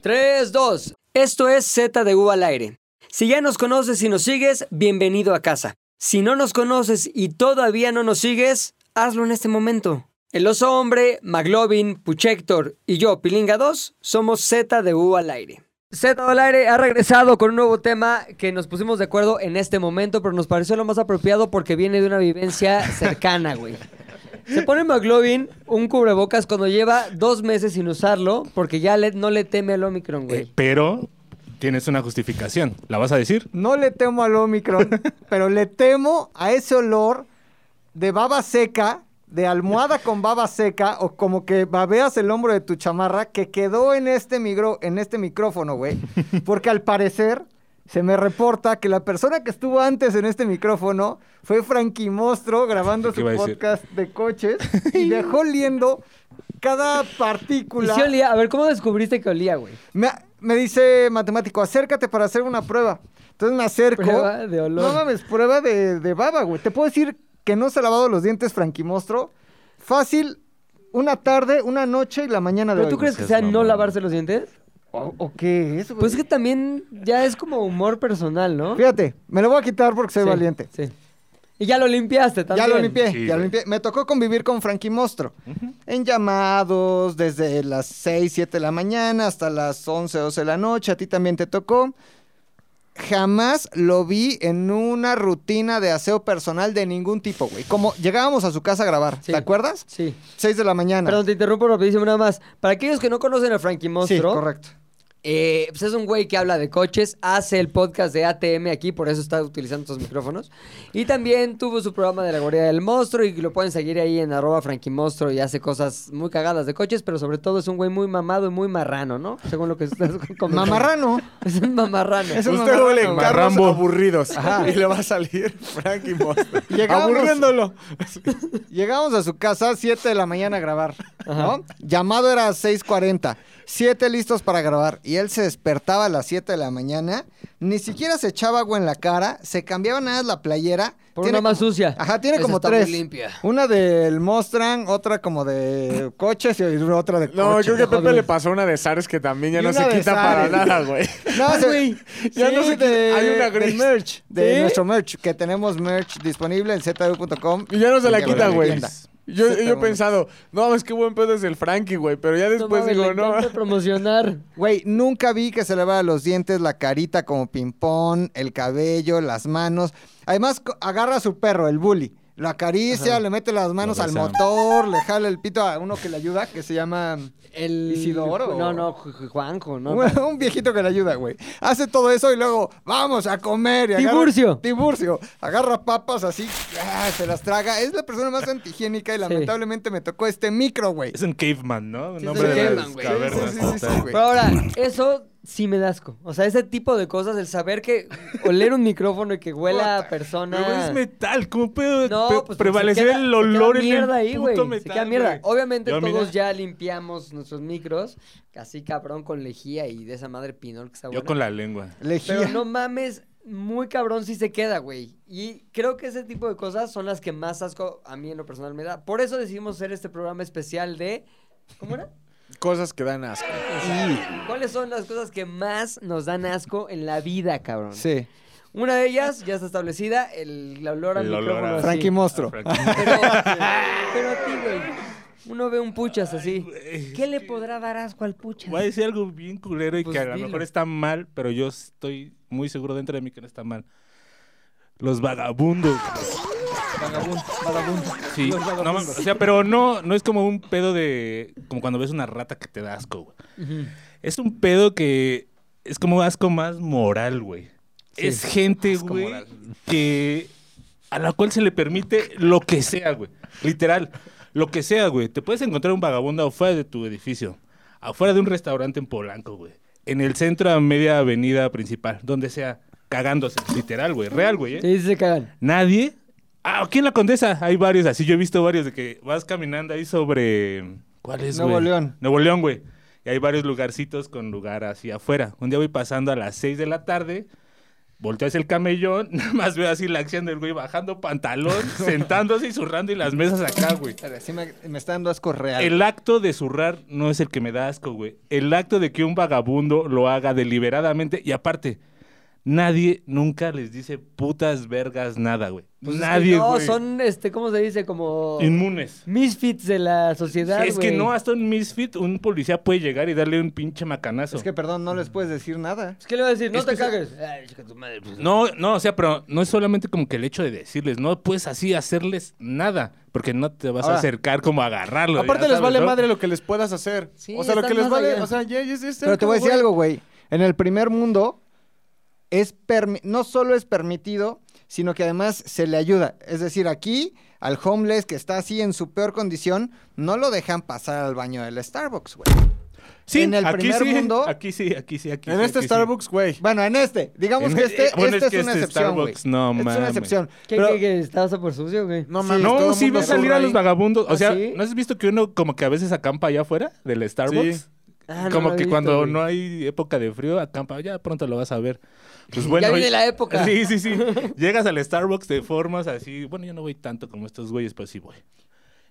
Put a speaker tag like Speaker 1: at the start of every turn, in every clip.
Speaker 1: 3, 2. Esto es Z de U al aire. Si ya nos conoces y nos sigues, bienvenido a casa. Si no nos conoces y todavía no nos sigues, hazlo en este momento. El oso hombre, Maglovin, Puchector y yo, Pilinga 2, somos Z de U al aire. Z al aire ha regresado con un nuevo tema que nos pusimos de acuerdo en este momento, pero nos pareció lo más apropiado porque viene de una vivencia cercana, güey. Se pone McLovin un cubrebocas cuando lleva dos meses sin usarlo porque ya le- no le teme al Omicron,
Speaker 2: Eh,
Speaker 1: güey.
Speaker 2: pero tienes una justificación. ¿La vas a decir?
Speaker 3: No le temo al Omicron, pero le temo a ese olor de baba seca, de almohada con baba seca, o como que babeas el hombro de tu chamarra, que quedó en este, micro, en este micrófono, güey. Porque al parecer se me reporta que la persona que estuvo antes en este micrófono fue Frankie Mostro grabando
Speaker 2: ¿Qué
Speaker 3: su
Speaker 2: iba a decir?
Speaker 3: podcast de coches y dejó oliendo cada
Speaker 1: Y
Speaker 3: partícula.
Speaker 1: sí olía. A ver, ¿cómo descubriste que olía, güey?
Speaker 3: Me, me dice matemático, acércate para hacer una prueba. Entonces me acerco.
Speaker 1: Prueba de olor.
Speaker 3: No mames, prueba de, de baba, güey. Te puedo decir que no se ha lavado los dientes, Frankie Mostro. Fácil, una tarde, una noche y la mañana de
Speaker 1: ¿Pero
Speaker 3: hoy,
Speaker 1: tú
Speaker 3: güey.
Speaker 1: crees que sea
Speaker 2: seas
Speaker 1: no
Speaker 2: mamón.
Speaker 1: lavarse los dientes?
Speaker 3: ¿O, o qué es, güey?
Speaker 1: Pues es que también ya es como humor personal, ¿no?
Speaker 3: Fíjate, me lo voy a quitar porque soy
Speaker 1: Sí,
Speaker 3: valiente.
Speaker 1: Sí. Y ya lo limpiaste también.
Speaker 3: Ya lo limpié,
Speaker 2: Sí,
Speaker 3: ya
Speaker 2: güey.
Speaker 3: lo limpié. Me tocó convivir con Frankie Mostro. En llamados, desde las 6, 7 de la mañana hasta las 11, 12 de la noche. A ti también te tocó. Jamás lo vi en una rutina de aseo personal de ningún tipo, güey. Como llegábamos a su casa a grabar,
Speaker 1: Sí.
Speaker 3: ¿te acuerdas?
Speaker 1: Sí.
Speaker 3: 6 de la mañana.
Speaker 1: Perdón, te interrumpo rapidísimo nada más. Para aquellos que no conocen a Frankie
Speaker 3: sí,
Speaker 1: Monstro,
Speaker 3: correcto.
Speaker 1: eh, pues es un güey que habla de coches, hace el podcast de ATM aquí, por eso está utilizando estos micrófonos. Y también tuvo su programa de la guardia del monstruo y lo pueden seguir ahí en arroba Frankie Monstro y hace cosas muy cagadas de coches, pero sobre todo es un güey muy mamado y muy marrano, ¿no? Según lo que estás comentando.
Speaker 3: Mamarrano.
Speaker 1: Es un mamarrano.
Speaker 3: Es un
Speaker 4: Usted
Speaker 3: mamarrano,
Speaker 4: huele en
Speaker 3: güey.
Speaker 4: carros
Speaker 2: Marrambo.
Speaker 4: aburridos. Y le va a salir Frankie Monster.
Speaker 3: Llegamos-
Speaker 4: Aburriéndolo.
Speaker 3: Llegamos a su casa 7 de la mañana a grabar,
Speaker 1: Ajá.
Speaker 3: ¿no? Llamado era 6.40, 7 listos para grabar. Y él se despertaba a las 7 de la mañana, ni siquiera se echaba agua en la cara, se cambiaba nada más la playera.
Speaker 1: Por una más
Speaker 3: como-
Speaker 1: sucia.
Speaker 2: Ah,
Speaker 3: Ajá, tiene
Speaker 1: Esa
Speaker 3: como
Speaker 1: está
Speaker 3: tres.
Speaker 1: muy limpia.
Speaker 3: Una del Mostran, otra como de coches y otra de
Speaker 4: No,
Speaker 3: coches.
Speaker 4: creo que a
Speaker 1: joder.
Speaker 4: Pepe le pasó una de Sares que también ya
Speaker 3: Y
Speaker 4: no
Speaker 3: una
Speaker 4: se
Speaker 3: de
Speaker 4: quita para
Speaker 3: Zares.
Speaker 4: nada, güey.
Speaker 3: No, se-
Speaker 4: güey. Ya
Speaker 3: sí,
Speaker 4: no se quita.
Speaker 3: de-
Speaker 4: Hay una
Speaker 3: del
Speaker 4: gris.
Speaker 3: merch, de
Speaker 1: ¿Sí?
Speaker 3: nuestro merch, que tenemos merch disponible en zw.com.
Speaker 4: Y ya no se la
Speaker 3: Y que
Speaker 4: quita,
Speaker 3: lo
Speaker 4: güey.
Speaker 3: entienda.
Speaker 4: Yo,
Speaker 3: Sí, está
Speaker 4: yo he pensado, no, es que buen pedo es el Frankie, güey. Pero ya
Speaker 1: no,
Speaker 2: pues
Speaker 4: después
Speaker 1: mames,
Speaker 4: digo,
Speaker 1: le
Speaker 4: no.
Speaker 1: encanta promocionar.
Speaker 3: Güey, nunca vi que se lavara los dientes, la carita como ping-pong, el cabello, las manos. Además, co- agarra a su perro, el bully. Lo acaricia, le mete las manos
Speaker 2: Lo
Speaker 3: al
Speaker 2: besa.
Speaker 3: motor, le jala el pito a uno que le ayuda, que se llama...
Speaker 1: El...
Speaker 3: ¿Isidoro?
Speaker 1: No, no, Ju- Ju- Juanjo, no.
Speaker 3: un, un viejito que le ayuda, güey. Hace todo eso y luego, vamos a comer. Y agarra-
Speaker 1: Tiburcio.
Speaker 3: Tiburcio. Agarra papas así, ah, se las traga. Es la persona más antihigiénica y lamentablemente me tocó este micro, güey.
Speaker 2: Es un caveman, ¿no?
Speaker 3: Sí,
Speaker 2: Un hombre
Speaker 3: es un
Speaker 2: de
Speaker 1: caveman,
Speaker 2: las
Speaker 1: güey.
Speaker 2: cavernas.
Speaker 3: Sí, sí, sí, sí,
Speaker 2: total.
Speaker 3: güey.
Speaker 1: Pero ahora, eso sí me da asco. O sea, ese tipo de cosas, el saber que oler un micrófono y que huela a persona.
Speaker 2: Pero güey, es metal, ¿cómo puedo
Speaker 1: No,
Speaker 2: pe-
Speaker 1: pues, pues,
Speaker 2: prevalecer
Speaker 1: se queda-
Speaker 2: el
Speaker 1: se
Speaker 2: olor
Speaker 1: queda
Speaker 2: en el
Speaker 1: mierda ahí, güey.
Speaker 2: puto
Speaker 1: Se
Speaker 2: metal?
Speaker 1: queda mierda.
Speaker 2: güey?
Speaker 1: Obviamente
Speaker 2: Yo, mira,
Speaker 1: todos ya limpiamos nuestros micros, así cabrón con lejía y de esa madre pinol que está
Speaker 2: Yo
Speaker 1: buena.
Speaker 2: con la lengua.
Speaker 3: Lejía.
Speaker 1: Pero no mames, muy cabrón sí se queda, güey. Y creo que ese tipo de cosas son las que más asco a mí en lo personal me da. Por eso decidimos hacer este programa especial de... ¿Cómo era?
Speaker 4: Cosas que dan asco.
Speaker 1: ¿Cuáles son las cosas que más nos dan asco en la vida, cabrón?
Speaker 3: Sí.
Speaker 1: Una de ellas ya está establecida, el olor a
Speaker 2: El olor
Speaker 1: micrófono.
Speaker 2: a-
Speaker 1: así.
Speaker 3: Frankie Mostro.
Speaker 2: Ah,
Speaker 1: Pero, pero a ti, güey. Uno ve un puchas así.
Speaker 2: güey,
Speaker 1: ¿Qué le podrá dar asco al puchas?
Speaker 2: Voy a decir algo bien culero y
Speaker 1: Pues
Speaker 2: que a lo
Speaker 1: dilo.
Speaker 2: mejor está mal, pero yo estoy muy seguro dentro de mí que no está mal. Los vagabundos. Sí, no mames, o sea, pero no, no es como un pedo de. Como cuando ves una rata que te da asco, güey. Es un pedo que es como asco más moral, güey. Es gente, güey,
Speaker 4: moral.
Speaker 2: que. a la cual se le permite lo que sea, güey. Literal, lo que sea, güey. Te puedes encontrar un vagabundo afuera de tu edificio, afuera de un restaurante en Polanco, güey. En el centro a media avenida principal, donde sea, cagándose. Literal, güey. Real, güey, ¿eh?
Speaker 1: Sí, sí se cagan.
Speaker 2: Nadie. Ah, aquí en la Condesa hay varios así. Yo he visto varios de que vas caminando ahí sobre. ¿Cuál es,
Speaker 3: Nuevo
Speaker 2: güey?
Speaker 3: León.
Speaker 2: Nuevo León, güey. Y hay varios lugarcitos con lugar así afuera. Un día voy pasando a las 6 de la tarde. Volteas el camellón, nada más veo así la acción del güey bajando pantalón, sentándose y zurrando y las mesas acá, güey.
Speaker 3: Sí me, me está dando asco real.
Speaker 2: El acto de zurrar no es el que me da asco, güey. El acto de que un vagabundo lo haga deliberadamente y aparte, nadie nunca les dice putas vergas nada, güey.
Speaker 1: Pues es que
Speaker 2: nadie,
Speaker 1: No,
Speaker 2: güey.
Speaker 1: son, este, ¿cómo se dice? Como
Speaker 2: inmunes.
Speaker 1: misfits de la sociedad,
Speaker 2: es que
Speaker 1: güey.
Speaker 2: no, hasta un misfit, un policía puede llegar y darle un pinche macanazo.
Speaker 3: Es que, perdón, no les puedes decir nada.
Speaker 1: Pues, ¿Qué le voy a decir? No
Speaker 2: Es
Speaker 1: te
Speaker 2: que se-
Speaker 1: cagues. Ay, chica tu madre, pues,
Speaker 2: No, no, o sea, pero no es solamente como que el hecho de decirles, no puedes así hacerles nada, porque no te vas
Speaker 4: Ahora-
Speaker 2: a acercar como a agarrarlo.
Speaker 4: Aparte
Speaker 2: ya
Speaker 4: les
Speaker 2: sabes,
Speaker 4: vale
Speaker 2: ¿no?
Speaker 4: madre lo que les puedas hacer.
Speaker 1: Sí,
Speaker 4: o sea, lo
Speaker 1: están
Speaker 4: que
Speaker 1: más
Speaker 4: les vale,
Speaker 1: allá.
Speaker 4: o sea, ya, ya, este ya están
Speaker 3: Pero te voy a
Speaker 4: como,
Speaker 3: decir
Speaker 4: güey,
Speaker 3: algo, güey. En el primer mundo, es permi- no solo es permitido, sino que además se le ayuda. Es decir, aquí al homeless que está así en su peor condición, no lo dejan pasar al baño del Starbucks, güey.
Speaker 2: Sí,
Speaker 3: En el
Speaker 2: aquí
Speaker 3: primer
Speaker 2: sí,
Speaker 3: mundo-
Speaker 2: Aquí sí, aquí sí, aquí
Speaker 4: En
Speaker 2: sí,
Speaker 4: este
Speaker 2: aquí sí.
Speaker 4: Starbucks, güey.
Speaker 3: Bueno, en este, digamos
Speaker 2: En
Speaker 3: que
Speaker 2: este-
Speaker 3: este,
Speaker 2: bueno,
Speaker 3: este
Speaker 2: es
Speaker 3: es,
Speaker 2: que
Speaker 3: una
Speaker 2: este
Speaker 3: excepción, güey.
Speaker 2: Starbucks, no
Speaker 3: Es una
Speaker 2: mames.
Speaker 3: excepción.
Speaker 1: ¿Qué,
Speaker 3: Pero-
Speaker 1: qué, qué? ¿Estabas por sucio, güey?
Speaker 4: No
Speaker 3: Sí.
Speaker 4: mames. todo
Speaker 2: Ah, No,
Speaker 4: el
Speaker 2: sí
Speaker 4: mundo
Speaker 2: ves
Speaker 4: zurra
Speaker 2: salir a los
Speaker 4: ahí.
Speaker 2: vagabundos.
Speaker 1: ¿Ah,
Speaker 2: O sea,
Speaker 1: sí?
Speaker 2: ¿no has visto que uno como que a veces acampa allá afuera del Starbucks?
Speaker 4: Sí.
Speaker 1: Ah, no
Speaker 2: como
Speaker 1: lo he
Speaker 2: que
Speaker 1: visto,
Speaker 2: cuando
Speaker 1: güey.
Speaker 2: no hay época de frío, acampa, ya pronto lo vas a ver. Pues bueno,
Speaker 1: ya viene
Speaker 2: y-
Speaker 1: la época. Pues
Speaker 2: Sí, sí, sí. Llegas al Starbucks, te formas así. Bueno, yo no voy tanto como estos güeyes, pero sí voy.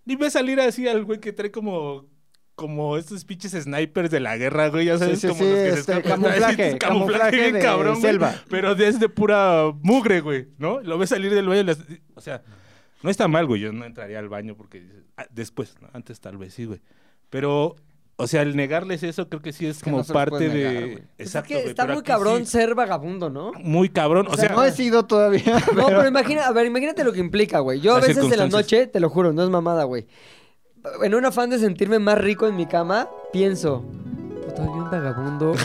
Speaker 2: Y ves salir así al güey que trae como. Como estos pinches snipers de la guerra, güey. Ya sabes,
Speaker 3: Sí, sí,
Speaker 2: como
Speaker 3: sí,
Speaker 2: los que se
Speaker 3: este,
Speaker 2: escapan.
Speaker 3: camuflaje,
Speaker 2: Así,
Speaker 3: camuflaje
Speaker 2: bien
Speaker 3: de
Speaker 2: cabrón, güey,
Speaker 3: selva.
Speaker 2: Pero es de pura mugre, güey, ¿no? Lo ves salir del baño. y las- O sea, no está mal, güey. Yo no entraría al baño porque dices, "Ah, después, ¿no? antes tal vez sí, güey. Pero, o sea, el negarles eso creo que sí es
Speaker 3: que
Speaker 2: como
Speaker 3: no se los
Speaker 2: parte
Speaker 3: puedes
Speaker 2: de.
Speaker 3: negar, güey.
Speaker 1: Pues
Speaker 2: Exacto.
Speaker 1: es que
Speaker 2: güey,
Speaker 1: está
Speaker 2: pero
Speaker 1: muy
Speaker 2: aquí
Speaker 1: cabrón
Speaker 2: sí-
Speaker 1: ser vagabundo, ¿no?
Speaker 2: muy cabrón. O sea,
Speaker 3: no he sido todavía.
Speaker 1: No, pero imagina, a ver, imagínate lo que implica, güey. Yo a
Speaker 2: Las
Speaker 1: veces en la
Speaker 2: circunstancias.
Speaker 1: noche, te lo juro, no es mamada, güey. En un afán de sentirme más rico en mi cama, pienso, puta, hay un vagabundo.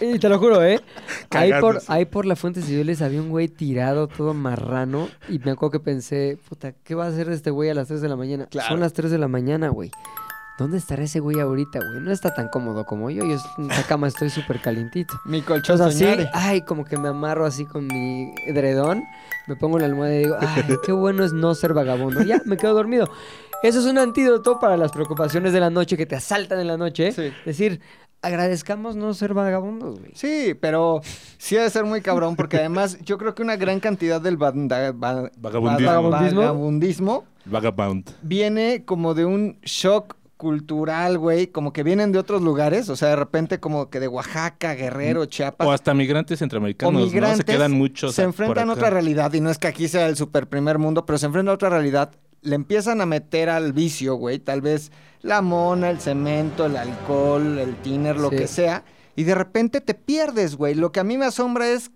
Speaker 1: y te lo juro, ¿eh? Ahí por,
Speaker 2: Cagándose.
Speaker 1: ahí por la fuente Cibeles había un güey tirado, todo marrano. Y me acuerdo que pensé, puta, ¿qué va a hacer este güey a las 3 de la mañana?
Speaker 2: Claro.
Speaker 1: Son las 3 de la mañana, güey. ¿Dónde estará ese güey ahorita, güey? No está tan cómodo como yo. Yo en esta cama estoy súper calientito.
Speaker 3: Mi
Speaker 1: Yo
Speaker 3: colchón
Speaker 1: Pues
Speaker 2: ¿Ah,
Speaker 1: así,
Speaker 3: soñare.
Speaker 1: ay, como que me amarro así con mi edredón, me pongo la almohada y digo, ay, qué bueno es no ser vagabundo. Ya, me quedo dormido. Eso es un antídoto para las preocupaciones de la noche que te asaltan en la noche.
Speaker 3: Sí.
Speaker 1: Decir, agradezcamos no ser vagabundos, güey.
Speaker 3: Sí, pero sí ha de ser muy cabrón porque además yo creo que una gran cantidad del banda- ba-
Speaker 2: Vagabundismo.
Speaker 1: Vagabundismo.
Speaker 3: vagabundismo
Speaker 2: Vagabond.
Speaker 3: viene como de un shock cultural, güey, como que vienen de otros lugares, o sea, de repente como que de Oaxaca, Guerrero, Chiapas.
Speaker 2: O hasta migrantes
Speaker 3: o
Speaker 2: centroamericanos,
Speaker 3: migrantes
Speaker 2: ¿no? Se quedan muchos.
Speaker 3: se
Speaker 2: a- por
Speaker 3: enfrentan a
Speaker 2: acá.
Speaker 3: otra realidad y no es que aquí sea el super primer mundo, pero se enfrentan a otra realidad. Le empiezan a meter al vicio, güey, tal vez la mona, el cemento, el alcohol, el tiner, lo
Speaker 1: Sí.
Speaker 3: que sea, y de repente te pierdes, güey. Lo que a mí me asombra es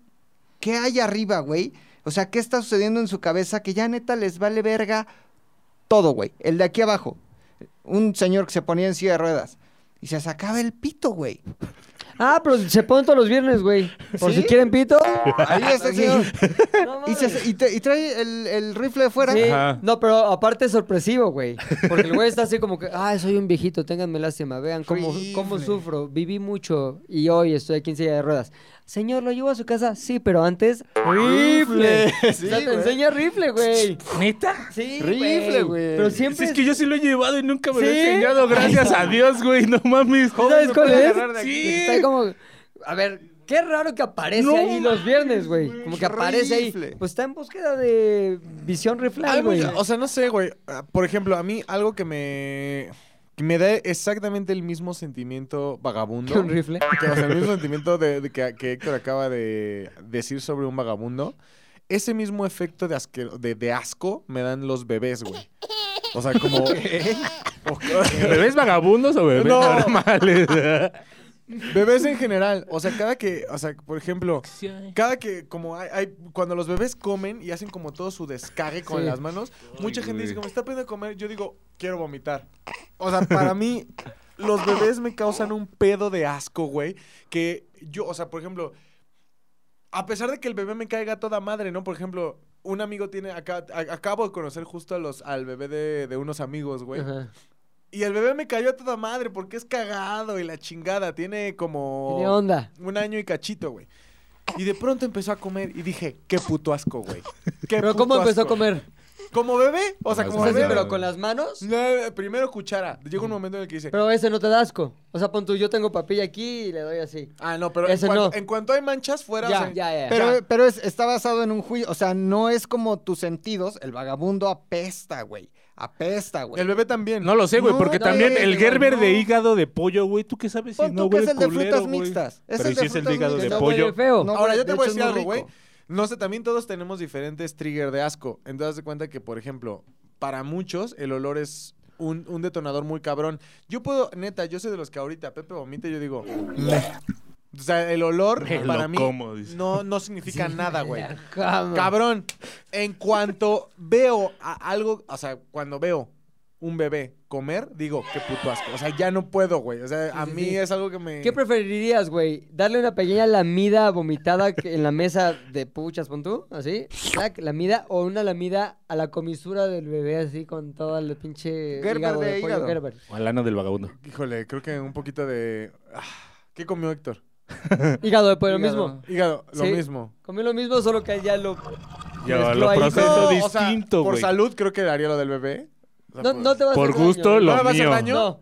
Speaker 3: qué hay arriba, güey. O sea, qué está sucediendo en su cabeza que ya neta les vale verga todo, güey. El de aquí abajo, un señor que se ponía en silla de ruedas y se sacaba el pito, güey.
Speaker 1: Ah, pero se ponen todos los viernes, güey. Por
Speaker 3: ¿Sí?
Speaker 1: si quieren pito.
Speaker 3: Ahí está el
Speaker 1: Sí.
Speaker 3: señor.
Speaker 1: No
Speaker 3: Y, se-
Speaker 1: mames.
Speaker 3: y te- y trae el, el rifle de fuera.
Speaker 1: Sí,
Speaker 2: Ajá.
Speaker 1: No, pero aparte es sorpresivo, güey. Porque el güey está así como que, ay, soy un viejito, ténganme lástima, vean cómo, cómo
Speaker 3: Horrible.
Speaker 1: sufro, viví mucho y hoy estoy aquí en silla de ruedas. Señor, ¿lo llevo a su casa? Sí, pero antes, rifle.
Speaker 3: Sí,
Speaker 1: o sea, te
Speaker 3: güey.
Speaker 1: enseña rifle, güey.
Speaker 2: ¿Neta?
Speaker 1: Sí,
Speaker 3: Rifle, güey.
Speaker 1: Pero
Speaker 2: Si
Speaker 1: siempre...
Speaker 2: es que yo sí lo he llevado y nunca me lo
Speaker 1: ¿Sí?
Speaker 2: he enseñado, gracias a Dios, güey. No mames.
Speaker 1: ¿Sabes
Speaker 2: Joder,
Speaker 1: cuál
Speaker 2: me
Speaker 1: es?
Speaker 2: puedo agarrar de aquí.
Speaker 1: Está ahí como... A ver, qué raro que aparece
Speaker 2: No
Speaker 1: ahí los
Speaker 2: mames,
Speaker 1: viernes, güey. Como que aparece ahí.
Speaker 3: Rifle.
Speaker 1: Pues está en búsqueda de visión rifle,
Speaker 4: Algo
Speaker 1: güey.
Speaker 4: ya- o sea, no sé, güey. Ah, Por ejemplo, a mí algo que me que me da exactamente el mismo sentimiento vagabundo.
Speaker 1: Que un rifle.
Speaker 4: que, o sea, el mismo sentimiento de, de que, que Héctor acaba de decir sobre un vagabundo. Ese mismo efecto de, asque- de, de asco me dan los bebés, güey. O sea, como...
Speaker 2: ¿Bebés vagabundos o bebés
Speaker 4: No.
Speaker 2: normales?
Speaker 4: Bebés en general. O sea, cada que, o sea, por ejemplo, cada que, como hay, hay- cuando los bebés comen y hacen como todo su descargue con
Speaker 1: Sí.
Speaker 4: las manos, mucha gente dice,
Speaker 2: güey.
Speaker 4: como está aprendiendo a comer, yo digo, quiero vomitar. O sea, para mí, los bebés me causan un pedo de asco, güey. Que yo, o sea, por ejemplo, a pesar de que el bebé me caiga a toda madre, ¿no? Por ejemplo, un amigo tiene, acá, a- acabo de conocer justo a los, al bebé de, de unos amigos, güey.
Speaker 1: Ajá.
Speaker 4: Y el bebé me cayó a toda madre porque es cagado y la chingada. Tiene como
Speaker 1: Tiene onda.
Speaker 4: un año y cachito, güey. Y de pronto empezó a comer y dije, qué puto asco, güey. Qué
Speaker 1: Pero
Speaker 4: puto
Speaker 1: ¿cómo empezó a
Speaker 4: asco".
Speaker 1: comer?
Speaker 4: Como bebé, o sea,
Speaker 2: Ah,
Speaker 5: Las
Speaker 4: como
Speaker 5: manos.
Speaker 4: bebé.
Speaker 1: pero con las manos.
Speaker 4: No, primero cuchara. Llega un momento en el que dice.
Speaker 1: Pero ese no te da asco. O sea, pon tú, yo tengo papilla aquí y le doy así.
Speaker 4: Ah, no, pero en
Speaker 1: Ese
Speaker 4: cuanto,
Speaker 1: no.
Speaker 4: en cuanto hay manchas, fuera.
Speaker 1: Ya,
Speaker 4: o sea,
Speaker 1: ya, ya.
Speaker 4: Ya.
Speaker 3: Pero, pero es- está basado en un juicio. O sea, no es como tus sentidos. El vagabundo apesta, güey. Apesta, güey.
Speaker 4: El bebé también.
Speaker 2: No lo sé, güey,
Speaker 3: No,
Speaker 2: porque
Speaker 1: no,
Speaker 2: también
Speaker 1: no,
Speaker 2: el
Speaker 1: no.
Speaker 2: Gerber de hígado de pollo, güey, ¿tú qué sabes si
Speaker 3: Pon
Speaker 2: no
Speaker 3: tú que
Speaker 2: huele
Speaker 3: es el de
Speaker 2: culero,
Speaker 3: frutas
Speaker 2: güey?
Speaker 3: mixtas. Es
Speaker 2: Pero
Speaker 3: el
Speaker 2: sí
Speaker 3: de
Speaker 2: es el de
Speaker 3: frutas
Speaker 2: hígado de
Speaker 1: no
Speaker 3: mixtas.
Speaker 2: pollo.
Speaker 1: huele feo.
Speaker 3: No,
Speaker 4: Ahora,
Speaker 3: güey,
Speaker 4: yo te
Speaker 3: de
Speaker 4: voy a
Speaker 3: hecho,
Speaker 4: decir
Speaker 3: es muy
Speaker 4: algo, güey.
Speaker 3: rico.
Speaker 4: No sé, también todos tenemos diferentes trigger de asco. Entonces, haz de cuenta que, por ejemplo, para muchos el olor es un, un detonador muy cabrón. Yo puedo, neta, yo soy de los que ahorita Pepe vomita y yo digo... "Meh". O sea, el olor
Speaker 2: Me
Speaker 4: para
Speaker 2: lo
Speaker 4: mí
Speaker 2: como, dice.
Speaker 4: no, no significa nada, güey.
Speaker 1: Cama.
Speaker 4: Cabrón, en cuanto veo a algo, o sea, cuando veo un bebé comer, digo, qué puto asco. O sea, ya no puedo, güey. O sea, a
Speaker 1: sí,
Speaker 4: mí
Speaker 1: sí.
Speaker 4: es algo que me...
Speaker 1: ¿Qué preferirías, güey? ¿Darle una pequeña lamida vomitada que- en la mesa de puchas, pon tú? ¿Así? ¿Tac? ¿Lamida? ¿O una lamida a la comisura del bebé así con todo el pinche
Speaker 3: Gerber
Speaker 1: hígado
Speaker 3: de
Speaker 1: de, pollo
Speaker 3: hígado.
Speaker 1: Gerber?
Speaker 2: O al ano del vagabundo.
Speaker 4: Híjole, creo que un poquito de... Ah, ¿Qué comió Héctor?
Speaker 1: Hígado de pollo, lo
Speaker 3: Hígado.
Speaker 1: mismo.
Speaker 4: Hígado, lo
Speaker 1: Sí.
Speaker 4: mismo.
Speaker 1: Comí lo mismo, solo que ya lo...
Speaker 2: Yo
Speaker 1: mezcló
Speaker 2: lo
Speaker 1: ahí
Speaker 2: proceso
Speaker 1: con-
Speaker 4: o sea,
Speaker 2: distinto,
Speaker 4: por
Speaker 2: güey.
Speaker 4: salud creo que daría lo del bebé. O sea,
Speaker 1: No,
Speaker 4: por-
Speaker 1: no te vas
Speaker 2: Por gusto, lo
Speaker 4: ¿No me vas a
Speaker 2: mío.
Speaker 4: bañar?
Speaker 1: No.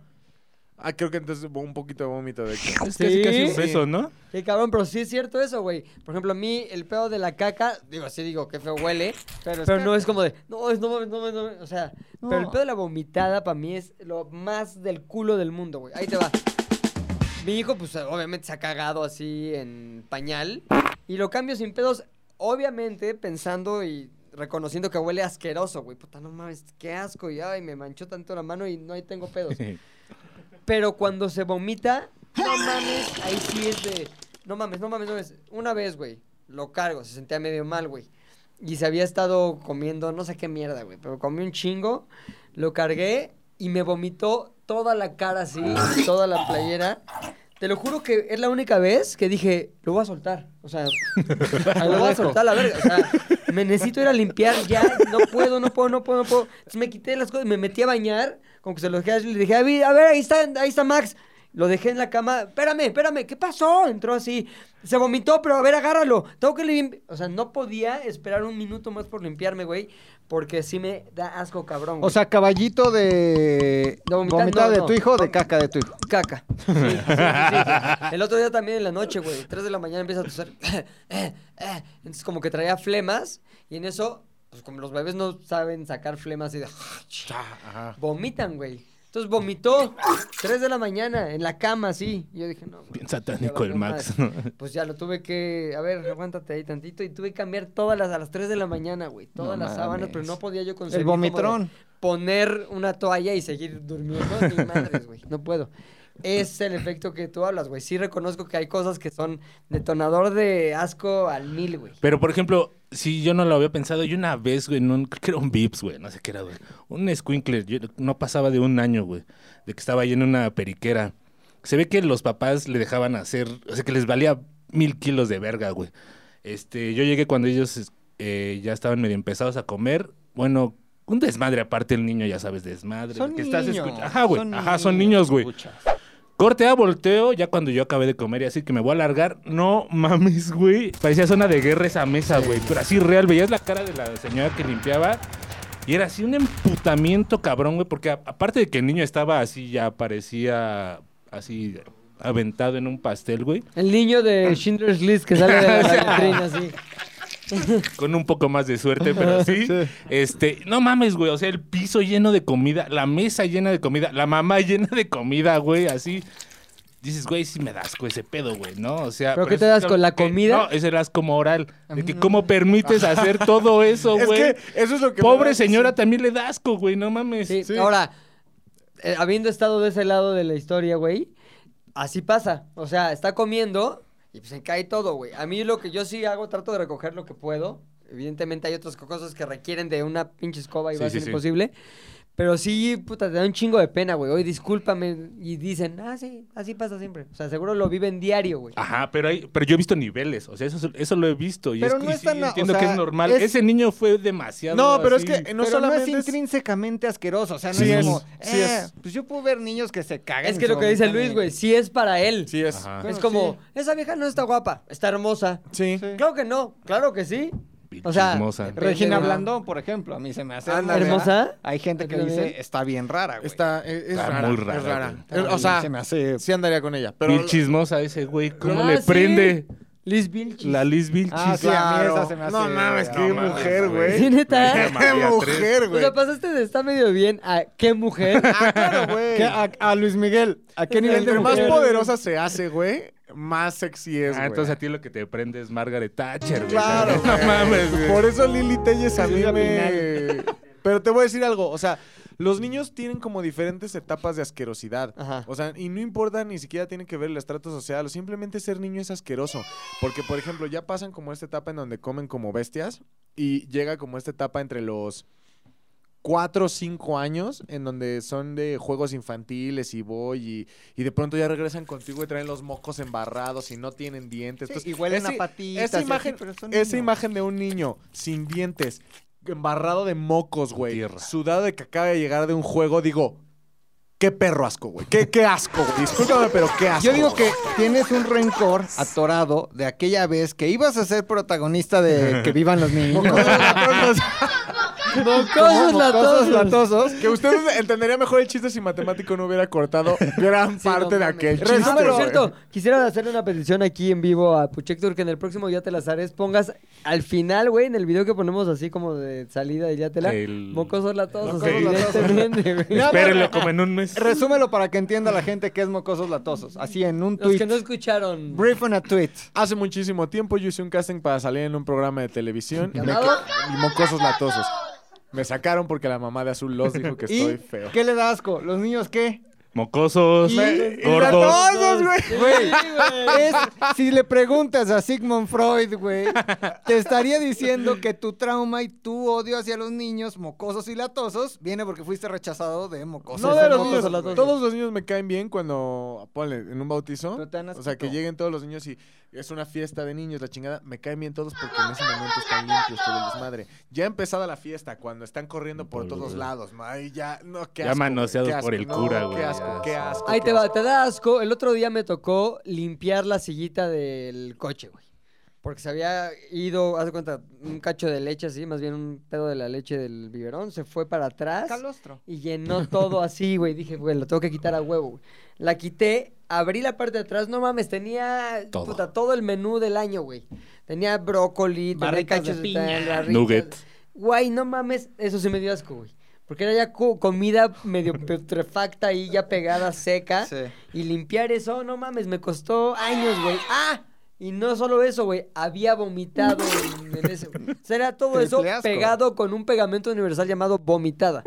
Speaker 4: Ah, creo que entonces un poquito de vómito de Héctor.
Speaker 2: Es casi, casi un
Speaker 1: Sí.
Speaker 2: beso, ¿no?
Speaker 1: Qué cabrón, pero sí es cierto eso, güey. Por ejemplo, a mí el pedo de la caca, digo, sí digo, qué feo huele, pero, no es como de, no, es, no mames, no mames, no mames", o sea, pero el
Speaker 3: No.
Speaker 1: pedo de la vomitada para mí es lo más del culo del mundo, güey. Ahí te va. Mi hijo, pues obviamente se ha cagado así en pañal y lo cambio sin pedos, obviamente pensando y reconociendo que huele asqueroso, güey. Puta, no mames, qué asco, y ay, me manchó tanto la mano y no ahí tengo pedos. Pero cuando se vomita, no mames, ahí sí es de. No mames, no mames, no mames. Una vez, güey, lo cargo, se sentía medio mal, güey. Y se había estado comiendo, no sé qué mierda, güey, pero comí un chingo, lo cargué y me vomitó toda la cara así, toda la playera. Te lo juro que es la única vez que dije, lo voy a soltar. O sea, lo voy a soltar a la verga. O sea, me necesito ir a limpiar ya. No puedo, no puedo, no puedo, no puedo. Entonces me quité las cosas, me metí a bañar. Como que se lo dejé a Ashley, le dije, a ver, a ver, ahí está, ahí está Max. Lo dejé en la cama. Espérame, espérame, ¿qué pasó? Entró así. Se vomitó, pero a ver, agárralo. Tengo que limpiar. O sea, no podía esperar un minuto más por limpiarme, güey. Porque sí me da asco, cabrón. güey.
Speaker 3: O sea, caballito de.
Speaker 1: De vomitar,
Speaker 3: vomitada
Speaker 1: no,
Speaker 3: de
Speaker 1: no.
Speaker 3: tu hijo o de caca de tu hijo.
Speaker 1: caca. Sí, sí, sí, sí. El otro día también en la noche, güey. 3 de la mañana empieza a toser. Eh, Entonces, como que traía flemas. Y en eso, pues como los bebés no saben sacar flemas y de. Vomitan, güey. Entonces vomitó 3 de la mañana en la cama, así. Y yo dije, no. güey, pues,
Speaker 2: Bien
Speaker 1: ya
Speaker 2: satánico
Speaker 1: valió
Speaker 2: el Max,
Speaker 1: madre.
Speaker 2: ¿no?
Speaker 1: Pues ya lo tuve que. A ver, aguántate ahí tantito. Y tuve que cambiar todas las. A las 3 de la mañana, güey. Todas
Speaker 3: No
Speaker 1: las sábanas,
Speaker 3: mames.
Speaker 1: pero no podía yo conseguir.
Speaker 3: El
Speaker 1: como de-
Speaker 3: vomitrón.
Speaker 1: poner una toalla y seguir durmiendo. Ni madres, güey. No puedo. Es el efecto que tú hablas, güey. Sí reconozco que hay cosas que son detonador de asco al mil,
Speaker 3: Pues,
Speaker 1: güey.
Speaker 2: Pero, por ejemplo, si yo no lo había pensado, yo una vez, güey, en un, creo que era un Vips, güey, no sé qué era, güey. Un squinkler, yo no pasaba de un año, güey, de que estaba ahí en una periquera. Se ve que los papás le dejaban hacer, o sea, que les valía mil kilos de verga, güey. Este, yo llegué cuando ellos eh, ya estaban medio empezados a comer. Bueno, un desmadre aparte el niño, ya sabes, desmadre.
Speaker 3: Son
Speaker 2: que estás
Speaker 3: niños,
Speaker 2: escucha- Ajá, güey.
Speaker 3: son
Speaker 2: Ajá, son
Speaker 3: niños,
Speaker 2: niños, güey. Corte a volteo, ya cuando yo acabé de comer y así que me voy a alargar. No mames, güey. Parecía zona de guerra esa mesa, güey. Pero así real, veías la cara de la señora que limpiaba. Y era así un emputamiento cabrón, güey. Porque a- aparte de que el niño estaba así, ya parecía así aventado en un pastel, güey.
Speaker 1: El niño de Schindler's List que sale de la vitrina, así.
Speaker 2: Con un poco más de suerte, pero sí. Este, no mames, güey. O sea, el piso lleno de comida, la mesa llena de comida, la mamá llena de comida, güey, así. Dices, güey, sí me das asco ese pedo, güey, ¿no? O sea.
Speaker 1: ¿Pero qué
Speaker 2: es
Speaker 1: te das con la
Speaker 2: que-
Speaker 1: comida?
Speaker 2: No, es el asco moral. De que, ¿cómo permites hacer todo eso,
Speaker 4: Es
Speaker 2: güey?
Speaker 4: que eso es lo que... me da-
Speaker 2: Pobre señora, también le das asco, güey, no mames.
Speaker 1: Sí, Ahora, eh, habiendo estado de ese lado de la historia, güey, así pasa. O sea, está comiendo y pues se cae todo, güey. A mí lo que yo sí hago, trato de recoger lo que puedo. Evidentemente hay otras co- cosas que requieren de una pinche escoba y
Speaker 2: Sí,
Speaker 1: va a
Speaker 2: sí,
Speaker 1: ser
Speaker 2: sí.
Speaker 1: imposible. Pero sí, puta, te da un chingo de pena, güey. Hoy discúlpame. Y dicen, ah, sí, así pasa siempre. O sea, seguro lo viven diario, güey.
Speaker 2: Ajá, pero hay, pero yo he visto niveles, o sea, eso, eso lo he visto. Y
Speaker 3: Pero
Speaker 2: es,
Speaker 3: no
Speaker 2: y
Speaker 3: es
Speaker 2: sí,
Speaker 3: tan- o
Speaker 2: entiendo que
Speaker 3: sea,
Speaker 2: es normal.
Speaker 3: es-
Speaker 2: Ese niño fue demasiado.
Speaker 4: No, pero
Speaker 2: así.
Speaker 4: es que no
Speaker 3: Pero no es
Speaker 4: solamente es-
Speaker 3: intrínsecamente asqueroso. O sea, no
Speaker 2: Sí
Speaker 3: es
Speaker 2: es,
Speaker 3: como.
Speaker 4: sí
Speaker 3: "Eh,
Speaker 4: es.
Speaker 3: Pues yo puedo ver niños que se cagan.
Speaker 1: Es
Speaker 3: y
Speaker 1: que
Speaker 3: se
Speaker 1: lo que dice
Speaker 3: vomitan
Speaker 1: Luis,
Speaker 3: y-
Speaker 1: güey, sí es para él.
Speaker 4: Sí es.
Speaker 2: Ajá.
Speaker 1: Es
Speaker 3: Bueno,
Speaker 1: como, esa vieja no está guapa, está hermosa.
Speaker 4: Sí.
Speaker 1: Claro que no, claro que sí.
Speaker 2: Pinche
Speaker 5: O sea,
Speaker 2: chismosa.
Speaker 5: depende,
Speaker 3: Regina
Speaker 5: ¿no?
Speaker 3: Blandón, por ejemplo, a mí se me hace
Speaker 4: Ándale.
Speaker 3: hermosa.
Speaker 1: ¿Hermosa?
Speaker 3: Hay gente que
Speaker 1: Yo también.
Speaker 3: dice, está bien rara, güey.
Speaker 4: Está, e, es, es
Speaker 2: Está
Speaker 4: rara,
Speaker 2: muy
Speaker 4: Es
Speaker 2: rara,
Speaker 4: rara.
Speaker 2: güey.
Speaker 4: Es- o sea,
Speaker 3: se me hace...
Speaker 4: sí andaría con ella. Pero
Speaker 2: Pero... chismosa ese güey, ¿cómo
Speaker 1: Ah,
Speaker 2: le
Speaker 1: sí.
Speaker 2: prende?
Speaker 1: Liz Vilchis.
Speaker 2: La Liz Vilchis.
Speaker 3: Ah, sí, a mí esa se me hace...
Speaker 4: No mames, qué
Speaker 2: mames,
Speaker 4: mujer,
Speaker 2: güey.
Speaker 1: ¿Sí,
Speaker 4: güey.
Speaker 1: neta?
Speaker 4: Qué mujer,
Speaker 1: O
Speaker 4: güey.
Speaker 1: sea, pasaste de está medio bien a qué mujer.
Speaker 4: Ah, claro, güey.
Speaker 3: ¿Qué? a, a Luis Miguel, ¿a qué nivel de
Speaker 4: Entre más
Speaker 3: mujer?
Speaker 4: poderosa se hace, güey, más sexy es,
Speaker 2: Ah,
Speaker 4: güey.
Speaker 2: entonces a ti lo que te prende es Margaret Thatcher, güey.
Speaker 4: Claro,
Speaker 2: No
Speaker 4: güey.
Speaker 2: mames, güey.
Speaker 4: Por eso Lili Telles a mí
Speaker 3: Silvia
Speaker 4: me... Pero te voy a decir algo, o sea, los niños tienen como diferentes etapas de asquerosidad.
Speaker 3: Ajá.
Speaker 4: O sea, y no importa, ni siquiera tiene que ver el estrato social, o simplemente ser niño es asqueroso. Porque, por ejemplo, ya pasan como esta etapa en donde comen como bestias y llega como esta etapa entre los 4 o 5 años en donde son de juegos infantiles y voy y, y de pronto ya regresan contigo y traen los mocos embarrados y no tienen dientes.
Speaker 3: Sí,
Speaker 4: Entonces,
Speaker 3: y huelen
Speaker 4: ese-
Speaker 3: a patitas.
Speaker 4: esa
Speaker 3: y así,
Speaker 4: imagen-
Speaker 3: pero son
Speaker 4: esa
Speaker 3: niños.
Speaker 4: imagen de un niño sin dientes, embarrado de mocos, güey,
Speaker 2: Tierra.
Speaker 4: sudado de que acaba de llegar de un juego, digo, qué perro asco, güey. Qué, qué asco, güey. Discúlpame, pero qué asco.
Speaker 3: Yo digo
Speaker 4: güey.
Speaker 3: que tienes un rencor atorado de aquella vez que ibas a ser protagonista de Que vivan los niños.
Speaker 1: Mocosos
Speaker 3: Mocosos
Speaker 1: latosos.
Speaker 3: latosos.
Speaker 4: Que usted entendería mejor el chiste si matemático no hubiera cortado gran
Speaker 1: Sí,
Speaker 4: parte
Speaker 1: no
Speaker 4: de
Speaker 1: mames.
Speaker 4: aquel
Speaker 1: Ah,
Speaker 4: chiste.
Speaker 1: por
Speaker 4: güey.
Speaker 1: cierto, quisiera hacerle una petición aquí en vivo a Puchector que en el próximo Ya te las haré pongas al final, güey, en el video que ponemos así como de salida de Ya te la
Speaker 2: El-
Speaker 1: mocosos latosos,
Speaker 2: Ok.
Speaker 1: evidentemente, güey.
Speaker 3: No,
Speaker 2: Espérenlo como en un mes.
Speaker 3: Resúmelo para que entienda la gente que es mocosos latosos. Así en un
Speaker 1: Los
Speaker 3: tweet.
Speaker 1: que no escucharon.
Speaker 3: Brief on a tweet.
Speaker 4: Hace muchísimo tiempo yo hice un casting para salir en un programa de televisión y, me
Speaker 1: ¿Llamado?
Speaker 4: ca- y mocosos latosos. Me sacaron porque la mamá de Azul Los dijo que
Speaker 3: ¿Y
Speaker 4: estoy feo.
Speaker 3: qué le da asco? ¿Los niños qué?
Speaker 2: Mocosos,
Speaker 3: Y- y
Speaker 2: gordos.
Speaker 4: ¡Latosos, güey!
Speaker 3: Güey, es- si le preguntas a Sigmund Freud, güey, te estaría diciendo que tu trauma y tu odio hacia los niños mocosos y latosos viene porque fuiste rechazado de mocosos.
Speaker 4: No
Speaker 1: sea, son
Speaker 4: de los
Speaker 1: mocosos,
Speaker 4: niños.
Speaker 1: las dos.
Speaker 4: Todos los niños me caen bien cuando, ponle, en un bautizo.
Speaker 3: Pero te dan
Speaker 4: O sea, que
Speaker 3: asquito.
Speaker 4: lleguen todos los niños y es una fiesta de niños, la chingada. Me caen bien todos porque en ese momento están limpios todo el desmadre. Ya empezada la fiesta, cuando están corriendo por
Speaker 2: Por-
Speaker 4: todos lados. Ay, ya, no, qué
Speaker 2: Ya
Speaker 4: asco.
Speaker 2: manoseados
Speaker 4: qué asco,
Speaker 2: por el
Speaker 4: no,
Speaker 2: cura, güey,
Speaker 4: Qué
Speaker 2: ya,
Speaker 4: asco,
Speaker 2: sí.
Speaker 4: qué asco.
Speaker 1: Ahí
Speaker 4: qué
Speaker 1: te va,
Speaker 4: asco.
Speaker 1: te da asco. El otro día me tocó limpiar la sillita del coche, güey. Porque se había ido, haz de cuenta, un cacho de leche así, más bien un pedo de la leche del biberón, se fue para atrás.
Speaker 3: Calostro.
Speaker 1: Y llenó todo así, güey. Dije, güey, lo tengo que quitar a huevo, güey. La quité, abrí la parte de atrás. No mames, tenía puta,
Speaker 2: Todo.
Speaker 1: todo, el menú del año, güey. Tenía brócoli, tenía
Speaker 3: Barritas de
Speaker 1: cachos de
Speaker 3: piña.
Speaker 1: tal, barritas.
Speaker 2: Nugget.
Speaker 1: Güey, no mames, eso sí me dio asco, güey. Porque era ya co- comida medio putrefacta ahí, ya pegada, seca.
Speaker 4: ¿Eh?
Speaker 3: Sí.
Speaker 1: Y limpiar eso, no mames, me costó años, güey. ¡Ah! Y no solo eso, güey, había vomitado en, en ese. güey. O sea, era todo eso
Speaker 3: Triple asco.
Speaker 1: pegado con un pegamento universal llamado vomitada.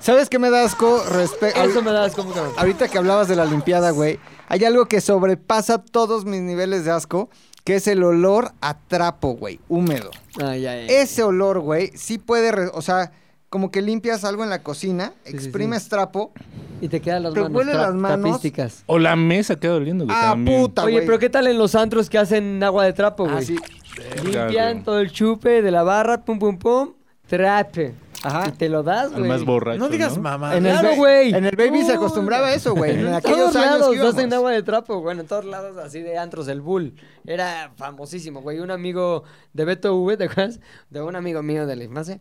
Speaker 3: ¿Sabes qué me da asco? Respe-
Speaker 1: Eso me da asco mucho.
Speaker 3: Ahorita que hablabas de la limpiada, güey, hay algo que sobrepasa todos mis niveles de asco, que es el olor a trapo, güey, húmedo.
Speaker 1: Ay, ay, ay.
Speaker 3: Ese olor, güey, sí puede, re- o sea, como que limpias algo en la cocina,
Speaker 1: Sí, sí, sí.
Speaker 3: exprimes trapo.
Speaker 1: Y te quedan las
Speaker 3: Te
Speaker 1: manos.
Speaker 3: huele las manos.
Speaker 1: Tapísticas.
Speaker 2: O la mesa queda doliendo, güey.
Speaker 3: Ah,
Speaker 2: también.
Speaker 3: puta,
Speaker 1: Oye,
Speaker 3: güey. Ah,
Speaker 1: pero ¿qué tal en los antros que hacen agua de trapo,
Speaker 4: Ah,
Speaker 1: güey?
Speaker 3: Así.
Speaker 2: Verga,
Speaker 1: Limpian
Speaker 2: güey.
Speaker 1: todo el chupe de la barra, pum, pum, pum, trape.
Speaker 3: Ajá.
Speaker 1: Y te lo das,
Speaker 2: Al
Speaker 1: güey.
Speaker 2: más borracho.
Speaker 4: No digas
Speaker 2: más.
Speaker 4: mamá.
Speaker 3: En el,
Speaker 1: Claro,
Speaker 3: ba-
Speaker 1: güey.
Speaker 3: en el baby
Speaker 1: Uy.
Speaker 3: se acostumbraba a eso, güey. En
Speaker 1: En
Speaker 3: aquellos
Speaker 1: todos
Speaker 3: años
Speaker 1: lados
Speaker 3: que íbamos.
Speaker 1: hacen agua de trapo, bueno, en todos lados así de antros, el bull. Era famosísimo, güey. Un amigo de Beto V, ¿te acuerdas? De un amigo mío de la infancia.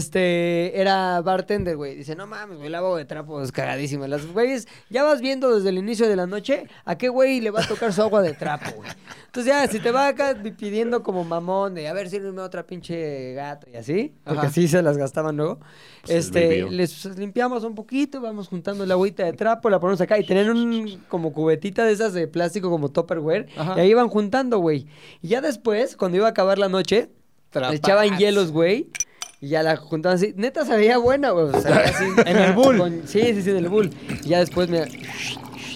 Speaker 1: Este, era bartender, güey. Dice, no mames, güey, el agua de trapo es cagadísima. Las güeyes, ya vas viendo desde el inicio de la noche a qué güey le va a tocar su agua de trapo, güey. Entonces ya, si te va acá pidiendo como mamón de, a ver, sírveme otra pinche gato y así, porque
Speaker 3: Ajá. Pues
Speaker 1: así se las gastaban luego.
Speaker 2: el
Speaker 1: este,
Speaker 2: baby.
Speaker 1: les limpiamos un poquito, vamos juntando la agüita de trapo, la ponemos acá y tenían un como cubetita de esas de plástico como Tupperware
Speaker 3: Ajá.
Speaker 1: y ahí iban juntando, güey. Y ya después, cuando iba a acabar la noche, le echaban hielos, güey. Y ya la juntaban así. Neta sabía buena, güey. o sea, así,
Speaker 3: En el bull.
Speaker 1: con- sí, sí, sí, en el bull. Y ya después me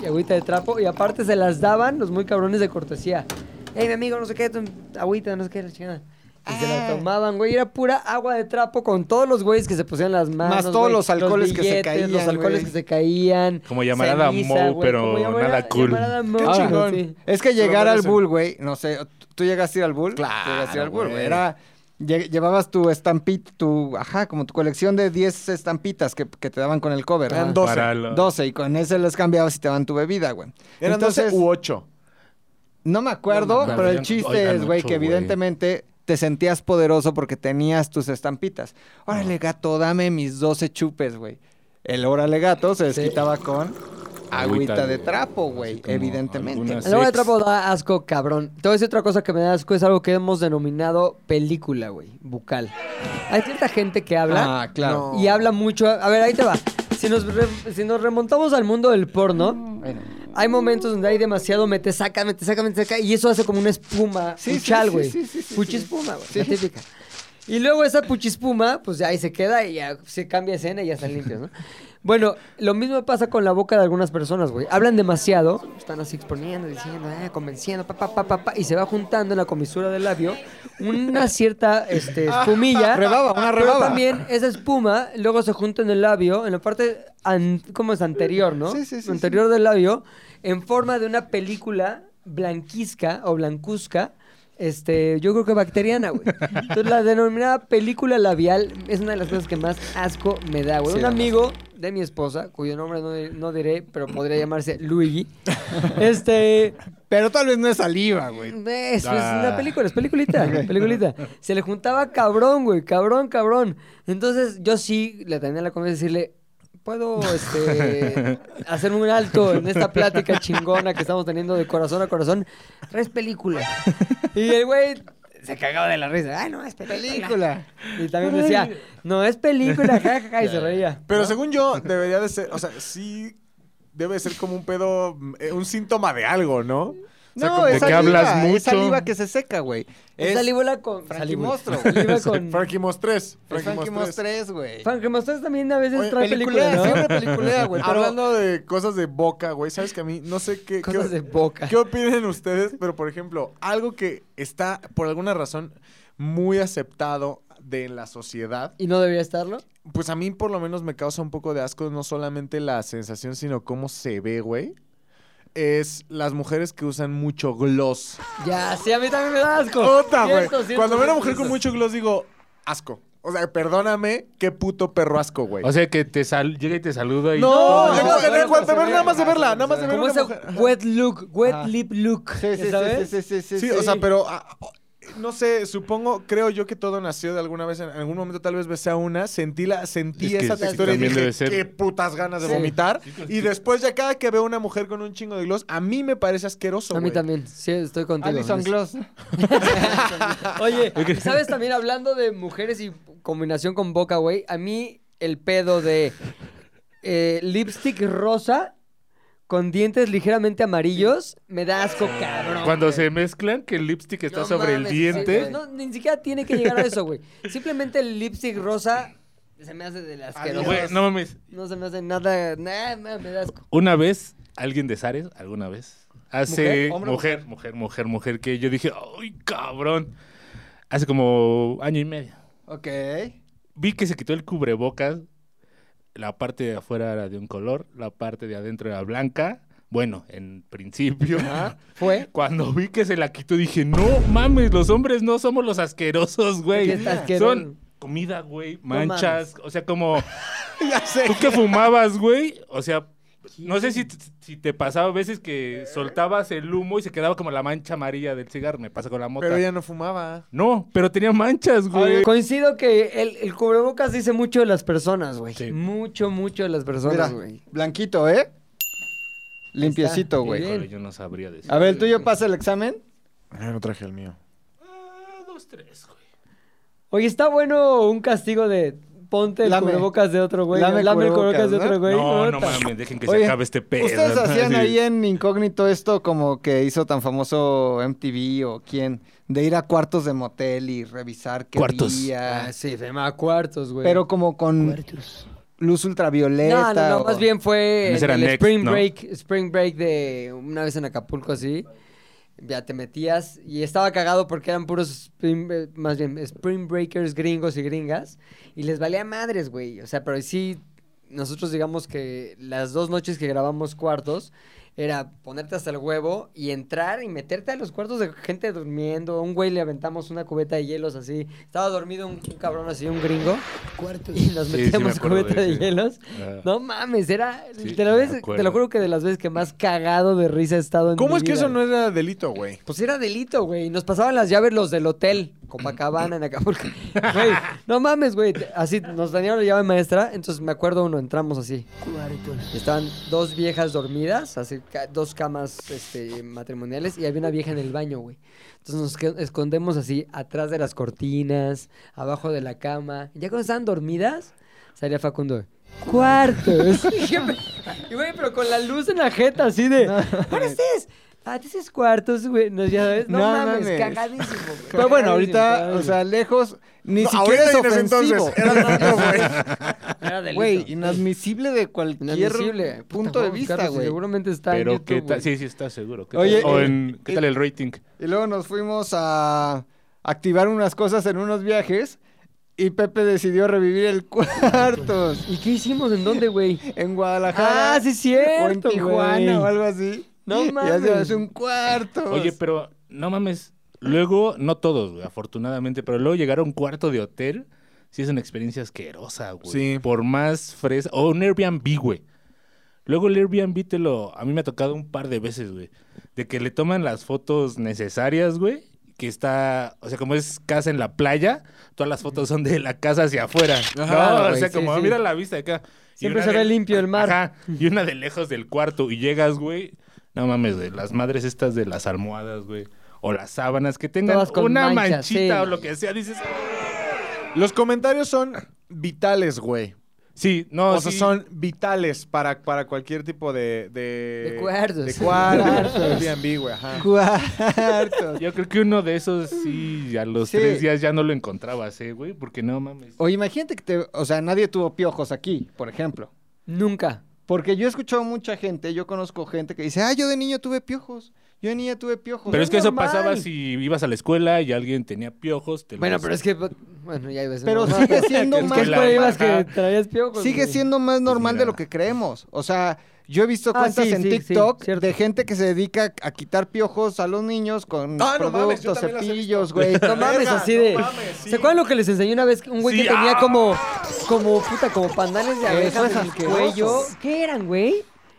Speaker 1: agüita de trapo y aparte se las daban los muy cabrones de cortesía. Ey, mi amigo, no sé qué, tu agüita, no sé qué, la chingada. Y se la
Speaker 3: Ah.
Speaker 1: tomaban, güey. Era pura agua de trapo con todos los güeyes que se pusieron las manos.
Speaker 3: Más todos
Speaker 1: güey,
Speaker 3: los alcoholes que se caían,
Speaker 1: Los alcoholes
Speaker 3: güey.
Speaker 1: que se caían.
Speaker 2: Como llamarada Moe,
Speaker 1: güey,
Speaker 2: pero
Speaker 1: como llamara-
Speaker 2: nada cool.
Speaker 1: llamarada Moe,
Speaker 3: Ahora,
Speaker 1: chingón.
Speaker 3: Es que llegar
Speaker 4: Pero
Speaker 3: al
Speaker 4: merece.
Speaker 3: bull, güey, no sé, ¿tú- ¿tú llegaste a ir al bull?
Speaker 4: Claro,
Speaker 3: Tú llegaste a ir al bull, güey.
Speaker 4: güey.
Speaker 3: Era, lle- llevabas tu estampita, tu, ajá, como tu colección de 10 estampitas que, que te daban con el cover.
Speaker 4: Eran
Speaker 3: Ajá.
Speaker 4: 12.
Speaker 2: Para lo-
Speaker 3: 12, y con ese los cambiabas y te daban tu bebida, güey.
Speaker 4: Eran 12 u 8.
Speaker 3: No me acuerdo,
Speaker 2: No me
Speaker 3: pero el
Speaker 2: acuerdo.
Speaker 3: chiste
Speaker 2: Oigan,
Speaker 3: es, güey,
Speaker 2: ocho,
Speaker 3: que
Speaker 2: güey.
Speaker 3: evidentemente te sentías poderoso porque tenías tus estampitas. Órale, gato, dame mis 12 chupes, güey. El órale, gato se desquitaba con agüita, de, trapo, güey,
Speaker 2: así como
Speaker 3: evidentemente.
Speaker 2: algunas-
Speaker 1: El hombre de
Speaker 2: Sex.
Speaker 1: trapo da asco, cabrón. Te voy a decir otra cosa que me da asco, es algo que hemos denominado película, güey, bucal. Hay cierta gente que habla
Speaker 3: Ah, claro.
Speaker 1: y habla mucho. A ver, ahí te va. Si nos, re- si nos remontamos al mundo del porno,
Speaker 3: Bueno.
Speaker 1: hay momentos donde hay demasiado mete saca, mete saca, mete saca, y eso hace como una espuma,
Speaker 3: Sí, sí,
Speaker 1: puchal,
Speaker 3: sí,
Speaker 1: güey.
Speaker 3: sí, sí, sí,
Speaker 1: Puchispuma, güey, la típica. Y luego esa puchispuma, pues ya ahí se queda y ya se cambia escena y ya están limpios, ¿no? Bueno, lo mismo pasa con la boca de algunas personas, güey. Hablan demasiado, están así exponiendo, diciendo, ah, convenciendo, pa, pa, pa, pa, pa, y se va juntando en la comisura del labio una cierta este, espumilla.
Speaker 3: Ah, Rebaba, una
Speaker 1: Pero
Speaker 3: rebaba.
Speaker 1: también esa espuma luego se junta en el labio, en la parte, an- ¿cómo es? Anterior, ¿no?
Speaker 3: Sí, sí, sí,
Speaker 1: Anterior del labio, en forma de una película blanquizca o blancuzca. Este, yo creo que bacteriana, güey. Entonces, la denominada película labial es una de las cosas que más asco me da, güey.
Speaker 3: Sí,
Speaker 1: Un
Speaker 3: da
Speaker 1: amigo de mi esposa, cuyo nombre no, di- no diré, pero podría llamarse Luigi. Este,
Speaker 3: Pero tal vez no es saliva, güey.
Speaker 1: eso
Speaker 2: Ah.
Speaker 1: pues, es una película, es peliculita, peliculita. Se le juntaba cabrón, güey, cabrón, cabrón. Entonces yo sí le tenía la confianza de decirle, puedo este, hacerme un alto en esta plática chingona que estamos teniendo de corazón a corazón. Tres películas. Y el güey se cagaba de la risa. Ay, no, es película.
Speaker 3: Película.
Speaker 1: Y también decía, no, es película, jajaja, y se reía.
Speaker 4: Pero
Speaker 1: ¿no?
Speaker 4: según yo, debería de ser, o sea, sí debe ser como un pedo, eh, un síntoma de algo, ¿no? O sea,
Speaker 3: No,
Speaker 4: como-
Speaker 3: es
Speaker 2: ¿de qué
Speaker 3: saliva,
Speaker 2: hablas
Speaker 3: Es
Speaker 2: mucho?
Speaker 3: saliva que se seca, güey.
Speaker 1: Es salíbula con...
Speaker 3: Frankie
Speaker 1: salíbula.
Speaker 3: Monstruo.
Speaker 1: Saliva con...
Speaker 4: Frankie Mos 3.
Speaker 3: Es Frankie Mos 3, güey.
Speaker 1: Frankie Monstruo también a veces
Speaker 4: Oye,
Speaker 1: trae películas, ¿no?
Speaker 3: siempre peliculea, güey. pero-
Speaker 4: Hablando de cosas de boca, güey, sabes que a mí no sé qué qué-
Speaker 1: Cosas de boca.
Speaker 4: ¿Qué opinan ustedes? Pero, por ejemplo, algo que está, por alguna razón, muy aceptado de la sociedad,
Speaker 1: ¿Y no debería estarlo?
Speaker 4: pues a mí por lo menos me causa un poco de asco no solamente la sensación, sino cómo se ve, güey. Es las mujeres que usan mucho gloss.
Speaker 1: Ya, sí, a mí también me da asco.
Speaker 4: ¡Puta, güey!
Speaker 1: Cierto, cierto,
Speaker 4: Cuando veo
Speaker 1: cierto,
Speaker 4: a una mujer con
Speaker 1: cierto.
Speaker 4: mucho gloss, digo, asco. O sea, perdóname, qué puto perro asco, güey.
Speaker 2: O sea, que te sal- llega y te saluda y...
Speaker 4: no,
Speaker 1: no, no,
Speaker 4: yo creo que
Speaker 1: no,
Speaker 4: no,
Speaker 1: no,
Speaker 4: cuanto
Speaker 1: no,
Speaker 4: ver,
Speaker 1: no,
Speaker 4: nada más de
Speaker 3: no,
Speaker 4: verla,
Speaker 3: no,
Speaker 4: nada más
Speaker 3: no,
Speaker 4: de ver
Speaker 1: Como ese
Speaker 4: una mujer.
Speaker 1: wet look, wet
Speaker 3: Ajá.
Speaker 1: lip look.
Speaker 3: Sí, sí, sí,
Speaker 1: ¿sabes?
Speaker 3: sí, sí, sí,
Speaker 1: Este,
Speaker 4: Sí, o sea, pero ah, oh, no sé, supongo, creo yo que todo nació de alguna vez, en algún momento tal vez besé a una, sentí la, sentí
Speaker 2: Es que
Speaker 4: esa
Speaker 2: sí,
Speaker 4: textura y
Speaker 2: también
Speaker 4: dije,
Speaker 2: debe ser.
Speaker 4: qué putas ganas de
Speaker 1: Sí.
Speaker 4: vomitar. Y después ya cada que veo una mujer con un chingo de gloss, a mí me parece asqueroso,
Speaker 1: A mí
Speaker 4: güey.
Speaker 1: también, sí, estoy contigo.
Speaker 3: Alison Gloss.
Speaker 1: Oye, ¿sabes también hablando de mujeres y combinación con boca, güey? A mí el pedo de eh, lipstick rosa con dientes ligeramente amarillos me da asco, cabrón.
Speaker 2: Cuando
Speaker 1: güey.
Speaker 2: se mezclan, que el lipstick está
Speaker 1: No
Speaker 2: sobre
Speaker 1: mames,
Speaker 2: el
Speaker 1: sí,
Speaker 2: diente.
Speaker 1: pues, no, ni siquiera tiene que llegar a eso, güey. Simplemente el lipstick rosa se me hace de las
Speaker 2: Güey,
Speaker 1: asquerosas.
Speaker 2: no mames.
Speaker 1: No se me hace nada, nada, nada, me da asco.
Speaker 2: Una vez, alguien de Zares, alguna vez, hace
Speaker 3: ¿Mujer? ¿Hombre o
Speaker 2: mujer, mujer, mujer, mujer, que yo dije, ¡ay, cabrón! Hace como año y medio.
Speaker 3: ok.
Speaker 2: Vi que se quitó el cubrebocas, la parte de afuera era de un color, la parte de adentro era blanca. Bueno, en principio.
Speaker 1: ¿Fue?
Speaker 2: Cuando vi que se la quitó, dije, no mames, los hombres no somos los asquerosos, güey.
Speaker 1: ¿Qué es asqueroso?
Speaker 2: Son comida, güey, manchas, o sea, como...
Speaker 4: Ya sé.
Speaker 2: ¿Tú que fumabas, güey? O sea, no sé si, si te pasaba a veces que soltabas el humo y se quedaba como la mancha amarilla del cigarro. Me pasa con la mota.
Speaker 4: Pero ella no fumaba.
Speaker 2: No, pero tenía manchas, güey.
Speaker 1: Coincido que el, el cubrebocas dice mucho de las personas, güey.
Speaker 2: Sí.
Speaker 1: Mucho, mucho de las
Speaker 3: Mira,
Speaker 1: personas, güey.
Speaker 3: blanquito, ¿eh? Limpiecito,
Speaker 1: está,
Speaker 3: güey.
Speaker 1: bien.
Speaker 2: Híjole, yo no sabría decir.
Speaker 3: A ver, ¿el tuyo pasa el examen?
Speaker 4: Ah, no traje el mío.
Speaker 2: Ah, dos, tres, güey.
Speaker 1: Oye, está bueno un castigo de ponte el
Speaker 3: Lame.
Speaker 1: cubrebocas de otro, güey. Lame,
Speaker 3: Lame
Speaker 1: el cubrebocas
Speaker 3: cubrebocas,
Speaker 1: de
Speaker 3: ¿no?
Speaker 1: otro, güey.
Speaker 2: no, no
Speaker 1: Puta.
Speaker 2: mames, dejen que
Speaker 3: Oye,
Speaker 2: se acabe este pedo.
Speaker 3: ¿Ustedes
Speaker 2: ¿no?
Speaker 3: hacían
Speaker 2: Sí.
Speaker 3: ahí en incógnito esto como que hizo tan famoso MTV o quién? De ir a cuartos de motel y revisar qué
Speaker 2: Cuartos.
Speaker 3: había.
Speaker 1: Ah, sí, se llama cuartos, güey.
Speaker 3: Pero como con
Speaker 1: cuartos.
Speaker 3: luz
Speaker 1: No,
Speaker 3: ultravioleta.
Speaker 1: no, no,
Speaker 3: o-
Speaker 1: más bien fue
Speaker 2: Ese
Speaker 1: en
Speaker 2: era
Speaker 1: el
Speaker 2: Next,
Speaker 1: Spring
Speaker 2: ¿no?
Speaker 1: Break, Spring Break de una vez en Acapulco así. Ya te metías y estaba cagado porque eran puros spring, eh, más bien Spring Breakers gringos y gringas y les valía madres, güey. O sea, pero sí nosotros digamos que las dos noches que grabamos cuartos era ponerte hasta el huevo y entrar y meterte a los cuartos de gente durmiendo. A un güey le aventamos una cubeta de hielos así. Estaba dormido un, un cabrón así, un gringo. Y nos
Speaker 2: Sí, sí me
Speaker 1: metíamos
Speaker 2: acuerdo de
Speaker 1: cubeta de,
Speaker 2: ese.
Speaker 1: hielos.
Speaker 2: Ah.
Speaker 1: No mames, era.
Speaker 2: Sí,
Speaker 1: te, lo
Speaker 2: me
Speaker 1: ves- te lo
Speaker 2: acuerdo.
Speaker 1: juro que de las veces que más cagado de risa he estado en
Speaker 4: ¿Cómo
Speaker 1: mi
Speaker 4: es que
Speaker 1: vida,
Speaker 4: eso no
Speaker 1: güey.
Speaker 4: era delito, güey?
Speaker 1: Pues era delito, güey. Nos pasaban las llaves los del hotel. Copacabana, en Acapulco. Güey, no mames, güey. Así nos dañaron la llave maestra. Entonces me acuerdo uno, entramos así. Y Estaban dos viejas dormidas, así, ca- dos camas este, matrimoniales. Y había una vieja en el baño, güey. Entonces nos que- escondemos así, atrás de las cortinas, abajo de la cama. Y ya cuando estaban dormidas, salía Facundo. Cuartos. y güey, pero con la luz en la jeta, así de. ¿What is this? Ah, this is cuartos, güey. No, ya sabes. No,
Speaker 3: No
Speaker 1: mames,
Speaker 3: mames.
Speaker 1: cagadísimo, güey.
Speaker 3: Pero bueno, ahorita,
Speaker 1: Cagadísimo,
Speaker 3: o sea, lejos, ni
Speaker 4: No,
Speaker 3: siquiera es
Speaker 4: ahorita y en ese
Speaker 3: ofensivo.
Speaker 4: entonces, era delito, güey.
Speaker 1: cagadísimo. Era delito.
Speaker 3: Güey, inadmisible de cualquier
Speaker 1: Inadmisible. Puta,
Speaker 3: punto de
Speaker 1: vamos a
Speaker 3: vista,
Speaker 1: buscarlo, si
Speaker 3: güey.
Speaker 1: Seguramente está en
Speaker 2: Pero
Speaker 1: YouTube,
Speaker 2: qué tal,
Speaker 1: güey.
Speaker 2: sí, sí, está seguro. ¿Qué
Speaker 3: Oye,
Speaker 2: tal? O
Speaker 3: eh,
Speaker 2: en- ¿qué
Speaker 3: eh,
Speaker 2: tal el rating?
Speaker 3: Y luego nos fuimos a activar unas cosas en unos viajes y Pepe decidió revivir el cuartos
Speaker 1: ¿Y qué hicimos? ¿En dónde, güey?
Speaker 3: en Guadalajara.
Speaker 1: Ah, sí es cierto,
Speaker 3: O en Tijuana
Speaker 1: güey.
Speaker 3: o algo así.
Speaker 1: No
Speaker 3: Ya se
Speaker 1: mames.
Speaker 3: hace un cuarto.
Speaker 2: Oye, pero no mames. Luego, no todos, güey, afortunadamente, pero luego llegar a un cuarto de hotel, sí es una experiencia asquerosa, güey.
Speaker 4: Sí.
Speaker 2: Por más fresa. O un Airbnb, güey. Luego el Airbnb te lo. A mí me ha tocado un par de veces, güey. De que le toman las fotos necesarias, güey. Que está. O sea, como es casa en la playa, todas las fotos son de la casa hacia afuera. no,
Speaker 1: Claro,
Speaker 2: o sea,
Speaker 1: güey, sí,
Speaker 2: como
Speaker 1: sí.
Speaker 2: mira la vista de acá. Y
Speaker 1: Siempre
Speaker 2: una
Speaker 1: se ve
Speaker 2: de-
Speaker 1: limpio el mar.
Speaker 2: Ajá, y una de lejos del cuarto. Y llegas, güey. No mames, güey. Las madres estas de las almohadas, güey. O las sábanas que tengan
Speaker 1: Todas con
Speaker 2: una
Speaker 1: manchas,
Speaker 2: manchita
Speaker 1: sí.
Speaker 2: o lo que sea. Dices.
Speaker 4: Los comentarios son vitales, güey.
Speaker 2: Sí, no,
Speaker 4: o sea,
Speaker 2: sí.
Speaker 4: son vitales para, para cualquier tipo de... De,
Speaker 1: De cuartos.
Speaker 4: De cuartos.
Speaker 1: Cuartos.
Speaker 4: Airbnb, güey, ajá.
Speaker 3: Cuartos.
Speaker 2: Yo creo que uno de esos sí, a los
Speaker 3: Sí.
Speaker 2: tres días ya no lo encontrabas, ¿eh, güey? Porque no mames.
Speaker 3: Oye, imagínate que te, o sea, nadie tuvo piojos aquí, por ejemplo.
Speaker 1: Nunca.
Speaker 3: Porque yo he escuchado mucha gente, yo conozco gente que dice, ah, yo de niño tuve piojos, yo de niña tuve piojos.
Speaker 2: Pero es que eso
Speaker 3: normal.
Speaker 2: pasaba si ibas a la escuela y alguien tenía piojos. Te
Speaker 1: Bueno,
Speaker 2: los-
Speaker 1: pero es que. Bueno, ya ibas
Speaker 3: Pero sigue siendo
Speaker 1: Es
Speaker 3: más
Speaker 1: que por
Speaker 2: la
Speaker 1: ahí vas que
Speaker 2: baja.
Speaker 1: traías piojos.
Speaker 3: Sigue
Speaker 1: güey.
Speaker 3: siendo más normal de
Speaker 2: mira.
Speaker 3: lo que creemos. O sea, yo he visto
Speaker 1: Ah,
Speaker 3: cuentas
Speaker 1: sí,
Speaker 3: en
Speaker 1: sí, sí,
Speaker 3: TikTok
Speaker 1: cierto.
Speaker 3: de gente que se dedica a quitar piojos a los niños con
Speaker 4: Ah, no mames, yo
Speaker 3: productos,
Speaker 4: también las he
Speaker 3: cepillos, güey.
Speaker 1: Eh, No mames,
Speaker 4: Verga,
Speaker 1: así
Speaker 4: no
Speaker 1: de.
Speaker 4: mames, sí.
Speaker 1: ¿Se acuerdan lo que les enseñé una vez? Un güey
Speaker 2: Sí,
Speaker 1: que tenía
Speaker 2: ah. Eh,
Speaker 1: como. Como puta, como pandales de abejas en el que, güey, yo.
Speaker 3: asquerosos.
Speaker 1: ¿Qué eran, güey?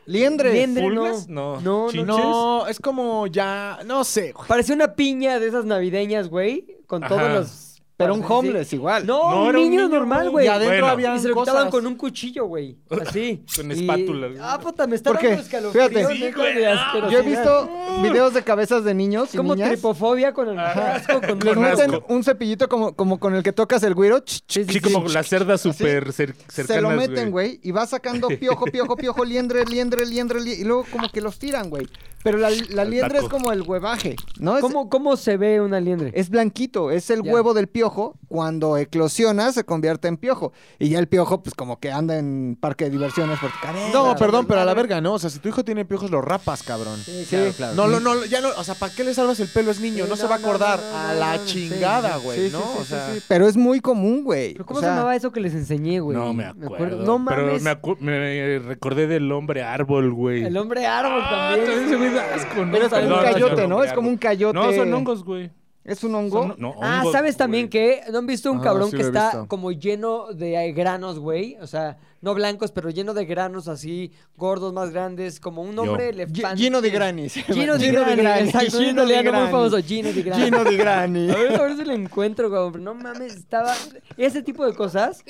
Speaker 3: Liendres.
Speaker 1: Liendres.
Speaker 2: ¿Pulgas? No.
Speaker 1: No, no, no.
Speaker 2: ¿Chinches?
Speaker 4: No, es como ya... No sé, güey.
Speaker 1: Parecía una piña de esas navideñas, güey. Con
Speaker 2: Ajá.
Speaker 1: todos los.
Speaker 3: Pero un
Speaker 1: partes,
Speaker 3: homeless
Speaker 1: sí.
Speaker 3: igual.
Speaker 1: No,
Speaker 2: No,
Speaker 1: un
Speaker 2: era un
Speaker 1: niño
Speaker 2: niño,
Speaker 1: normal,
Speaker 2: güey.
Speaker 1: güey.
Speaker 2: Y adentro Bueno. habían
Speaker 1: Y se lo quitaban
Speaker 3: cosas.
Speaker 1: con un cuchillo, güey. Así.
Speaker 2: Con
Speaker 1: Y-
Speaker 2: espátula.
Speaker 1: Ah, puta, me está
Speaker 3: ¿Por qué?
Speaker 1: dando escalofríos,
Speaker 3: Fíjate.
Speaker 1: neta,
Speaker 2: Sí, güey.
Speaker 1: de
Speaker 2: Ah.
Speaker 1: asquerosidad.
Speaker 3: Yo he visto videos de cabezas de niños y
Speaker 1: Como
Speaker 3: niñas.
Speaker 1: tripofobia con el casco, con
Speaker 3: Les
Speaker 2: Con
Speaker 3: meten
Speaker 2: asco.
Speaker 3: un cepillito como, como con el que tocas el güiro. ch, ch,
Speaker 2: Sí, como las cerdas súper cer- cercanas,
Speaker 3: se lo meten, güey, y va sacando piojo, piojo, piojo, liendre, liendre, liendre, li- y luego como que los tiran, güey. Pero la, la
Speaker 2: Al
Speaker 3: liendre es
Speaker 2: taco.
Speaker 3: como el huevaje, ¿no? Es,
Speaker 1: ¿Cómo, ¿Cómo se ve una liendre?
Speaker 3: es blanquito, es el
Speaker 1: Ya.
Speaker 3: huevo del piojo. Cuando eclosiona, se convierte en piojo. Y ya el piojo, pues como que anda en parque de diversiones por tu cabeza.
Speaker 4: No,
Speaker 1: Verga,
Speaker 4: perdón,
Speaker 1: güey.
Speaker 4: pero a la verga, ¿no? O sea, si tu hijo tiene piojos, lo rapas, cabrón.
Speaker 1: Sí, claro, claro.
Speaker 4: No, no, no, ya no, o sea, ¿para qué le salvas el pelo? Es niño,
Speaker 1: Sí,
Speaker 4: no se
Speaker 1: no,
Speaker 4: va a
Speaker 1: no,
Speaker 4: acordar.
Speaker 1: no, no,
Speaker 4: A
Speaker 1: no,
Speaker 4: la
Speaker 1: no, sí,
Speaker 4: chingada,
Speaker 1: sí,
Speaker 4: güey,
Speaker 1: sí,
Speaker 4: ¿no?
Speaker 1: sí, sí,
Speaker 4: o sea,
Speaker 1: sí.
Speaker 3: Pero es muy común, güey.
Speaker 1: ¿Pero cómo
Speaker 3: O sea,
Speaker 1: se llamaba eso que les enseñé, güey?
Speaker 2: No me acuerdo.
Speaker 1: No
Speaker 2: Pero
Speaker 1: mames.
Speaker 2: me, acu- me recordé del hombre árbol, güey.
Speaker 1: El hombre árbol
Speaker 2: Ah,
Speaker 1: también.
Speaker 2: también se me da asco, ¿no?
Speaker 3: Pero es como
Speaker 2: Perdón,
Speaker 3: un
Speaker 2: no,
Speaker 3: cayote,
Speaker 2: no,
Speaker 3: ¿no? Es como un cayote.
Speaker 2: No, son hongos, güey.
Speaker 3: ¿Es un hongo?
Speaker 2: Son- no,
Speaker 1: Ah,
Speaker 2: hongos,
Speaker 1: ¿sabes
Speaker 2: güey.
Speaker 1: también que ¿No han visto un
Speaker 4: Ah,
Speaker 1: cabrón que
Speaker 4: sí lo he
Speaker 1: está
Speaker 4: visto.
Speaker 1: como lleno de eh, granos, güey? O sea, no blancos, pero lleno de granos así, gordos, más grandes, como un hombre
Speaker 3: Ye-
Speaker 1: elefante.
Speaker 3: Lleno de granis.
Speaker 1: Gino de
Speaker 3: Lleno
Speaker 1: Grani, exacto, un
Speaker 3: Lleno de
Speaker 1: italiano muy
Speaker 3: granis.
Speaker 1: famoso, Gino de Grani.
Speaker 3: Lleno de granis.
Speaker 1: A ver, a ver si lo encuentro, güey. pero No mames, estaba. Ese tipo de cosas.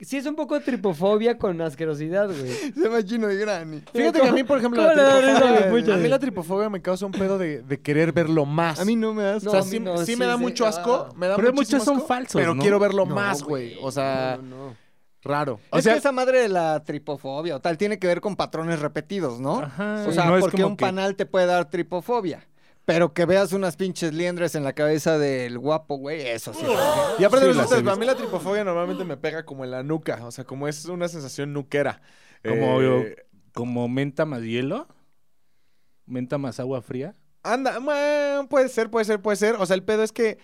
Speaker 1: Sí, es un poco tripofobia con asquerosidad, güey.
Speaker 3: Se llama Gino de Grani.
Speaker 4: fíjate que a mí, por ejemplo,
Speaker 1: ¿Cómo le
Speaker 4: la
Speaker 1: da risa a mi
Speaker 4: tripofobia,
Speaker 1: pucha,
Speaker 4: a mí
Speaker 1: güey?
Speaker 4: la tripofobia me causa un pedo de, de querer verlo más.
Speaker 3: A mí no me hace.
Speaker 1: No,
Speaker 4: o sea,
Speaker 1: a mí
Speaker 4: sí,
Speaker 1: no,
Speaker 4: sí
Speaker 1: sí,
Speaker 4: me da
Speaker 1: sí,
Speaker 4: mucho
Speaker 1: ah.
Speaker 4: asco, me da
Speaker 2: Pero
Speaker 4: muchísimo
Speaker 2: muchos son
Speaker 4: asco,
Speaker 2: falsos,
Speaker 4: Pero
Speaker 2: ¿no?
Speaker 4: quiero verlo
Speaker 1: No,
Speaker 4: más, güey. O sea,
Speaker 1: no, no, no.
Speaker 4: raro.
Speaker 2: O
Speaker 3: O
Speaker 2: sea-
Speaker 3: sea, esa madre de la tripofobia o tal tiene que ver con patrones repetidos, ¿no?
Speaker 2: Ajá.
Speaker 3: o
Speaker 2: Sí,
Speaker 3: sea,
Speaker 2: no es
Speaker 3: porque
Speaker 2: como
Speaker 3: un
Speaker 2: que-
Speaker 3: panal te puede dar tripofobia. Pero que veas unas pinches liendres en la cabeza del guapo, güey, eso sí.
Speaker 4: Y aparte,
Speaker 2: Sí,
Speaker 4: resulta-
Speaker 2: las he visto.
Speaker 4: a mí la tripofobia normalmente me pega como en la nuca. O sea, como es una sensación nuquera.
Speaker 2: Como,
Speaker 4: Eh,
Speaker 2: como menta más hielo. Menta más agua fría.
Speaker 4: Anda, ma, puede ser, puede ser, puede ser. O sea, el pedo es que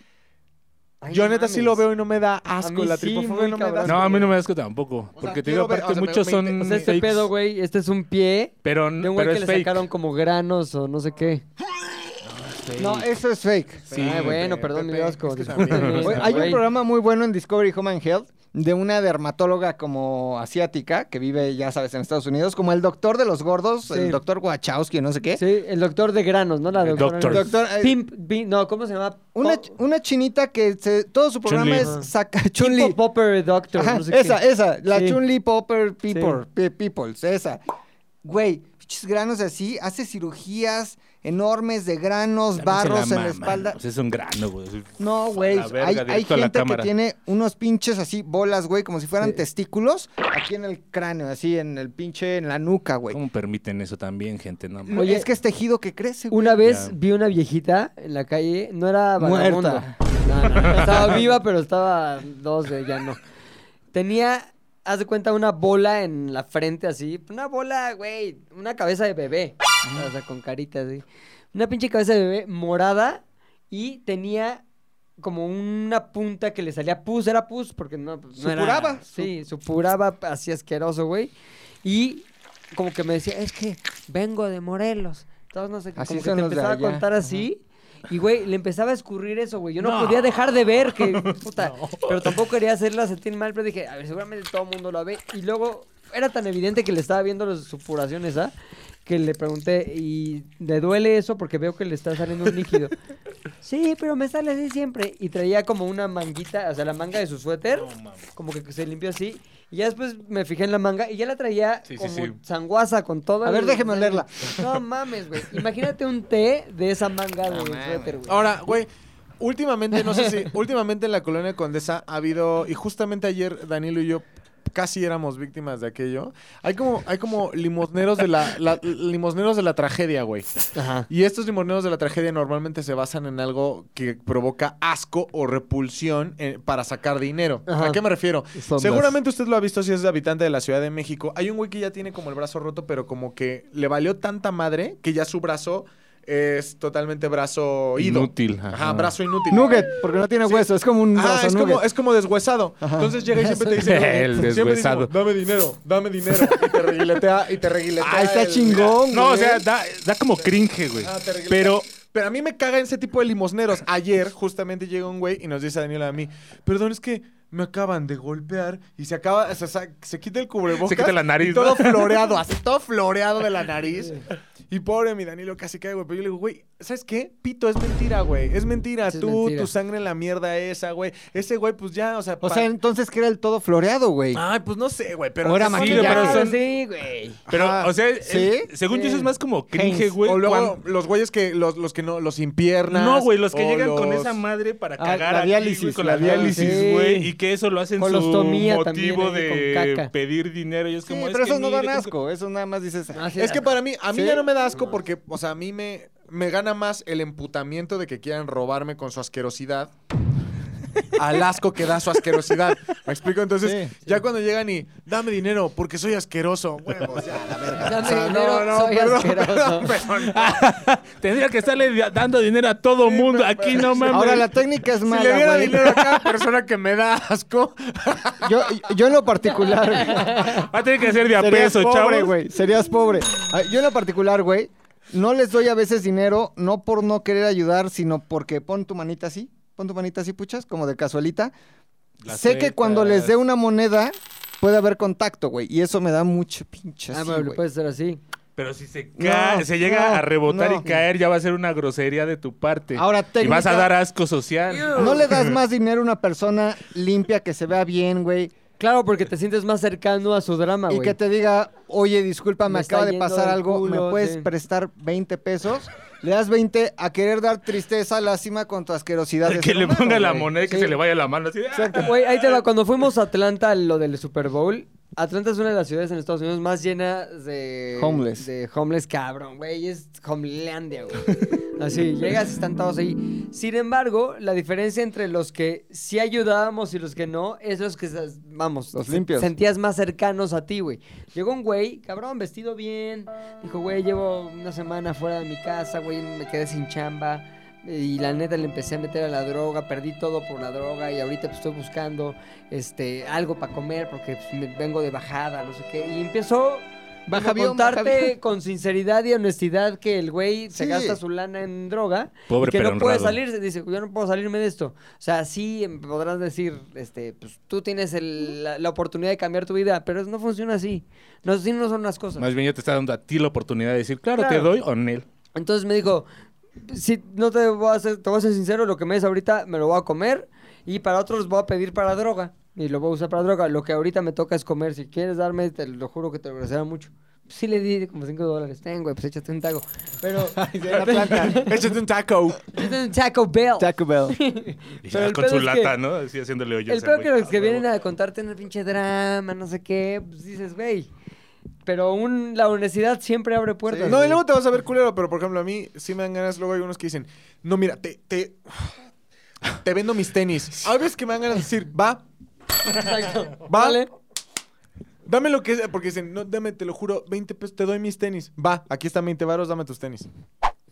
Speaker 1: Ay,
Speaker 4: yo
Speaker 1: no
Speaker 4: neta sí
Speaker 1: mames.
Speaker 4: lo veo y no me da
Speaker 1: A
Speaker 4: asco.
Speaker 1: mí
Speaker 4: La
Speaker 1: sí,
Speaker 4: tripofobia
Speaker 1: muy
Speaker 4: no me da
Speaker 1: cabrón.
Speaker 4: asco.
Speaker 2: No, a mí no me da asco tampoco.
Speaker 4: sea,
Speaker 2: Porque te
Speaker 4: quiero
Speaker 2: digo,
Speaker 4: ver-
Speaker 2: aparte,
Speaker 4: o sea, me-
Speaker 2: muchos
Speaker 4: me
Speaker 2: son.
Speaker 4: inter-
Speaker 1: O sea, este
Speaker 2: Mm, fakes,
Speaker 1: pedo, güey, este es un pie
Speaker 2: Pero,
Speaker 1: de un güey
Speaker 2: pero
Speaker 1: que
Speaker 2: es
Speaker 1: le
Speaker 2: fake.
Speaker 1: sacaron como granos o no sé qué.
Speaker 3: No, eso es fake.
Speaker 2: Sí,
Speaker 1: Ay,
Speaker 2: güey.
Speaker 1: bueno,
Speaker 4: Pepe,
Speaker 1: perdón, mi
Speaker 4: Pepe,
Speaker 1: asco.
Speaker 4: es que
Speaker 1: discúlpeme,
Speaker 4: también,
Speaker 3: Este, Güey,
Speaker 1: güey.
Speaker 3: hay un programa muy bueno en Discovery Home and Health de una dermatóloga como asiática que vive, ya sabes, en Estados Unidos, como el doctor de los gordos,
Speaker 1: Sí.
Speaker 3: el doctor Wachowski, no sé qué.
Speaker 1: Sí, el doctor de granos, ¿no? La
Speaker 2: El
Speaker 1: doctora.
Speaker 2: doctor.
Speaker 3: ¿Eh? Doctor, eh,
Speaker 1: Pimp, Pimp- no, ¿cómo se llama?
Speaker 3: Una,
Speaker 1: Po-
Speaker 3: ch- una chinita que se- todo su programa
Speaker 2: Chun-Li.
Speaker 3: es saca Chun-Li.
Speaker 1: Pimp Popper Doctor.
Speaker 3: Ajá,
Speaker 1: no sé qué.
Speaker 3: esa, esa, la
Speaker 1: Sí.
Speaker 3: Chun-Li Popper people,
Speaker 1: Sí.
Speaker 3: pe- Peoples, esa. Güey, pinches granos así, hace cirugías enormes de granos, barros
Speaker 2: Se
Speaker 3: en la
Speaker 2: maman,
Speaker 3: espalda.
Speaker 2: pues es un grano, güey.
Speaker 3: No, güey.
Speaker 2: A la verga,
Speaker 3: Hay, hay
Speaker 2: directo a la
Speaker 3: gente que
Speaker 2: cámara.
Speaker 3: tiene unos pinches así, bolas, güey, como si fueran
Speaker 1: Sí.
Speaker 3: testículos, aquí en el cráneo, así en el pinche, en la nuca, güey.
Speaker 2: ¿Cómo permiten eso también, gente? No, mames.
Speaker 3: Oye, es que es tejido que crece, güey.
Speaker 1: Una vez
Speaker 2: Ya.
Speaker 1: vi una viejita en la calle, no era
Speaker 3: Muerta.
Speaker 1: vagabunda. No, no, no, estaba viva, pero estaba dos de ya no. Tenía, haz de cuenta, una bola en la frente así. Una bola, güey, una cabeza de bebé. O sea, con carita así. Una pinche cabeza de bebé morada y tenía como una punta que le salía pus. Era pus porque no, pues, no era-
Speaker 3: Supuraba.
Speaker 1: Sí, supuraba así asqueroso, güey. Y como que me decía, es que vengo de Morelos. Entonces, no sé, qué,
Speaker 3: Así
Speaker 1: como que
Speaker 3: son
Speaker 1: te
Speaker 3: los de
Speaker 1: empezaba a
Speaker 3: allá.
Speaker 1: contar así. Y, güey, le empezaba a escurrir eso, güey. Yo no,
Speaker 2: No.
Speaker 1: podía dejar de ver que, puta. Pero tampoco quería hacerla sentir mal, pero dije, a ver, seguramente todo el mundo lo ve. Y luego era tan evidente que le estaba viendo las supuraciones, ¿ah? Que le pregunté, ¿y le duele eso? Porque veo que le está saliendo un líquido. sí, pero me sale así siempre. Y traía como una manguita, o sea, la manga de su suéter, como que se limpió así. Y ya después me fijé en la manga y ya la traía
Speaker 4: Sí, sí,
Speaker 1: como
Speaker 4: sí.
Speaker 1: sanguaza con todo.
Speaker 3: A ver,
Speaker 1: el-
Speaker 3: déjeme olerla.
Speaker 1: No mames, güey. Imagínate un té de esa manga de
Speaker 3: No mames.
Speaker 1: suéter, güey.
Speaker 4: Ahora, güey, últimamente, no sé si, últimamente en la colonia Condesa ha habido, y justamente ayer Danilo y yo casi éramos víctimas de aquello. Hay como, hay como limosneros de la, la- limosneros de la tragedia, güey.
Speaker 1: Ajá.
Speaker 4: Y estos limoneros de la tragedia normalmente se basan en algo que provoca asco o repulsión eh, para sacar dinero.
Speaker 1: Ajá.
Speaker 4: ¿A qué me refiero?
Speaker 3: Son las-
Speaker 4: Seguramente usted lo ha visto si es habitante de la Ciudad de México. Hay un güey que ya tiene como el brazo roto, pero como que le valió tanta madre que ya su brazo es totalmente brazo ido.
Speaker 2: Inútil,
Speaker 4: Ajá,
Speaker 2: ajá.
Speaker 4: brazo inútil.
Speaker 3: Nugget, porque no tiene
Speaker 4: Sí.
Speaker 3: hueso, Ah, es como un
Speaker 4: Ajá,
Speaker 3: brazo
Speaker 4: es como,
Speaker 3: nugget.
Speaker 4: es como deshuesado. Entonces llega y siempre te dice:
Speaker 2: El
Speaker 4: siempre dice
Speaker 2: deshuesado.
Speaker 4: como, dame dinero, dame dinero. Y te reguiletea, y te reguiletea.
Speaker 3: Ah, está
Speaker 4: el-
Speaker 3: chingón,
Speaker 2: No,
Speaker 3: güey.
Speaker 2: o sea, da, da como cringe, güey.
Speaker 4: Ah, te reguilé.
Speaker 2: Pero
Speaker 4: Pero a mí me caga ese tipo de limosneros. Ayer justamente llega un güey y nos dice a Daniela a mí, perdón, es que me acaban de golpear y se acaba, se, sa- se quita el cubrebocas.
Speaker 2: Se quita la nariz,
Speaker 4: y todo
Speaker 2: ¿no?
Speaker 4: floreado, así todo floreado de la nariz. Y pobre mi Danilo casi cae, güey. Pero yo le digo, güey, ¿sabes qué? Pito, es mentira, güey. Es mentira.
Speaker 1: Sí, es
Speaker 4: Tú,
Speaker 1: mentira.
Speaker 4: tu sangre en la mierda esa, güey. Ese güey, pues ya, o sea...
Speaker 3: O
Speaker 4: pa-
Speaker 3: sea, entonces que era el todo floreado, güey.
Speaker 2: Ah,
Speaker 4: Ay, pues no sé, güey, pero...
Speaker 3: O era
Speaker 4: Sí,
Speaker 1: Sí,
Speaker 3: maquilla,
Speaker 4: pero
Speaker 1: ya,
Speaker 4: son-
Speaker 1: sí, güey.
Speaker 2: Pero,
Speaker 3: Ajá.
Speaker 2: o sea,
Speaker 3: ¿Sí?
Speaker 2: eh, según yo
Speaker 1: Sí.
Speaker 2: eso es más como cringe,
Speaker 3: Haynes.
Speaker 2: güey.
Speaker 4: o luego
Speaker 2: cuando-
Speaker 4: los güeyes que los, los que no los impiernan
Speaker 2: No, güey, los que llegan con esa madre para
Speaker 3: Ah,
Speaker 2: cagar
Speaker 3: la
Speaker 2: aquí, güey,
Speaker 3: diálisis,
Speaker 2: con
Speaker 3: la
Speaker 2: la
Speaker 1: diálisis.
Speaker 2: diálisis, güey, y que eso lo hacen su
Speaker 1: Colostomía
Speaker 2: motivo
Speaker 1: también ahí con
Speaker 2: de
Speaker 1: caca.
Speaker 2: pedir dinero y es
Speaker 3: Sí,
Speaker 2: como es
Speaker 3: pero
Speaker 2: que
Speaker 3: esos no
Speaker 2: mira
Speaker 3: dan
Speaker 2: cómo-
Speaker 3: asco, esos nada más dices...
Speaker 1: Ah, sí,
Speaker 4: Es que para mí, a mí
Speaker 3: ¿Sí?
Speaker 4: ya no me da asco porque, o sea, a mí me, me gana más el emputamiento de que quieran robarme con su asquerosidad al asco que da su asquerosidad. ¿Me explico? Entonces,
Speaker 3: Sí,
Speaker 4: ya cuando llegan y, dame dinero porque soy asqueroso, huevos, ya, la verga.
Speaker 1: Dame
Speaker 4: O sea,
Speaker 1: dinero, soy
Speaker 4: perdón,
Speaker 1: asqueroso. Ah,
Speaker 4: perdón.
Speaker 2: Tendría que estarle di- dando dinero a todo
Speaker 4: Sí,
Speaker 2: mundo,
Speaker 4: pero-
Speaker 2: aquí no mames.
Speaker 3: Ahora la técnica es
Speaker 4: si le
Speaker 3: mala,
Speaker 4: diera
Speaker 3: güey.
Speaker 4: dinero a cada persona que me da asco,
Speaker 3: Yo, yo en lo particular...
Speaker 2: Va a tener que ser de a
Speaker 3: Serías
Speaker 2: peso,
Speaker 3: pobre,
Speaker 2: chavos.
Speaker 3: güey. Serías pobre. Ah, Yo en lo particular, güey, no les doy a veces dinero, no por no querer ayudar, sino porque pon tu manita así, pon tu manita así, puchas, como de casualita.
Speaker 2: Las
Speaker 3: sé que cuando les dé
Speaker 2: tetas.
Speaker 3: una moneda puede haber contacto, güey, y eso me da mucho pinche
Speaker 1: Ah,
Speaker 3: así,
Speaker 1: pero
Speaker 3: güey.
Speaker 1: puede ser así.
Speaker 2: Pero si se cae,
Speaker 3: No,
Speaker 2: se llega
Speaker 3: no,
Speaker 2: a rebotar
Speaker 3: no.
Speaker 2: y caer, ya va a ser una grosería de tu parte.
Speaker 3: Ahora,
Speaker 2: Y vas
Speaker 3: técnica-
Speaker 2: a dar asco social.
Speaker 3: No le das más dinero a una persona limpia que se vea bien, güey,
Speaker 1: Claro, porque te sientes más cercano a su drama,
Speaker 3: y
Speaker 1: güey.
Speaker 3: que te diga, "Oye, disculpa, me,
Speaker 1: Me está
Speaker 3: acaba de
Speaker 1: yendo
Speaker 3: pasar
Speaker 1: del
Speaker 3: algo,
Speaker 1: culo,
Speaker 3: ¿me puedes
Speaker 1: sí.
Speaker 3: prestar 20 pesos?" Le das 20 a querer dar tristeza, lástima con tu asquerosidad. de
Speaker 2: Que
Speaker 3: ser
Speaker 2: le
Speaker 3: humano,
Speaker 2: ponga la
Speaker 3: güey.
Speaker 2: moneda y que
Speaker 3: Sí.
Speaker 2: se le vaya la mano así.
Speaker 1: Güey, ahí te va. Cuando fuimos a Atlanta, lo del Super Bowl, Atlanta es una de las ciudades en Estados Unidos más llenas de...
Speaker 3: Homeless.
Speaker 1: De homeless, cabrón, güey. Es Homelandia, güey. Así, llegas y están todos ahí. Sin embargo, la diferencia entre los que sí ayudábamos y los que no, es los que, se- vamos,
Speaker 3: Los
Speaker 1: se-
Speaker 3: limpios.
Speaker 1: sentías más cercanos a ti, güey. Llegó un güey, cabrón, vestido bien. Dijo, güey, llevo una semana fuera de mi casa, güey, me quedé sin chamba. Y la neta le empecé a meter a la droga, perdí todo por la droga y ahorita pues, estoy buscando este, algo para comer porque pues, me- vengo de bajada, no sé qué. Y empezó Baja
Speaker 5: Baja avión, baja
Speaker 1: contarte
Speaker 5: avión.
Speaker 1: con sinceridad y honestidad que el güey se
Speaker 3: Sí.
Speaker 1: gasta su lana en droga
Speaker 2: Pobre
Speaker 1: y que
Speaker 2: pero
Speaker 1: no puede
Speaker 2: honrado.
Speaker 1: salirse. Dice, yo no puedo salirme de esto. O sea, sí em, podrás decir, este, pues tú tienes el- la, la oportunidad de cambiar tu vida, pero no funciona así. No, así no son las cosas.
Speaker 2: Más bien yo te estaba dando a ti la oportunidad de decir, claro, te
Speaker 1: Claro.
Speaker 2: doy o Nel.
Speaker 1: Entonces me dijo, si no te voy a hacer, te voy a ser sincero, lo que me des ahorita me lo voy a comer y para otros voy a pedir para droga y lo voy a usar para droga. Lo que ahorita me toca es comer. Si quieres darme, te lo juro que te lo agradecerá mucho. Sí le di como 5 dólares. Ten, güey, pues échate un taco. Pero...
Speaker 4: Échate un taco.
Speaker 1: échate un Taco Bell.
Speaker 5: Taco Bell.
Speaker 2: Y
Speaker 1: Pero
Speaker 2: ya
Speaker 1: el
Speaker 2: "Ah, con su
Speaker 1: pedo es que-
Speaker 2: lata, ¿no? Así haciéndole hoyos.
Speaker 1: El
Speaker 2: al
Speaker 1: peor
Speaker 2: güey.
Speaker 1: que los
Speaker 2: Ah,
Speaker 1: que
Speaker 2: huevo.
Speaker 1: vienen a contarte en el pinche drama, no sé qué, pues dices, güey. Pero un, la honestidad siempre abre puertas.
Speaker 4: No, y
Speaker 1: güey.
Speaker 4: luego te vas a ver culero, pero por ejemplo, a mí sí me dan ganas. Luego hay unos que dicen, no, mira, te, te, te vendo mis tenis. Hay veces que me dan ganas de decir, va,
Speaker 1: Exacto.
Speaker 4: Va.
Speaker 1: Vale.
Speaker 4: dame lo que sea, porque dicen, no, dame, te lo juro, 20 pesos, te doy mis tenis. Va, aquí están 20 varos, dame tus tenis.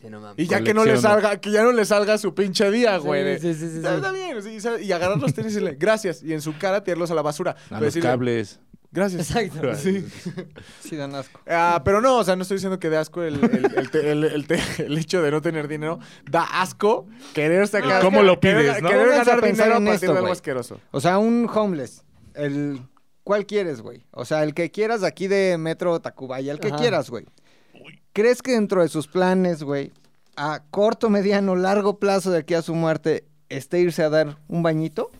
Speaker 1: Sí, no mames.
Speaker 4: Y ya que no le
Speaker 2: Colecciono.
Speaker 4: salga, que ya no le salga su pinche día,
Speaker 1: Sí,
Speaker 4: güey. de-
Speaker 1: sí, sí, sí,
Speaker 4: está,
Speaker 1: sí.
Speaker 4: está bien, sí, ¿sabes? y agarrar los tenis y le, gracias. Y en su cara tirarlos a la basura.
Speaker 2: A
Speaker 4: Pero
Speaker 2: los
Speaker 4: decirle,
Speaker 2: cables.
Speaker 4: Gracias.
Speaker 1: Exacto.
Speaker 4: Sí.
Speaker 3: Sí, dan asco.
Speaker 4: Ah, pero no, o sea, no estoy diciendo que dé asco el, el- el te- el- el te- el hecho de no tener dinero. Da asco querer sacar.
Speaker 2: ¿Cómo lo
Speaker 4: querer-
Speaker 2: pides, no?
Speaker 4: Querer
Speaker 3: Pónganse a
Speaker 4: ganar
Speaker 3: pensar
Speaker 4: dinero a
Speaker 3: en
Speaker 4: partir
Speaker 3: esto,
Speaker 4: de algo
Speaker 3: güey.
Speaker 4: asqueroso.
Speaker 3: O sea, un homeless. El... ¿Cuál quieres, güey? O sea, el que quieras de aquí de Metro Tacubaya, el que
Speaker 1: Ajá.
Speaker 3: quieras, güey. ¿Crees que dentro de sus planes, güey, a corto, mediano, largo plazo de aquí a su muerte, esté irse a dar un bañito?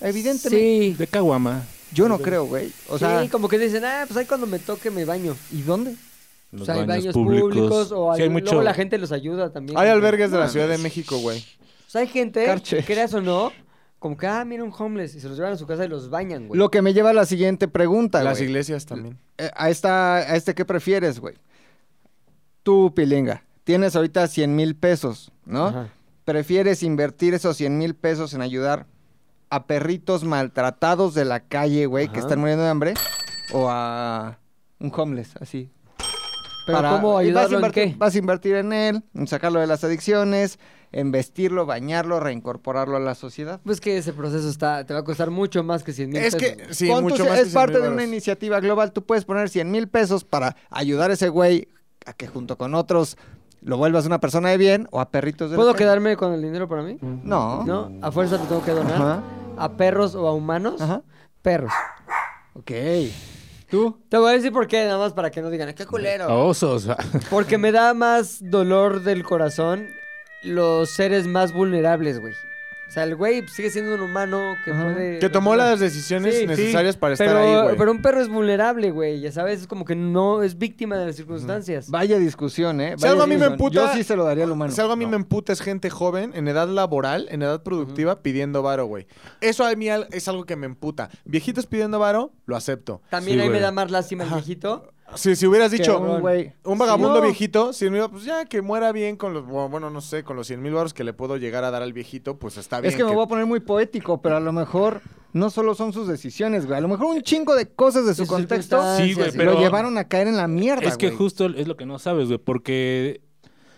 Speaker 3: Evidentemente.
Speaker 1: Sí.
Speaker 2: De caguama.
Speaker 3: Yo no creo, güey. O sea,
Speaker 1: sí, como que dicen, ah, pues ahí cuando me toque me baño.
Speaker 3: ¿y dónde?
Speaker 2: Los
Speaker 1: o sea, hay baños
Speaker 2: baños
Speaker 1: públicos, o
Speaker 2: Sí, hay
Speaker 1: algún-
Speaker 2: mucho-
Speaker 1: luego la gente los ayuda también.
Speaker 4: Hay
Speaker 1: como que-
Speaker 4: albergues de la Ciudad de México, güey.
Speaker 1: O sea, hay gente,
Speaker 3: Carche.
Speaker 1: creas o no, como que, ah, mira un homeless, y se los llevan a su casa y los bañan, güey.
Speaker 3: Lo que me lleva a la siguiente pregunta,
Speaker 4: Las
Speaker 3: güey.
Speaker 4: iglesias también.
Speaker 3: Eh, a, esta, a este, ¿qué prefieres, güey? Tú, Pilinga, tienes ahorita 100 mil pesos, ¿no?
Speaker 1: Ajá.
Speaker 3: ¿Prefieres invertir esos 100 mil pesos en ayudar a perritos maltratados de la calle, güey, que
Speaker 1: Ajá.
Speaker 3: están muriendo de hambre? ¿O a un homeless, así?
Speaker 1: Pero
Speaker 3: Para-
Speaker 1: ¿cómo
Speaker 3: y vas a
Speaker 1: ayudarlo en
Speaker 3: invertir-
Speaker 1: qué?
Speaker 3: Vas a invertir en él, en sacarlo de las adicciones, en vestirlo, bañarlo, reincorporarlo a la sociedad.
Speaker 1: Pues que ese proceso está, te va a costar mucho más que 100 mil
Speaker 4: Es
Speaker 1: pesos.
Speaker 4: que, sí,
Speaker 3: Pon
Speaker 4: mucho
Speaker 3: tus-
Speaker 4: más.
Speaker 3: es parte de una
Speaker 4: iniciativa.
Speaker 3: iniciativa global. Tú puedes poner 100 mil pesos para ayudar a ese güey a que junto con otros lo vuelvas una persona de bien o a perritos de la
Speaker 1: ¿Puedo
Speaker 3: calle.
Speaker 1: quedarme con el dinero para mí?
Speaker 3: No.
Speaker 1: ¿No? ¿A fuerza lo tengo que donar?
Speaker 3: Ajá.
Speaker 1: ¿A perros o a humanos?
Speaker 3: Ajá.
Speaker 1: Perros.
Speaker 3: Ok. ¿Tú?
Speaker 1: Te voy a decir por qué, nada más para que no digan, qué culero.
Speaker 2: A osos.
Speaker 1: Porque me da más dolor del corazón los seres más vulnerables, güey. O sea, el güey sigue siendo un humano que
Speaker 3: Ajá.
Speaker 1: puede...
Speaker 4: Que tomó las decisiones
Speaker 1: Sí, sí.
Speaker 4: necesarias para estar
Speaker 1: pero,
Speaker 4: ahí, güey.
Speaker 1: pero un perro es vulnerable, güey. Ya sabes, es como que no es víctima de las circunstancias.
Speaker 3: Vaya discusión, ¿eh?
Speaker 4: Si
Speaker 3: Vaya
Speaker 4: algo a mí me
Speaker 3: discusión.
Speaker 4: emputa-
Speaker 3: Yo sí se lo daría al humano.
Speaker 4: Si algo a mí
Speaker 3: No.
Speaker 4: me emputa es gente joven, en edad laboral, en edad productiva, pidiendo varo, güey. Eso a mí al- es algo que me emputa. Viejitos pidiendo varo, lo acepto.
Speaker 1: También
Speaker 2: Sí,
Speaker 1: ahí
Speaker 2: güey.
Speaker 1: me da más lástima el viejito.
Speaker 4: Si, si hubieras
Speaker 3: Que
Speaker 4: dicho,
Speaker 3: un güey-
Speaker 4: un vagabundo
Speaker 3: Sí, no.
Speaker 4: viejito, si no iba, pues ya que muera bien con los, bueno, bueno, no sé, con los 100 mil baros que le puedo llegar a dar al viejito, pues está bien.
Speaker 3: Es que me voy a poner muy poético, pero a lo mejor no solo son sus decisiones, güey. A lo mejor un chingo de cosas de su
Speaker 1: Sus
Speaker 3: contexto
Speaker 1: circunstancias,
Speaker 2: Sí, güey,
Speaker 1: sí.
Speaker 2: pero-
Speaker 3: lo llevaron a caer en la mierda,
Speaker 2: Es que
Speaker 3: güey.
Speaker 2: justo es lo que no sabes, güey, porque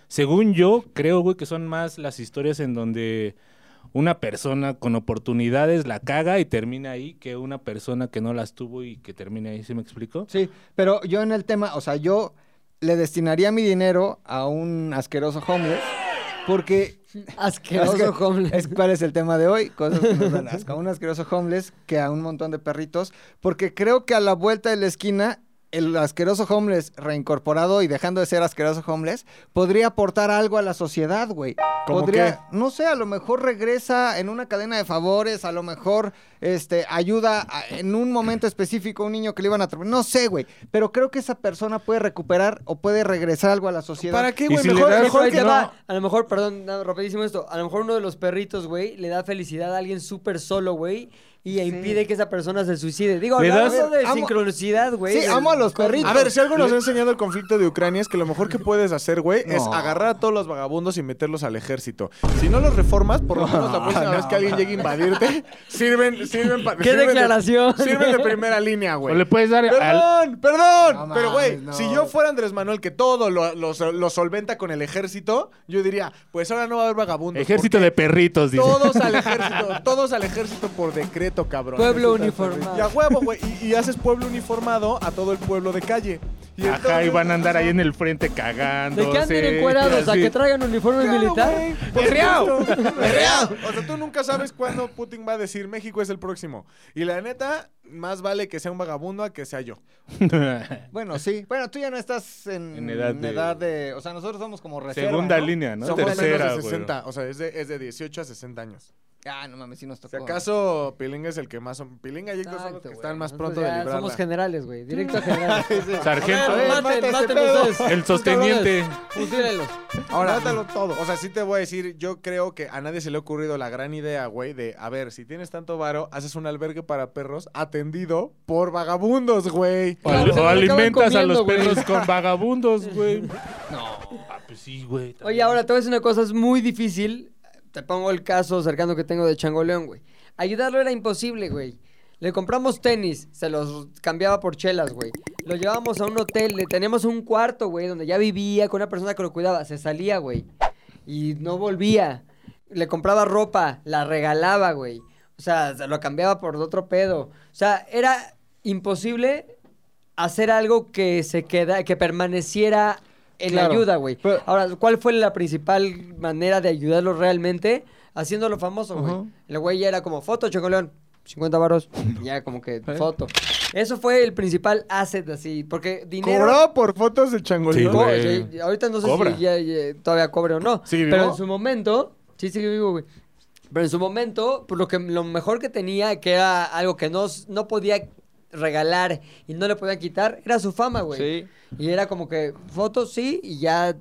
Speaker 2: según yo, creo, güey, que son más las historias en donde una persona con oportunidades la caga y termina ahí que una persona que no las tuvo y que termina ahí, ¿sí me explico?
Speaker 3: Sí, pero yo en el tema, o sea, yo le destinaría mi dinero a un asqueroso homeless porque
Speaker 1: Asqueroso
Speaker 3: es que-
Speaker 1: homeless.
Speaker 3: es cuál es el tema de hoy, cosas que nos dan asco, a un asqueroso homeless que a un montón de perritos, porque creo que a la vuelta de la esquina el asqueroso homeless reincorporado y dejando de ser asqueroso homeless podría aportar algo a la sociedad, güey.
Speaker 4: ¿Cómo
Speaker 3: podría, no sé, a lo mejor regresa en una cadena de favores, a lo mejor este ayuda a- en un momento específico a un niño que le iban a atropellar, no sé, güey, pero creo que esa persona puede recuperar o puede regresar algo a la sociedad.
Speaker 4: ¿Para qué,
Speaker 2: Y
Speaker 4: güey?
Speaker 2: si le
Speaker 4: mejor,
Speaker 2: das-
Speaker 1: Pero
Speaker 4: mejor
Speaker 1: ahí
Speaker 4: que
Speaker 1: te
Speaker 2: no.
Speaker 1: va. A lo mejor, perdón, nada, rapidísimo esto. A lo mejor uno de los perritos, güey, le da felicidad a alguien súper solo, güey, y impide que esa persona se suicide. Digo,
Speaker 2: Le
Speaker 1: hablando
Speaker 3: das-
Speaker 1: de
Speaker 3: amo-
Speaker 1: sincronicidad, güey.
Speaker 3: Sí,
Speaker 1: del-
Speaker 3: amo a los perritos.
Speaker 4: A ver, si algo nos ha enseñado el conflicto de Ucrania es que lo mejor que puedes hacer, güey, es
Speaker 3: No.
Speaker 4: agarrar a todos los vagabundos y meterlos al ejército. Si no los reformas, por lo menos la próxima vez que alguien llegue a invadirte, sirven, sirven para.
Speaker 1: ¡Qué declaración!
Speaker 4: sirven de primera línea, güey.
Speaker 2: O le puedes dar al...
Speaker 4: Perdón, perdón.
Speaker 3: No
Speaker 4: pero, güey,
Speaker 3: mames, no.
Speaker 4: si yo fuera Andrés Manuel, que todo lo, lo sol- lo solventa con el ejército, yo diría, pues ahora no va a haber vagabundos.
Speaker 2: Ejército de perritos, dice.
Speaker 4: Todos al ejército, todos al ejército por decreto, cabrón.
Speaker 1: Pueblo
Speaker 4: Y a
Speaker 1: uniformado.
Speaker 4: huevo, güey. Y, y haces pueblo uniformado a todo el pueblo de calle. Y
Speaker 2: Ajá, y
Speaker 4: entonces-
Speaker 2: van a andar ahí en el frente cagando.
Speaker 1: ¿De qué anden encuerados? ¿A que traigan uniforme
Speaker 4: Claro,
Speaker 1: militar? Pues
Speaker 4: güey, por supuesto. O sea, tú nunca sabes cuándo Putin va a decir México es el próximo. Y la neta, más vale que sea un vagabundo a que sea yo.
Speaker 3: Bueno, sí. Bueno, tú ya no estás en,
Speaker 2: En edad de-
Speaker 3: edad de- O sea, nosotros somos como reserva,
Speaker 2: Segunda
Speaker 3: ¿no?
Speaker 2: línea, Ah, ¿no?
Speaker 4: Somos
Speaker 2: Tercera,
Speaker 4: menos de
Speaker 2: güey.
Speaker 4: 60. O sea, es de, es de 18 a 60 años.
Speaker 3: Ah, no mames, sí nos tocó.
Speaker 4: Si acaso Pilinga es el que más son. Pilinga y Héctor son
Speaker 1: pues. Exacto,
Speaker 4: los que
Speaker 1: güey.
Speaker 4: están más
Speaker 1: Nosotros
Speaker 4: pronto de
Speaker 1: ya
Speaker 4: librarla.
Speaker 1: Somos generales, güey. Directo a generales.
Speaker 2: Sargento. eh.
Speaker 1: A ver,
Speaker 3: mata
Speaker 1: maten,
Speaker 3: este
Speaker 1: maten
Speaker 3: pedo.
Speaker 1: ustedes.
Speaker 2: El sosteniente.
Speaker 1: Futírenlos.
Speaker 4: Ahora, dátalo todo. O sea, sí te voy a decir, yo creo que a nadie se le ha ocurrido la gran idea, güey, de, a ver, si tienes tanto varo, haces un albergue para perros atendido por vagabundos, güey.
Speaker 2: O,
Speaker 1: Claro,
Speaker 2: al-
Speaker 1: se los
Speaker 2: o
Speaker 1: acaban
Speaker 2: alimentas a los
Speaker 1: comiendo, güey.
Speaker 2: perros con vagabundos, güey. No. Ah, pues sí, güey.
Speaker 1: Oye, ahora te voy a decir una cosa, es muy difícil. Te pongo el caso cercano que tengo de Changoleón, güey. Ayudarlo era imposible, güey. Le compramos tenis, se los cambiaba por chelas, güey. Lo llevábamos a un hotel, le teníamos un cuarto, güey, donde ya vivía con una persona que lo cuidaba. Se salía, güey. Y no volvía. Le compraba ropa, la regalaba, güey. O sea, se lo cambiaba por otro pedo. O sea, era imposible hacer algo que se queda, que permaneciera en
Speaker 3: Claro.
Speaker 1: ayuda, güey.
Speaker 3: Pero-
Speaker 1: Ahora, ¿cuál fue la principal manera de ayudarlo realmente? Haciéndolo famoso, güey. El güey ya era como foto, chocoleón. 50 varos. Ya como que
Speaker 3: Eh.
Speaker 1: foto. Eso fue el principal asset, así. Porque dinero.
Speaker 4: Cobrado por fotos de changolín.
Speaker 2: Sí,
Speaker 1: Co-
Speaker 2: güey.
Speaker 1: ya- ahorita no sé
Speaker 2: Cobra.
Speaker 1: si ya, ya todavía cobre o no.
Speaker 2: ¿Sigue
Speaker 1: pero
Speaker 2: vivo?
Speaker 1: en su momento. Sí, sigue vivo, güey. Pero en su momento, pues, lo, que, lo mejor que tenía, que era algo que no, s- no podía regalar y no le podía quitar, era su fama, güey.
Speaker 3: Sí.
Speaker 1: Y era como que fotos sí, y ya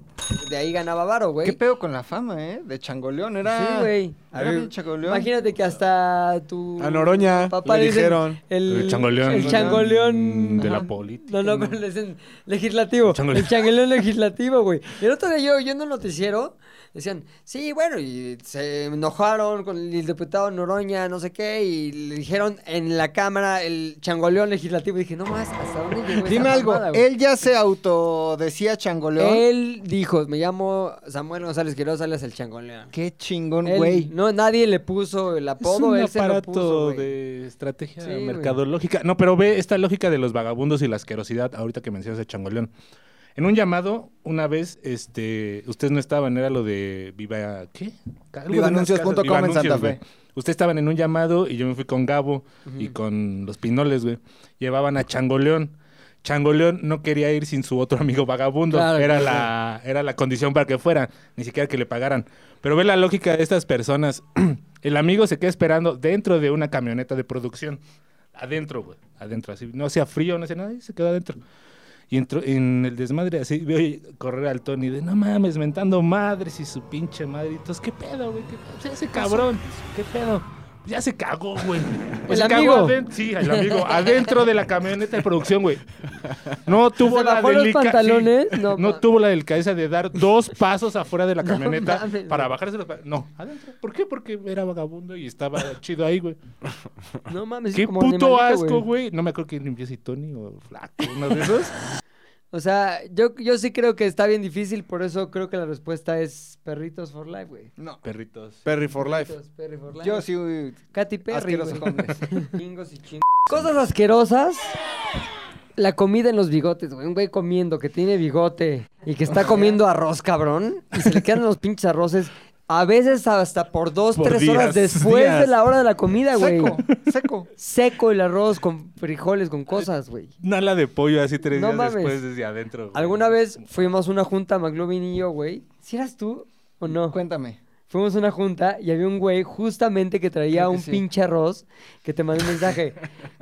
Speaker 1: de ahí ganaba varo, güey.
Speaker 3: Qué pedo con la fama, ¿eh? De Changoleón, era.
Speaker 1: Sí, güey.
Speaker 3: era
Speaker 1: A ver,
Speaker 2: Eh,
Speaker 3: bien Changoleón.
Speaker 1: Imagínate que hasta tu
Speaker 4: A Noroña
Speaker 1: papá
Speaker 4: le
Speaker 1: dicen
Speaker 4: dijeron.
Speaker 1: el,
Speaker 2: El changoleón. Mm,
Speaker 1: El changoleón.
Speaker 2: De la
Speaker 1: Ajá.
Speaker 2: política.
Speaker 1: No, no, pero le dicen legislativo.
Speaker 2: Changoleón.
Speaker 1: El changoleón legislativo, güey. Y El otro día yo oyendo el noticiero, decían, sí, bueno, y se enojaron con el diputado Noroña, no sé qué, y le dijeron en la Cámara el changoleón legislativo. Y dije, no más, ¿hasta dónde llegó esta
Speaker 3: Dime algo,
Speaker 1: mamada, güey?"
Speaker 3: él ya se autodecía Changoleón.
Speaker 1: Él dijo, me llamo Samuel González Quiroz, alias el changoleón.
Speaker 3: Qué chingón,
Speaker 1: Él-
Speaker 3: güey.
Speaker 1: No, nadie le puso el
Speaker 2: Es un
Speaker 1: apodo, él se lo
Speaker 2: aparato
Speaker 1: puso, güey.
Speaker 2: de estrategia
Speaker 1: Sí, güey.
Speaker 2: mercadológica. No, pero ve esta lógica de los vagabundos y la asquerosidad ahorita que mencionas a Changoleón. En un llamado, una vez, este, ustedes no estaban, era lo de Viva, ¿qué? Algo de unas
Speaker 3: Anuncios punto
Speaker 2: casas, Viva
Speaker 3: com en Santa
Speaker 2: Anuncios,
Speaker 3: Fe.
Speaker 2: güey. Ustedes estaban en un llamado y yo me fui con Gabo y con los Pinoles, güey. Llevaban a Changoleón. Changoleón no quería ir sin su otro amigo vagabundo.
Speaker 1: Claro,
Speaker 2: era,
Speaker 1: claro.
Speaker 2: la, era la condición para que fuera, ni siquiera que le pagaran. Pero ve la lógica de estas personas. El amigo se queda esperando dentro de una camioneta de producción. Adentro, güey. Adentro, así. No hacía frío, no hacía nada, y se quedó adentro. Y entró en el desmadre así, veo correr al Tony de, no mames, mentando madres y su pinche madritos. ¿Qué pedo, güey? ¿Qué pedo? O sea, Ese cabrón, ¿qué pedo? Pues Ya se cagó, güey.
Speaker 1: ¿El
Speaker 2: se
Speaker 1: amigo?
Speaker 2: Cagó aden- sí, el amigo. adentro de la camioneta de producción, güey. No tuvo
Speaker 1: ¿Se
Speaker 2: la
Speaker 1: bajó los
Speaker 2: delica-
Speaker 1: pantalones?
Speaker 2: sí,
Speaker 1: No,
Speaker 2: no,
Speaker 1: ma-
Speaker 2: tuvo la delicadeza de dar dos pasos afuera de la camioneta
Speaker 1: mames, güey.
Speaker 2: para bajarse los pa- No, adentro. ¿Por qué? Porque era vagabundo y estaba chido ahí, güey.
Speaker 1: No mames,
Speaker 2: Qué
Speaker 1: como
Speaker 2: puto
Speaker 1: animalito,
Speaker 2: asco, güey. No me acuerdo quién limpió si Tony o Flaco, uno de esos.
Speaker 1: O sea, yo, yo sí creo que está bien difícil, por eso creo que la respuesta es perritos for life, güey.
Speaker 3: No,
Speaker 2: Perritos.
Speaker 4: Perry for life.
Speaker 1: Perritos, Perry for life.
Speaker 3: yo sí. güey.
Speaker 1: Katy Perry,
Speaker 3: Asquerosos
Speaker 1: güey. Chingos y chingos. Cosas asquerosas. La comida en los bigotes, güey. Un güey comiendo que tiene bigote y que está comiendo arroz, cabrón. Y se le quedan los pinches arroces. A veces hasta por dos,
Speaker 2: Por
Speaker 1: tres horas
Speaker 2: días,
Speaker 1: después
Speaker 2: días.
Speaker 1: de la hora de la comida, güey.
Speaker 3: Seco, seco.
Speaker 1: Seco el arroz con frijoles, con cosas, güey.
Speaker 2: Una ala de pollo así tres
Speaker 1: No
Speaker 2: días
Speaker 1: mames.
Speaker 2: después desde adentro. güey.
Speaker 1: Alguna vez fuimos a una junta, McLovin y yo, güey. ¿Si eras tú o no?
Speaker 3: Cuéntame.
Speaker 1: Fuimos a una junta y había un güey justamente que traía
Speaker 3: Creo que
Speaker 1: un
Speaker 3: sí.
Speaker 1: pinche arroz que te mandó un mensaje.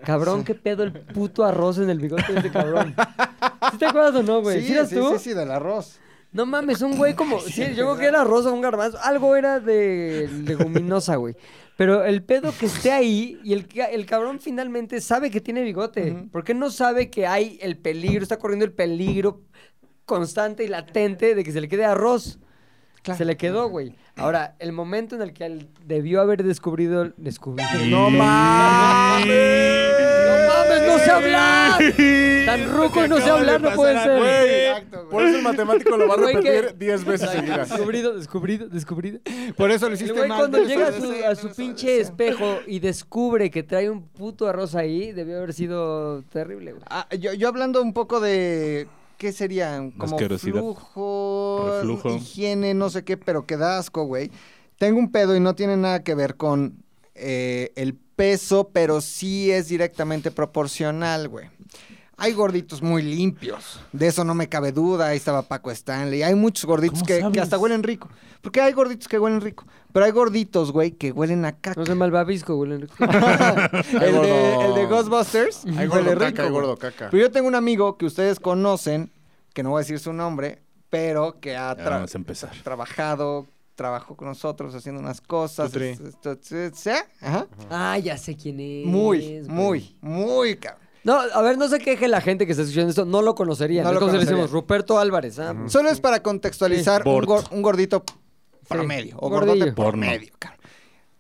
Speaker 1: Cabrón, qué pedo el puto arroz en el bigote de este cabrón. ¿Sí te acuerdas o no, güey? ¿Sí, eras
Speaker 3: sí,
Speaker 1: tú?
Speaker 3: sí, sí, del arroz.
Speaker 1: No mames, un güey como. Sí, yo creo que era rosa, un garbanzo. Algo era de leguminosa, güey. Pero el pedo que esté ahí y el, ca- el cabrón finalmente sabe que tiene bigote. Porque no sabe que hay el peligro, está corriendo el peligro constante y latente de que se le quede arroz.
Speaker 3: Claro.
Speaker 1: Se le quedó, güey. Ahora, el momento en el que él debió haber descubrido. Descubrido.
Speaker 2: ¡No mames! ¡No
Speaker 1: mames, no sé hablar! Tan ruco y no sé hablar, no puede ser.
Speaker 3: Exacto,
Speaker 4: Por eso el matemático lo va a
Speaker 1: Güey, que-
Speaker 4: repetir 10 veces seguidas.
Speaker 1: Descubrido, descubrido, descubrido.
Speaker 3: Por eso
Speaker 1: El
Speaker 3: lo hiciste
Speaker 1: güey
Speaker 3: mal.
Speaker 1: cuando
Speaker 3: no
Speaker 1: llega a
Speaker 3: sabes
Speaker 1: su,
Speaker 3: hacer,
Speaker 1: a
Speaker 3: no
Speaker 1: su
Speaker 3: sabes
Speaker 1: pinche
Speaker 3: hacer.
Speaker 1: espejo y descubre que trae un puto arroz ahí, debió haber sido terrible, güey.
Speaker 3: Ah, yo, yo hablando un poco de ¿Qué serían? Como
Speaker 2: Asquerosidad.
Speaker 3: flujo,
Speaker 2: Reflujo.
Speaker 3: higiene, no sé qué, pero que da asco, güey. Tengo un pedo y no tiene nada que ver con eh, el peso, pero sí es directamente proporcional, güey. Hay gorditos muy limpios, de eso no me cabe duda, ahí estaba Paco Stanley. Hay muchos gorditos
Speaker 2: ¿Cómo
Speaker 3: que, que
Speaker 2: sabes?
Speaker 3: hasta huelen rico, porque hay gorditos que huelen rico, pero hay gorditos, güey, que huelen a caca.
Speaker 1: No se malvavisco, güey. Enrique.
Speaker 3: el, de, el de Ghostbusters, huele
Speaker 5: Hay gordo
Speaker 3: rico,
Speaker 5: caca, hay
Speaker 3: güey.
Speaker 5: gordo
Speaker 2: Ah.
Speaker 5: caca.
Speaker 3: Pero yo tengo un amigo que ustedes conocen, que no voy a decir su nombre, pero que ha
Speaker 2: Ya
Speaker 3: tra-
Speaker 2: vamos a empezar.
Speaker 3: trabajado, trabajó con nosotros haciendo unas cosas.
Speaker 4: Tutri.
Speaker 3: es- esto- es- ¿eh? Ajá.
Speaker 1: Ah, ya sé quién es.
Speaker 3: Muy,
Speaker 1: güey.
Speaker 3: muy, muy cabrón.
Speaker 1: No, a ver, no se queje la gente que está escuchando esto. No lo conocería.
Speaker 3: No
Speaker 1: No
Speaker 3: lo
Speaker 1: Entonces le
Speaker 3: conocería.
Speaker 1: decimos Ruperto Álvarez. Ah, pues,
Speaker 3: Solo es para contextualizar
Speaker 2: Sí.
Speaker 3: un,
Speaker 2: Bort.
Speaker 3: gor- un gordito
Speaker 1: sí.
Speaker 3: promedio. O
Speaker 1: Gordillo.
Speaker 3: gordote
Speaker 2: Porno.
Speaker 3: promedio, cabrón.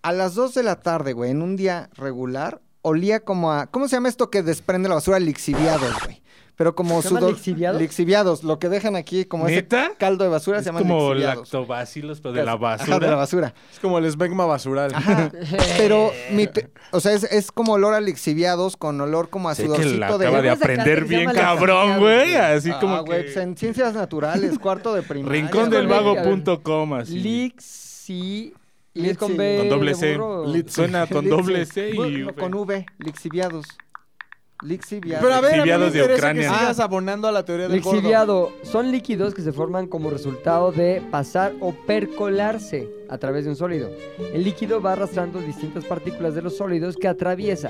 Speaker 3: A las 2 de la tarde, güey, en un día regular, olía como a. ¿Cómo se llama esto que desprende la basura? Lixiviados, güey. Pero como
Speaker 1: ¿Se llama
Speaker 3: sudor.
Speaker 1: lixiviados?
Speaker 3: Lixiviados, lo que dejan aquí como ese
Speaker 2: ¿Neta?
Speaker 3: caldo de basura
Speaker 2: Es
Speaker 3: se llama
Speaker 2: como
Speaker 3: lixiviados.
Speaker 2: lactobacilos, pero de la
Speaker 3: Ajá, de la
Speaker 2: basura.
Speaker 3: basura.
Speaker 4: Es como el esmegma basural.
Speaker 3: Ajá. Pero, mi te- o sea, es, es como olor a lixiviados con olor como a
Speaker 2: Sé que la
Speaker 3: sudorcito de...
Speaker 2: acaba de
Speaker 1: Vamos a
Speaker 2: aprender
Speaker 1: sacar- se
Speaker 2: bien
Speaker 1: llama
Speaker 2: cabrón,
Speaker 1: lactobacilos,
Speaker 2: güey.
Speaker 1: güey.
Speaker 2: Así
Speaker 3: Ah,
Speaker 2: como
Speaker 3: güey, pues
Speaker 2: que...
Speaker 3: en ciencias naturales, cuarto de primaria.
Speaker 2: Rincón del
Speaker 1: güey.
Speaker 2: vago
Speaker 1: A ver.
Speaker 2: punto com, así.
Speaker 1: Lixi.
Speaker 3: Lixi.
Speaker 1: Lixi. Con, B
Speaker 2: Con doble
Speaker 1: de
Speaker 2: C.
Speaker 1: burro.
Speaker 2: Lit- Suena con doble C y...
Speaker 3: Bueno, Con V, lixiviados. Lixiviados.
Speaker 4: Pero a ver, a mí me
Speaker 2: Lixiviados de
Speaker 4: interesa que
Speaker 2: Ucrania.
Speaker 1: Ah.
Speaker 4: sigas abonando a la teoría del gordo.
Speaker 1: Lixiviado. Son líquidos que se forman como resultado de pasar o percolarse a través de un sólido. El líquido va arrastrando distintas partículas de los sólidos que atraviesa.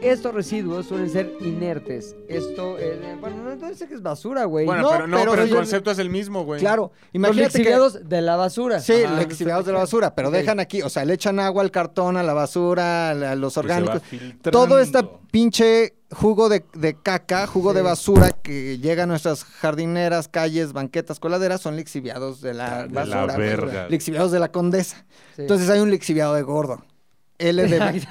Speaker 1: Estos residuos suelen ser inertes. Esto, es, bueno, no, no sé qué es basura, güey.
Speaker 4: Bueno,
Speaker 3: No,
Speaker 4: pero no,
Speaker 3: pero
Speaker 4: pero, el
Speaker 3: yo-
Speaker 4: concepto es el mismo, güey.
Speaker 3: Claro,
Speaker 1: Los
Speaker 3: imagínate que...
Speaker 1: lixiviados de la basura.
Speaker 3: Sí,
Speaker 1: Ajá,
Speaker 3: lixiviados de la basura, pero
Speaker 1: Ok.
Speaker 3: dejan aquí, o sea, le echan agua al cartón, a la basura, a la- a
Speaker 2: Pues
Speaker 3: los
Speaker 2: se va
Speaker 3: orgánicos.
Speaker 2: filtrando.
Speaker 3: Todo este pinche jugo de, de caca, jugo de
Speaker 1: Sí.
Speaker 3: basura que llega a nuestras jardineras, calles, banquetas, coladeras, son lixiviados de la
Speaker 2: De la
Speaker 3: basura.
Speaker 2: verga.
Speaker 3: Lixiviados de la condesa.
Speaker 1: Sí.
Speaker 3: Entonces hay un lixiviado de gordo. LDB.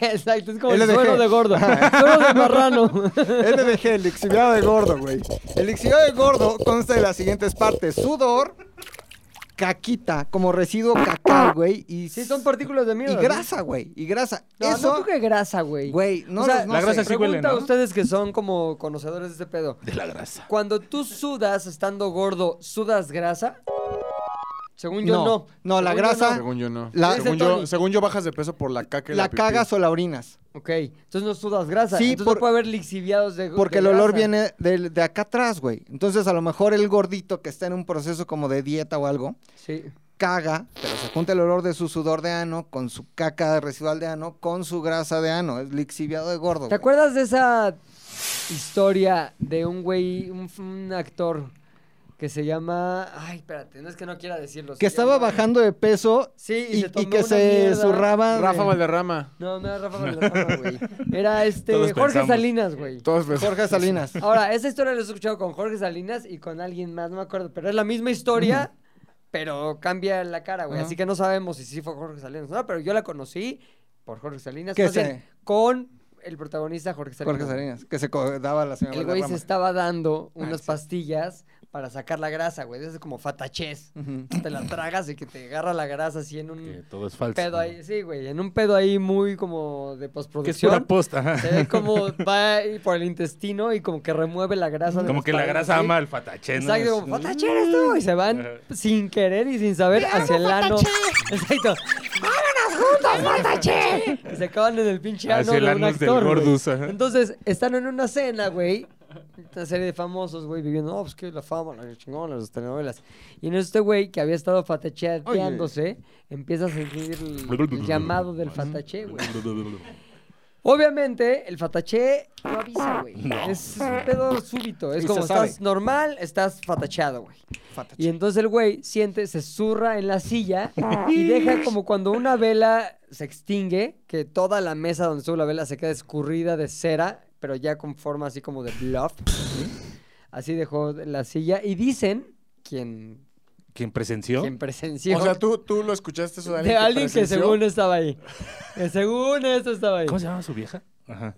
Speaker 1: Exacto, es como el
Speaker 3: LDG.
Speaker 1: suelo de gordo. suelo de marrano.
Speaker 3: LDG, el lixiviado de gordo, güey. El lixiviado de gordo consta de las siguientes partes. Sudor, caquita, como residuo caca, güey. Y,
Speaker 1: Sí, son partículas de mierda.
Speaker 3: y
Speaker 1: ¿no?
Speaker 3: grasa, güey. Y grasa.
Speaker 1: No,
Speaker 3: Eso,
Speaker 1: no creo que grasa, güey.
Speaker 3: güey, no,
Speaker 1: O sea,
Speaker 3: los- no
Speaker 2: la
Speaker 3: sé.
Speaker 2: grasa sí huele,
Speaker 1: Pregunta a
Speaker 2: ¿no?
Speaker 1: ustedes que son como conocedores de este pedo.
Speaker 2: De la grasa.
Speaker 1: Cuando tú sudas estando gordo, ¿sudas grasa? Según yo, no.
Speaker 3: No, no, la
Speaker 1: Según yo,
Speaker 3: grasa-
Speaker 4: Según yo no.
Speaker 3: La-
Speaker 4: según,
Speaker 1: Dice Tony.
Speaker 4: yo, según yo bajas de peso por la caca y la,
Speaker 3: La
Speaker 4: pipí.
Speaker 3: cagas o la orinas.
Speaker 1: Ok, entonces no sudas grasa.
Speaker 3: Sí,
Speaker 1: entonces
Speaker 3: por-
Speaker 1: no puede haber lixiviados de
Speaker 3: Porque
Speaker 1: de
Speaker 3: el olor
Speaker 1: grasa.
Speaker 3: viene del- de, acá atrás, güey. Entonces, a lo mejor el gordito que está en un proceso como de dieta o algo,
Speaker 1: Sí.
Speaker 3: caga, pero se junta el olor de su sudor de ano con su caca residual de ano, con su grasa de ano. Es lixiviado de gordo.
Speaker 1: ¿Te
Speaker 3: güey.
Speaker 1: acuerdas de esa historia de un güey, un, un actor que se llama... Ay, espérate, no es que no quiera decirlo. se
Speaker 3: Que estaba
Speaker 1: llama-
Speaker 3: bajando de peso
Speaker 1: Sí, y,
Speaker 3: y,
Speaker 1: se
Speaker 3: y
Speaker 1: tomó
Speaker 3: que
Speaker 1: una
Speaker 3: se
Speaker 1: mierda.
Speaker 3: zurraba. de-
Speaker 4: Rafa Valderrama.
Speaker 1: No, no era Rafa Valderrama, güey. Era este
Speaker 2: Todos
Speaker 1: Jorge
Speaker 2: pensamos.
Speaker 1: Salinas, güey.
Speaker 4: Todos ves-
Speaker 3: Jorge Salinas.
Speaker 1: Ahora, esa historia la he escuchado con Jorge Salinas y con alguien más, no me acuerdo, pero es la misma historia, pero cambia la cara, güey.
Speaker 3: Ajá.
Speaker 1: Así que no sabemos si sí fue Jorge Salinas o no, pero yo la conocí por Jorge Salinas,
Speaker 3: ¿Qué
Speaker 1: más bien,
Speaker 3: sé?
Speaker 1: con el protagonista Jorge Salinas.
Speaker 3: Jorge Salinas, que se co- daba a la señora
Speaker 1: El güey se
Speaker 3: Valderrama.
Speaker 1: estaba dando unas
Speaker 3: sí.
Speaker 1: pastillas para sacar la grasa, güey. Eso es como fatachés.
Speaker 3: Ujú.
Speaker 1: Te la tragas y que te agarra la grasa así en un
Speaker 2: Que todo es falso.
Speaker 1: Mm. pedo
Speaker 2: ¿no?
Speaker 1: ahí. Sí, güey, en un pedo ahí muy como de
Speaker 2: Que es pura
Speaker 1: postproducción.
Speaker 2: posta. ajá.
Speaker 1: Se ve como va ahí por el intestino y como que remueve la grasa. de
Speaker 2: Como
Speaker 1: las
Speaker 2: que la
Speaker 1: paredes,
Speaker 2: grasa
Speaker 1: ¿sí?
Speaker 2: ama al fataché, ¿no?
Speaker 1: Exacto, como, "Fatache eres tú", Y se van
Speaker 2: Ajá.
Speaker 1: sin querer y sin saber hacia el ano. Exacto. ¡Vámonos juntos, Fatache! Y se acaban en el pinche ano
Speaker 2: Hacia Ah, el
Speaker 1: de un
Speaker 2: anus del
Speaker 1: actor, güey.
Speaker 2: gordus, ajá.
Speaker 1: Entonces, están en una cena, güey. Una serie de famosos, güey, viviendo, no, pues que la fama, la chingona, las telenovelas. Y en este güey que había estado fatacheándose, empieza a sentir el, el llamado del fatache, güey. Obviamente, el fataché no avisa, güey. Es un pedo súbito. Es
Speaker 3: Y
Speaker 1: como
Speaker 3: se sabe.
Speaker 1: estás normal, estás fatachado, güey.
Speaker 3: Fatache.
Speaker 1: Y entonces el güey siente, se zurra en la silla y deja como cuando una vela se extingue, que toda la mesa donde estuvo la vela se queda escurrida de cera, pero ya con forma así como de bluff. Así dejó la silla. Y dicen, quien,
Speaker 2: ¿Quién presenció?
Speaker 1: quien presenció,
Speaker 4: O sea, tú, tú lo escuchaste eso de alguien,
Speaker 1: de alguien que
Speaker 4: presenció?
Speaker 1: según estaba ahí. Que según esto estaba ahí.
Speaker 2: ¿Cómo se llama su vieja? Ajá.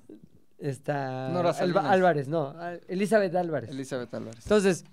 Speaker 1: Está
Speaker 3: Nora
Speaker 1: Alba-
Speaker 3: Salinas.
Speaker 1: Álvarez, no, Al- Elizabeth Álvarez.
Speaker 3: Elizabeth Álvarez.
Speaker 1: Entonces,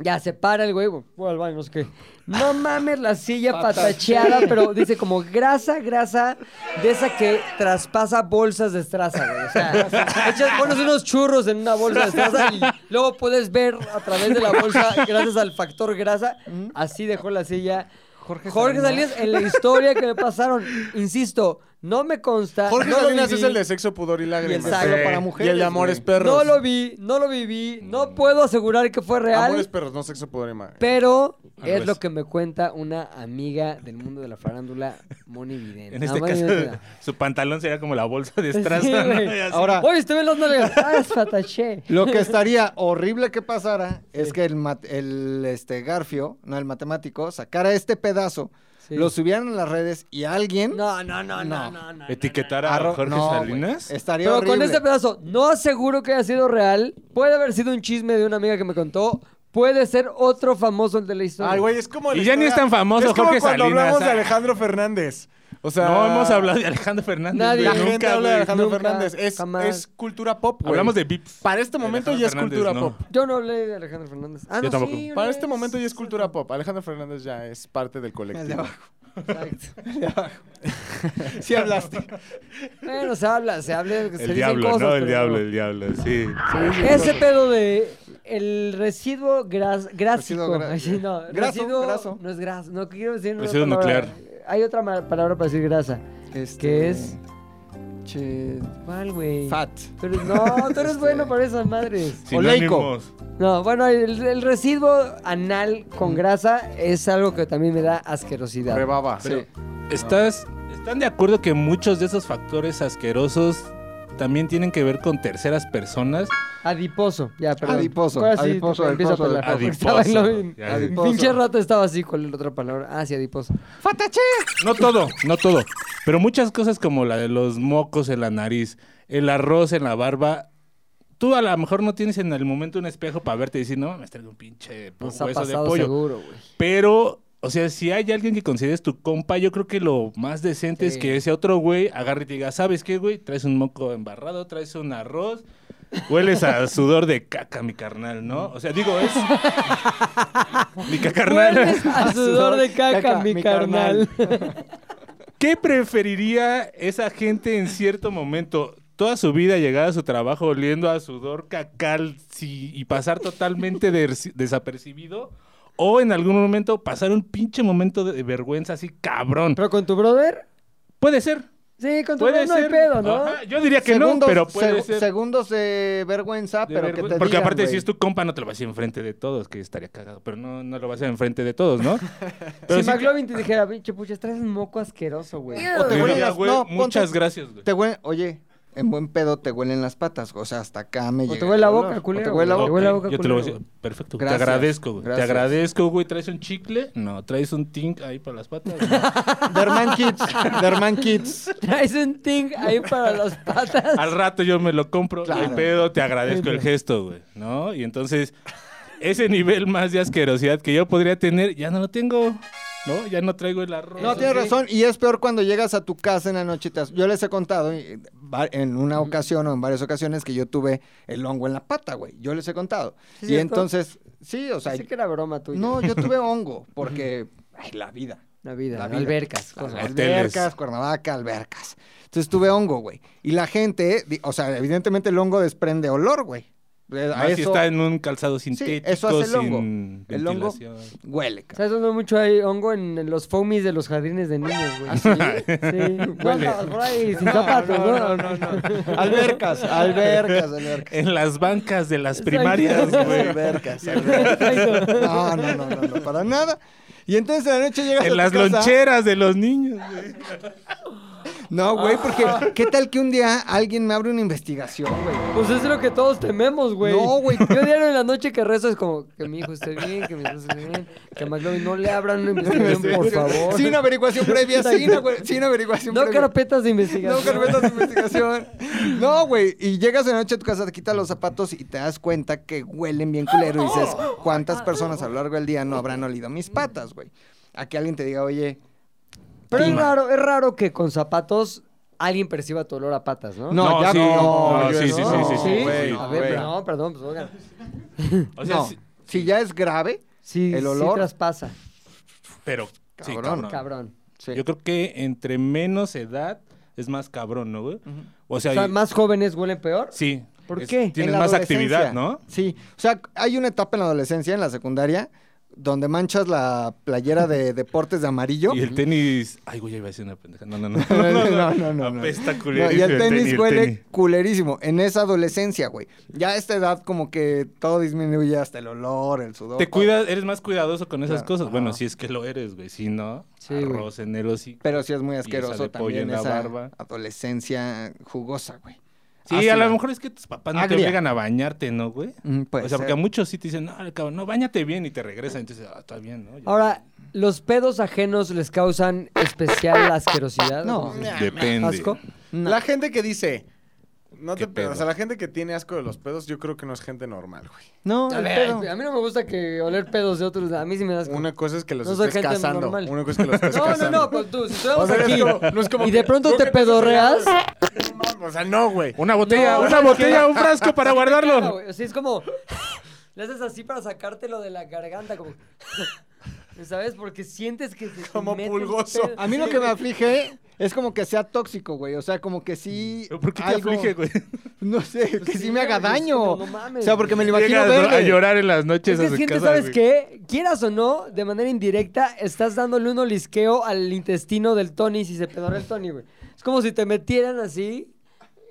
Speaker 1: Ya se para el güey, voy al baño, no sé qué. No mames, la silla patacheada, pero dice como grasa, grasa, de esa que traspasa bolsas de estraza, güey. O sea, echas, pones unos churros en una bolsa de estraza y luego puedes ver a través de la bolsa, gracias al factor grasa,
Speaker 4: Mm.
Speaker 1: así dejó la silla. Jorge, Salinas. en la historia que me pasaron, insisto, no me consta.
Speaker 4: Jorge
Speaker 1: no lo
Speaker 4: Salinas es
Speaker 1: viví.
Speaker 4: el de sexo, pudor y lágrimas.
Speaker 1: Exacto,
Speaker 4: Sí.
Speaker 1: para
Speaker 4: Y
Speaker 3: mujeres,
Speaker 4: el de amores
Speaker 3: güey.
Speaker 4: perros.
Speaker 1: No lo vi, no lo viví, no puedo asegurar que fue real.
Speaker 4: Mm. Amores perros, no sexo, pudor y lágrimas.
Speaker 1: Pero
Speaker 2: Al
Speaker 1: es
Speaker 2: revés.
Speaker 1: lo que me cuenta una amiga del mundo de la farándula, Moni Vidente.
Speaker 2: En este
Speaker 1: Nada más y
Speaker 2: caso,
Speaker 1: nada.
Speaker 2: su pantalón sería como la bolsa de
Speaker 1: Ah, Sí,
Speaker 2: estraza. ¿no?
Speaker 1: güey.
Speaker 2: Y así.
Speaker 3: Ahora-
Speaker 1: Oye, te ven las nalgas. Ah, es fataché.
Speaker 3: Lo que estaría horrible que pasara es que el, mat- el este, Garfio, no el matemático, sacara este pedazo,
Speaker 1: Sí.
Speaker 3: lo subieran en las redes y alguien...
Speaker 1: No, no, no, no,
Speaker 3: No.
Speaker 1: no. no,
Speaker 2: etiquetar a
Speaker 3: arro-
Speaker 2: Jorge
Speaker 3: no, güey,
Speaker 2: Salinas.
Speaker 3: Estaría
Speaker 1: Pero con
Speaker 3: horrible.
Speaker 1: este pedazo, no aseguro que haya sido real. Puede haber sido un chisme de una amiga que me contó. Puede ser otro famoso el de la historia.
Speaker 4: Ay, güey, es como. la
Speaker 2: Y ya ni
Speaker 4: historia-
Speaker 2: es tan famoso
Speaker 4: Es como
Speaker 2: Jorge
Speaker 4: cuando
Speaker 2: Salinas,
Speaker 4: hablamos de
Speaker 2: ah.
Speaker 4: Alejandro Fernández. O sea.
Speaker 2: No hemos hablado de Alejandro Fernández.
Speaker 1: Nadie.
Speaker 2: güey.
Speaker 4: La
Speaker 1: Nunca,
Speaker 4: gente habla de
Speaker 1: güey,
Speaker 4: Alejandro
Speaker 1: nunca,
Speaker 4: Fernández. Es,
Speaker 1: jamás.
Speaker 4: es cultura pop. güey.
Speaker 2: Hablamos de Vips.
Speaker 4: Para este momento
Speaker 2: Alejandro
Speaker 4: ya es
Speaker 2: Fernández,
Speaker 4: cultura
Speaker 2: no.
Speaker 4: pop.
Speaker 1: Yo no hablé de Alejandro Fernández. Ah,
Speaker 2: Yo
Speaker 1: no,
Speaker 2: tampoco.
Speaker 1: sí,
Speaker 4: Para
Speaker 1: hablé,
Speaker 4: este momento
Speaker 1: sí,
Speaker 4: ya es
Speaker 1: sí,
Speaker 4: cultura pop. Alejandro Fernández ya es parte del
Speaker 3: El de
Speaker 4: colectivo.
Speaker 3: abajo,
Speaker 1: exacto.
Speaker 3: sí hablaste.
Speaker 1: Bueno, se habla, se habla. se dicen
Speaker 2: El diablo,
Speaker 1: cosas,
Speaker 2: ¿no? El
Speaker 1: pero
Speaker 2: diablo, el diablo, sí.
Speaker 1: Ese pedo de el residuo gras, grásico.
Speaker 3: Residuo gra-
Speaker 1: Ay, sí, no,
Speaker 3: graso,
Speaker 1: residuo
Speaker 3: graso.
Speaker 1: no es gras, no quiero decir una
Speaker 2: Residuo
Speaker 1: palabra.
Speaker 2: nuclear.
Speaker 1: Hay otra ma- palabra para decir grasa.
Speaker 3: Este,
Speaker 1: ¿Qué es?
Speaker 3: Che,
Speaker 1: ¿Cuál, güey?
Speaker 3: fat. Este.
Speaker 1: Tú eres- no, tú eres bueno para esas madres.
Speaker 2: Sinónimos.
Speaker 1: No, bueno, el, el residuo anal con grasa es algo que también me da asquerosidad.
Speaker 4: Rebaba.
Speaker 2: Pero, ¿estás, ¿Están de acuerdo que muchos de esos factores asquerosos también tienen que ver con terceras personas?
Speaker 1: Adiposo, ya, perdón.
Speaker 3: Adiposo,
Speaker 1: Ahora sí
Speaker 3: adiposo,
Speaker 1: te empiezo
Speaker 3: adiposo,
Speaker 1: a pelar. porque
Speaker 2: adiposo.
Speaker 1: estaba en lo-
Speaker 2: Ya,
Speaker 1: en
Speaker 3: adiposo.
Speaker 1: Pinche rato estaba así, ¿cuál es la otra palabra? Ah, sí, adiposo.
Speaker 3: ¡Fatache!
Speaker 2: No todo, no todo. Pero muchas cosas como la de los mocos en la nariz, el arroz en la barba. Tú a lo mejor no tienes en el momento un espejo para verte y decir, no, me traigo un pinche po-
Speaker 1: Nos ha
Speaker 2: hueso de
Speaker 1: pasado
Speaker 2: pollo.
Speaker 1: seguro, güey.
Speaker 2: Pero, o sea, si hay alguien que consideres tu compa, yo creo que lo más decente
Speaker 1: Sí.
Speaker 2: es que ese otro güey agarre y te diga, ¿sabes qué, güey? Traes un moco embarrado, traes un arroz, hueles a sudor de caca, mi carnal, ¿no? O sea, digo, es... mi carnal.
Speaker 1: Hueles a sudor de caca, mi, carnal.
Speaker 2: ¿Qué preferiría esa gente en cierto momento? Toda su vida llegar a su trabajo oliendo a sudor cacal sí, y pasar totalmente des- desapercibido. O en algún momento pasar un pinche momento de vergüenza así cabrón.
Speaker 1: ¿Pero con tu brother?
Speaker 2: Puede ser.
Speaker 1: Sí, con tu
Speaker 2: Puede
Speaker 1: brother no hay
Speaker 2: ser.
Speaker 1: pedo, ¿no?
Speaker 2: Ajá, yo diría que no,
Speaker 3: Segundos,
Speaker 2: pero puede
Speaker 3: seg-
Speaker 2: ser.
Speaker 3: segundos de vergüenza,
Speaker 2: de
Speaker 3: pero que
Speaker 2: vergüenza.
Speaker 3: te
Speaker 2: Porque
Speaker 3: digan,
Speaker 2: aparte, si
Speaker 3: güey.
Speaker 2: es tu compa, no te lo vas a hacer enfrente de todos, que estaría cagado. Pero no, no lo vas a hacer enfrente de todos, ¿no? Pero
Speaker 1: si
Speaker 2: sí-
Speaker 1: McLovin te dijera, pinche pucha, traes un moco asqueroso, güey.
Speaker 3: O te
Speaker 2: Diría,
Speaker 3: huelen las-
Speaker 2: güey,
Speaker 3: no,
Speaker 2: muchas
Speaker 3: ponte-
Speaker 2: gracias, güey.
Speaker 3: Te huele- oye, en buen pedo te huelen las patas, o sea, hasta acá me
Speaker 1: O
Speaker 3: llega
Speaker 1: te huele la
Speaker 3: el olor.
Speaker 1: boca,
Speaker 3: O
Speaker 1: culero.
Speaker 3: Te huele la
Speaker 1: güey.
Speaker 3: boca.
Speaker 1: huele la boca,
Speaker 2: eh, Yo te lo voy a
Speaker 1: culero.
Speaker 2: decir. Perfecto.
Speaker 3: Gracias,
Speaker 2: te agradezco, güey.
Speaker 3: gracias.
Speaker 2: Te agradezco, güey. ¿Traes un chicle? No. ¿Traes un tink ahí para las patas? No.
Speaker 3: Derman Kids, Derman Kids.
Speaker 1: Traes un ting ahí para las patas.
Speaker 2: Al rato yo me lo compro.
Speaker 3: Claro.
Speaker 2: El pedo, te agradezco el gesto, güey. ¿No? Y entonces, ese nivel más de asquerosidad que yo podría tener, ya no lo tengo. ¿No? Ya no traigo el arroz.
Speaker 3: No, tienes razón. Y es peor cuando llegas a tu casa en la noche. y te has- Yo les he contado eh, va- en una ocasión o en varias ocasiones que yo tuve el hongo en la pata, güey. Yo les he contado.
Speaker 1: ¿Sí es
Speaker 3: y
Speaker 1: cierto?
Speaker 3: entonces, sí, o sea,
Speaker 1: Pensé que era broma tuya.
Speaker 3: no, yo tuve hongo porque ay, la vida.
Speaker 1: La vida,
Speaker 3: La
Speaker 1: ¿no?
Speaker 3: vida.
Speaker 1: albercas. cosas.
Speaker 2: Hoteles.
Speaker 3: Albercas, Cuernavaca, albercas. Entonces tuve hongo, güey. Y la gente, eh, di- o sea, evidentemente el hongo desprende olor, güey. Eh,
Speaker 2: Más
Speaker 3: A
Speaker 2: si
Speaker 3: eso
Speaker 2: está en un calzado sintético.
Speaker 3: eso hace el hongo.
Speaker 2: sin
Speaker 3: El hongo.
Speaker 2: ventilación.
Speaker 3: huele, cabrón.
Speaker 1: ¿Sabes dónde mucho hay hongo? En, en los foamies de los jardines de niños, güey. ¿Sí? No andabas por ahí sin zapatos, ¿no?
Speaker 3: No, no, no, no. Albercas, albercas, albercas.
Speaker 2: En las bancas de las
Speaker 1: Exacto.
Speaker 2: primarias, güey.
Speaker 3: Albercas, albercas. No, no, no, no, no, para nada. Y entonces en la noche llegas a
Speaker 2: En
Speaker 3: tu
Speaker 2: las
Speaker 3: casa.
Speaker 2: loncheras de los niños, güey.
Speaker 3: No, güey, porque ¿qué tal que un día alguien me abre una investigación, güey?
Speaker 1: Pues es lo que todos tememos, güey.
Speaker 3: No, güey.
Speaker 1: Yo diario en la noche que rezo es como que mi hijo esté bien, que mi esposa esté bien, que a McLovin no le abran una investigación, por favor.
Speaker 3: Sin averiguación previa, sin, aver- sin averiguación
Speaker 1: no
Speaker 3: previa.
Speaker 1: carpetas de
Speaker 3: No,
Speaker 1: investigación.
Speaker 3: carpetas de investigación. No, güey. Y llegas de noche a tu casa, te quitas los zapatos y te das cuenta que huelen bien culero. Y dices, ¿cuántas personas a lo largo del día no habrán olido mis patas, güey? A que alguien te diga, oye,
Speaker 1: Pero es raro, es raro que con zapatos alguien perciba tu olor a patas, ¿no?
Speaker 3: No, ya
Speaker 2: sí,
Speaker 3: no,
Speaker 2: no,
Speaker 3: yo
Speaker 2: sí, sí, sí,
Speaker 3: no.
Speaker 2: sí, sí,
Speaker 1: ¿Sí?
Speaker 2: güey,
Speaker 1: a ver,
Speaker 2: güey.
Speaker 1: no, perdón, pues oigan.
Speaker 2: O sea,
Speaker 3: No.
Speaker 2: sí-
Speaker 3: Si ya es grave,
Speaker 1: Sí,
Speaker 3: El
Speaker 1: sí
Speaker 3: olor.
Speaker 1: traspasa.
Speaker 2: Pero, sí,
Speaker 3: Cabrón.
Speaker 2: cabrón.
Speaker 1: Cabrón.
Speaker 3: sí.
Speaker 2: Yo creo que entre menos edad es más cabrón, ¿no, güey? O sea,
Speaker 1: O sea,
Speaker 2: y-
Speaker 1: más jóvenes huelen peor.
Speaker 2: sí.
Speaker 1: ¿Por
Speaker 2: es-
Speaker 1: qué?
Speaker 2: Tienes
Speaker 3: En la
Speaker 2: más
Speaker 3: adolescencia.
Speaker 2: actividad, ¿no?
Speaker 3: Sí, o sea, hay una etapa en la adolescencia, en la secundaria, donde manchas la playera de deportes de amarillo.
Speaker 2: Y el tenis. Ay, güey, ya iba a decir una pendeja. No, no, no.
Speaker 3: No, no, no, no, no.
Speaker 2: Apesta
Speaker 3: No,
Speaker 2: culerísimo
Speaker 3: y el tenis huele
Speaker 2: el tenis.
Speaker 3: culerísimo en esa adolescencia, güey. Ya a esta edad como que todo disminuye hasta el olor, el sudor.
Speaker 2: Te
Speaker 3: todo.
Speaker 2: cuidas, eres más cuidadoso con esas
Speaker 3: Claro,
Speaker 2: cosas. Bueno,
Speaker 3: ajá. Ah,
Speaker 2: si es que lo eres, güey. Si no,
Speaker 1: Sí, güey.
Speaker 2: arroz en el hocico.
Speaker 3: Pero sí es muy
Speaker 2: esa
Speaker 3: asqueroso
Speaker 2: de pollo
Speaker 3: también
Speaker 2: en la
Speaker 3: esa
Speaker 2: barba.
Speaker 3: adolescencia jugosa, güey.
Speaker 2: Sí,
Speaker 3: Ácida.
Speaker 2: a lo mejor es que tus papás no te
Speaker 3: Agria.
Speaker 2: obligan a bañarte, ¿no, güey?
Speaker 3: Mm, puede
Speaker 2: o sea, porque
Speaker 3: ser.
Speaker 2: a muchos sí te dicen, no, cabrón, no, bañate bien y te regresan. Entonces, ah, está bien, ¿no? Ya.
Speaker 1: Ahora, ¿los pedos ajenos les causan especial asquerosidad?
Speaker 3: No.
Speaker 1: ¿O sea,
Speaker 2: Depende.
Speaker 1: ¿Asco?
Speaker 3: No.
Speaker 4: La gente que dice. No
Speaker 2: ¿Qué
Speaker 4: te pedo.
Speaker 2: pedo?
Speaker 4: O sea, la gente que tiene asco de los pedos, yo creo que no es gente normal, güey.
Speaker 3: No,
Speaker 1: A,
Speaker 3: el
Speaker 1: ver,
Speaker 3: pedo.
Speaker 1: a mí no me gusta que oler pedos de otros. A mí sí me das.
Speaker 4: Una cosa es que los
Speaker 1: No soy
Speaker 4: estés
Speaker 1: gente
Speaker 4: cazando.
Speaker 1: normal.
Speaker 4: Una cosa es que los estés
Speaker 1: No, pues, no,
Speaker 4: cazando.
Speaker 1: no, pero tú, si estamos
Speaker 4: O sea, es
Speaker 1: aquí
Speaker 4: como- no es como
Speaker 1: y de
Speaker 4: que-
Speaker 1: pronto
Speaker 4: creo
Speaker 1: te
Speaker 4: que no se
Speaker 1: pedorreas.
Speaker 4: No mames, O sea, no, güey.
Speaker 2: Una botella,
Speaker 1: No,
Speaker 2: una botella, un frasco para
Speaker 1: Claro,
Speaker 2: guardarlo.
Speaker 1: güey, o sea, es como. Le haces así para sacártelo de la garganta, como. ¿Sabes? Porque sientes que. se te
Speaker 4: Como
Speaker 1: mete un
Speaker 4: pulgoso.
Speaker 1: pedo.
Speaker 3: A mí lo que me aflige es como que sea tóxico, güey. O sea, como que sí.
Speaker 2: ¿Por qué te
Speaker 3: algo-
Speaker 2: aflige, güey?
Speaker 3: No sé, que sí,
Speaker 1: sí,
Speaker 3: me haga
Speaker 1: güey, es
Speaker 3: daño.
Speaker 1: como, no mames,
Speaker 3: o sea, porque me lo imagino
Speaker 2: Llegas
Speaker 3: verde.
Speaker 2: a llorar en las
Speaker 1: Es
Speaker 2: noches
Speaker 1: que
Speaker 2: a su
Speaker 1: sientes,
Speaker 2: casa,
Speaker 1: ¿sabes
Speaker 2: güey.
Speaker 1: qué? Quieras o no, de manera indirecta, estás dándole un olisqueo al intestino del Tony si se pedora el Tony, güey. Es como si te metieran así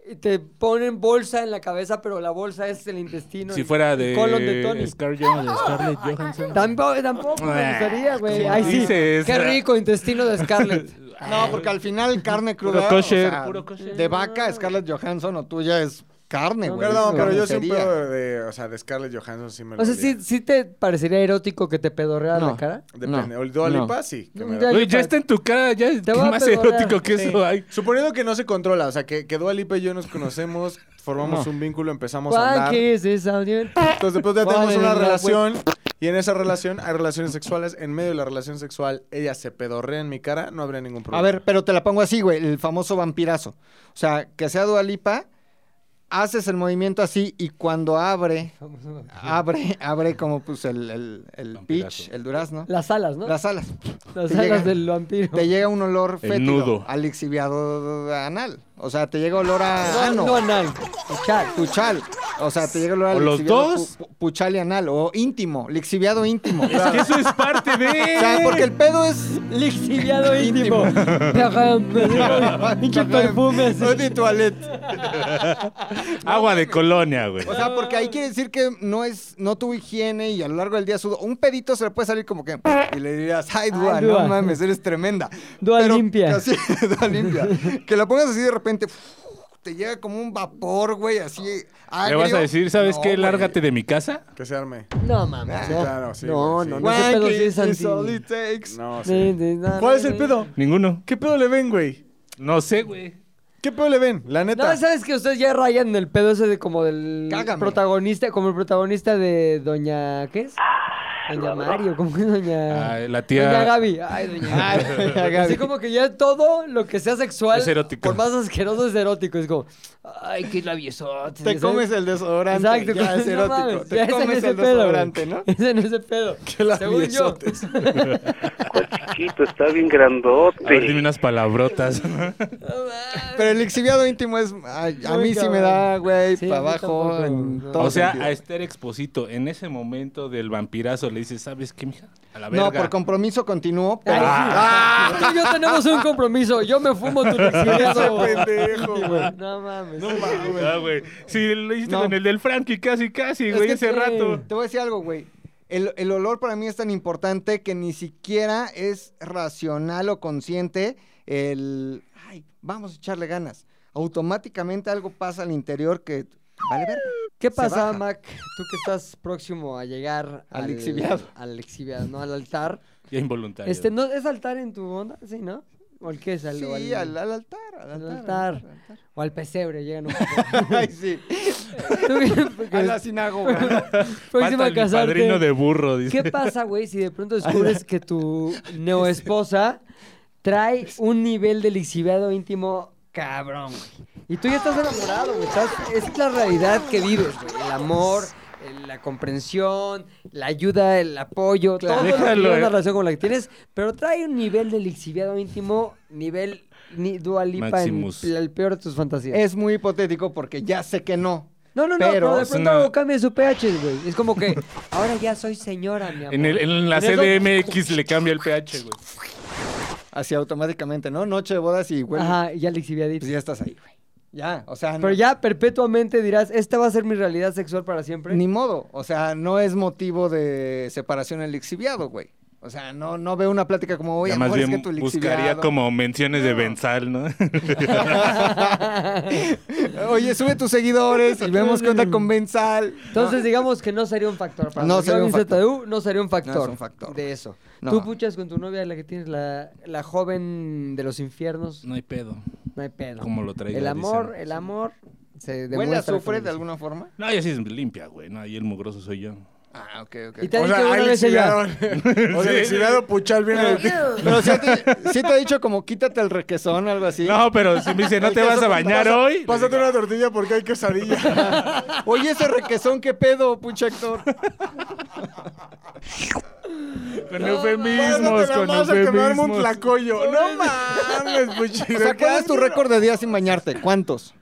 Speaker 1: y te ponen bolsa en la cabeza, pero la bolsa es el intestino.
Speaker 2: Si
Speaker 1: el-
Speaker 2: fuera
Speaker 1: el
Speaker 2: de este,
Speaker 1: colon de Tony.
Speaker 2: Scarlett Johansson, de Scarlett Johansson.
Speaker 1: Tampoco, tampoco me gustaría, güey.
Speaker 2: Ah, ¿cómo
Speaker 1: Ay, sí.
Speaker 2: dices? Ah.
Speaker 1: Qué rico, intestino de Scarlett.
Speaker 3: No, porque al final carne
Speaker 2: Puro
Speaker 3: cruda. o
Speaker 2: kosher.
Speaker 3: sea,
Speaker 2: Puro kosher.
Speaker 3: De vaca, Scarlett Johansson o tuya es carne,
Speaker 1: No,
Speaker 3: güey.
Speaker 1: no,
Speaker 4: Perdón,
Speaker 3: es
Speaker 4: pero yo
Speaker 3: grosería.
Speaker 4: siempre de, o sea, de Scarlett Johansson sí me lo
Speaker 1: O sea,
Speaker 4: olía.
Speaker 1: ¿sí, sí te pareciera erótico que te pedorreara
Speaker 3: No.
Speaker 1: la cara?
Speaker 4: Depende.
Speaker 3: No,
Speaker 4: el Dua
Speaker 3: no.
Speaker 4: Lipa, sí. que me
Speaker 1: Ya
Speaker 4: da-
Speaker 2: Güey, ya está en tu cara, ya es
Speaker 1: Te voy a
Speaker 2: más
Speaker 1: perdonar.
Speaker 2: erótico que
Speaker 4: Sí.
Speaker 2: eso hay.
Speaker 4: Suponiendo que no se controla, o sea, que, que Dua Lipa y yo nos conocemos, formamos
Speaker 3: No.
Speaker 4: un vínculo, empezamos a
Speaker 1: Juan,
Speaker 4: andar.
Speaker 1: ¿qué es esa? Dime-
Speaker 4: Entonces después ya
Speaker 1: Vale,
Speaker 4: tenemos una
Speaker 1: verdad,
Speaker 4: relación y en esa relación hay relaciones sexuales. En medio de la relación sexual, ella se pedorrea en mi cara, no habría ningún problema.
Speaker 3: A ver, pero te la pongo así, güey, el famoso vampirazo. O sea, que sea Dualipa, haces el movimiento así y cuando abre, abre, abre como pues el, el, el
Speaker 2: Vampirazo.
Speaker 3: peach, el durazno,
Speaker 1: Las alas, ¿no? Las,
Speaker 3: las alas. te
Speaker 1: alas
Speaker 3: llega-
Speaker 1: del vampiro.
Speaker 3: Te llega un olor
Speaker 2: El
Speaker 3: fétido,
Speaker 2: nudo.
Speaker 3: al lixiviado anal. O sea, te llega olor a
Speaker 1: Ah, No,
Speaker 3: ano,
Speaker 1: no anal. Escuchar.
Speaker 3: puchal. O sea, te llega olor a
Speaker 2: O los
Speaker 3: lixiviado
Speaker 2: dos.
Speaker 3: pu- pu- puchal y anal, o íntimo, lixiviado íntimo.
Speaker 2: Es que eso es parte de.
Speaker 3: O sea, porque el pedo es
Speaker 1: Lixiviado íntimo. Pinche perfume así.
Speaker 3: Eau de toilette.
Speaker 2: Agua de colonia, güey.
Speaker 3: O sea, porque ahí quiere decir que no es, no tuvo higiene y a lo largo del día sudo. Un pedito se le puede salir como que. Y le dirías, ay, Dua,
Speaker 1: Ay,
Speaker 3: no
Speaker 1: Dua.
Speaker 3: mames, eres tremenda.
Speaker 1: Dua
Speaker 3: Pero
Speaker 1: limpia.
Speaker 3: Así, Dua limpia. Que la pongas así de repente, te llega como un vapor, güey, así.
Speaker 2: Le
Speaker 3: agrio.
Speaker 2: vas a decir, ¿sabes
Speaker 3: No,
Speaker 2: qué?
Speaker 3: güey.
Speaker 2: Lárgate de mi casa.
Speaker 4: Que se arme.
Speaker 1: No, mames.
Speaker 4: Sí, claro, sí,
Speaker 1: No,
Speaker 4: güey,
Speaker 1: no,
Speaker 4: sí.
Speaker 1: no. ese pedo sí es
Speaker 3: Wanking
Speaker 1: anti-
Speaker 3: is all it takes.
Speaker 4: No, sí.
Speaker 1: Sí, sí, no,
Speaker 4: ¿Cuál
Speaker 1: no,
Speaker 4: es el
Speaker 1: no.
Speaker 4: pedo?
Speaker 2: Ninguno.
Speaker 4: ¿Qué pedo le ven, güey?
Speaker 2: No sé, güey.
Speaker 4: ¿Qué pedo le ven? La neta.
Speaker 1: No, sabes que ustedes ya rayan el pedo ese de como del
Speaker 3: Cágame.
Speaker 1: protagonista, como el protagonista de Doña. ¿Qué es? Doña Mario, como que Doña.
Speaker 2: Ah, la tía-
Speaker 1: Doña Gaby. Ay, Doña Gaby.
Speaker 3: Doña Gaby.
Speaker 1: Así como que ya todo lo que sea sexual.
Speaker 2: Es erótico.
Speaker 1: Por más asqueroso es erótico. Es como. Ay, qué labiosote.
Speaker 3: Te
Speaker 1: ¿sabes?
Speaker 3: comes el desodorante.
Speaker 1: Exacto,
Speaker 3: ya es
Speaker 1: no
Speaker 3: erótico.
Speaker 1: mames,
Speaker 3: te
Speaker 1: ya es en
Speaker 3: comes
Speaker 1: ese
Speaker 3: el
Speaker 1: pedo,
Speaker 3: desodorante,
Speaker 1: güey.
Speaker 3: ¿no?
Speaker 1: Es en ese pedo. Según yo.
Speaker 4: labiosotes.
Speaker 5: ¿Cuál chiquito? Está bien grandote.
Speaker 2: A ver, dime unas palabrotas.
Speaker 3: Pero el exhibiado íntimo es. ay, a
Speaker 1: Muy
Speaker 3: mí sí me
Speaker 1: cabrón.
Speaker 3: da, güey,
Speaker 1: Sí, a
Speaker 3: para
Speaker 1: mí
Speaker 3: abajo.
Speaker 1: tampoco,
Speaker 3: en
Speaker 1: no.
Speaker 3: todo
Speaker 2: o sea,
Speaker 3: sentido.
Speaker 2: a Esther Exposito, en ese momento del vampirazo, le dices, ¿sabes qué, mija? A la verga.
Speaker 3: No, por compromiso continuó,
Speaker 1: Ay,
Speaker 3: pero. Ah.
Speaker 1: sí. Tú y yo tenemos un compromiso. Yo me fumo tu
Speaker 4: Eso,
Speaker 1: lixiviado.
Speaker 4: pendejo, güey.
Speaker 1: No mames.
Speaker 2: No mames, ah, güey. Sí, lo hiciste
Speaker 3: No.
Speaker 2: con el del Frankie, casi, casi,
Speaker 3: Es
Speaker 2: güey,
Speaker 3: que
Speaker 2: hace
Speaker 1: te-
Speaker 2: rato.
Speaker 3: Te voy a decir algo, güey. El, el olor para mí es tan importante que ni siquiera es racional o consciente el. Ay, vamos a echarle ganas. Automáticamente algo pasa al interior que. Vale, verga.
Speaker 1: ¿Qué
Speaker 3: Se
Speaker 1: pasa,
Speaker 3: baja.
Speaker 1: Mac? Tú que estás próximo a llegar
Speaker 3: Al lixiviado.
Speaker 1: Al lixiviado, no, al altar.
Speaker 2: Ya involuntario.
Speaker 1: Este, ¿no? ¿Es altar en tu onda? Sí, ¿no? ¿O el qué es? Al, o
Speaker 3: Sí, al, al altar. Al
Speaker 1: al
Speaker 3: altar.
Speaker 1: altar. O al pesebre, llegan un poco.
Speaker 3: Ay, sí.
Speaker 1: Tú que-
Speaker 3: A la sinagoga.
Speaker 1: próximo
Speaker 2: Falta
Speaker 1: a
Speaker 2: el padrino
Speaker 1: casarte.
Speaker 2: de burro, dice.
Speaker 1: ¿Qué pasa, güey, si de pronto descubres que tu neoesposa trae un nivel de lixiviado íntimo cabrón, güey? Y tú ya estás enamorado, güey. estás- Es la realidad que vives, güey. El amor, eh, la comprensión, la ayuda, el apoyo, todo lo que
Speaker 2: Déjalo,
Speaker 1: lleva una
Speaker 2: eh.
Speaker 1: relación con la que tienes, pero trae un nivel de lixiviado íntimo, nivel ni dualipa en
Speaker 2: Maximus.
Speaker 1: pl- el peor de tus fantasías.
Speaker 3: Es muy hipotético porque ya sé que no.
Speaker 1: no, no, no,
Speaker 3: pero
Speaker 1: pero, de
Speaker 3: es
Speaker 1: pronto
Speaker 2: una-
Speaker 1: cambia su pH, güey. Es como que ahora ya soy señora, mi amor.
Speaker 2: En, el- en la
Speaker 1: En eso-
Speaker 2: CDMX le cambia el pH, güey.
Speaker 3: Así automáticamente, ¿no? Noche de bodas y güey.
Speaker 1: Ajá, ya lixiviadito.
Speaker 3: Pues ya estás ahí, güey. Ya, o sea, Ah, no-
Speaker 1: Pero ya perpetuamente dirás, esta va a ser mi realidad sexual para siempre.
Speaker 3: ni modo. O sea, no es motivo de separación el lixiviado, güey. O sea, no, no veo una plática como, oye,
Speaker 2: Ya
Speaker 3: amor,
Speaker 2: más
Speaker 3: es
Speaker 2: bien
Speaker 3: que tu
Speaker 2: buscaría
Speaker 3: lixiviado...
Speaker 2: como menciones de Benzal, ¿no?
Speaker 3: Oye, sube tus seguidores y vemos qué onda con Benzal.
Speaker 1: Entonces, digamos que no sería un factor. Para
Speaker 3: No
Speaker 1: los
Speaker 3: sería un
Speaker 1: Robin
Speaker 3: factor.
Speaker 1: ZDU, no sería un factor.
Speaker 3: No es un factor.
Speaker 1: De eso.
Speaker 3: No.
Speaker 1: Tú puchas con tu novia, la que tienes, la, la joven de los infiernos.
Speaker 2: No hay pedo.
Speaker 1: No hay pedo.
Speaker 2: Como lo traiga,
Speaker 1: El amor,
Speaker 2: dicen.
Speaker 1: el amor se
Speaker 3: No.
Speaker 1: demuestra.
Speaker 3: ¿Huele a azufre
Speaker 1: con eso.
Speaker 3: de alguna forma?
Speaker 2: No, ella sí es limpia, güey. No, y el mugroso soy yo.
Speaker 3: Ah, ok, ok.
Speaker 1: Y te ha
Speaker 4: O
Speaker 1: dicho
Speaker 4: sea,
Speaker 1: alguna
Speaker 4: Alex
Speaker 1: vez ella.
Speaker 4: Hidalgo- o sea, Alex Hidalgo Puchal viene de ti.
Speaker 3: Pero sí te, sí te ha dicho como, quítate el requesón o algo así.
Speaker 2: No, pero si me dice, ¿no
Speaker 3: El
Speaker 2: te vas
Speaker 3: caso-
Speaker 2: a bañar hoy?
Speaker 4: Pásate una tortilla porque hay quesadilla.
Speaker 3: Oye, ese requesón, ¿qué pedo, pucha Héctor?
Speaker 2: Con
Speaker 4: Pásate
Speaker 2: eufemismos,
Speaker 4: nada
Speaker 2: con
Speaker 4: más a quemarme un
Speaker 2: eufemismos.
Speaker 4: tlacoyo. No mames, Puchil.
Speaker 3: O sea, ¿cuál es tu récord de días sin bañarte? ¿Cuántos?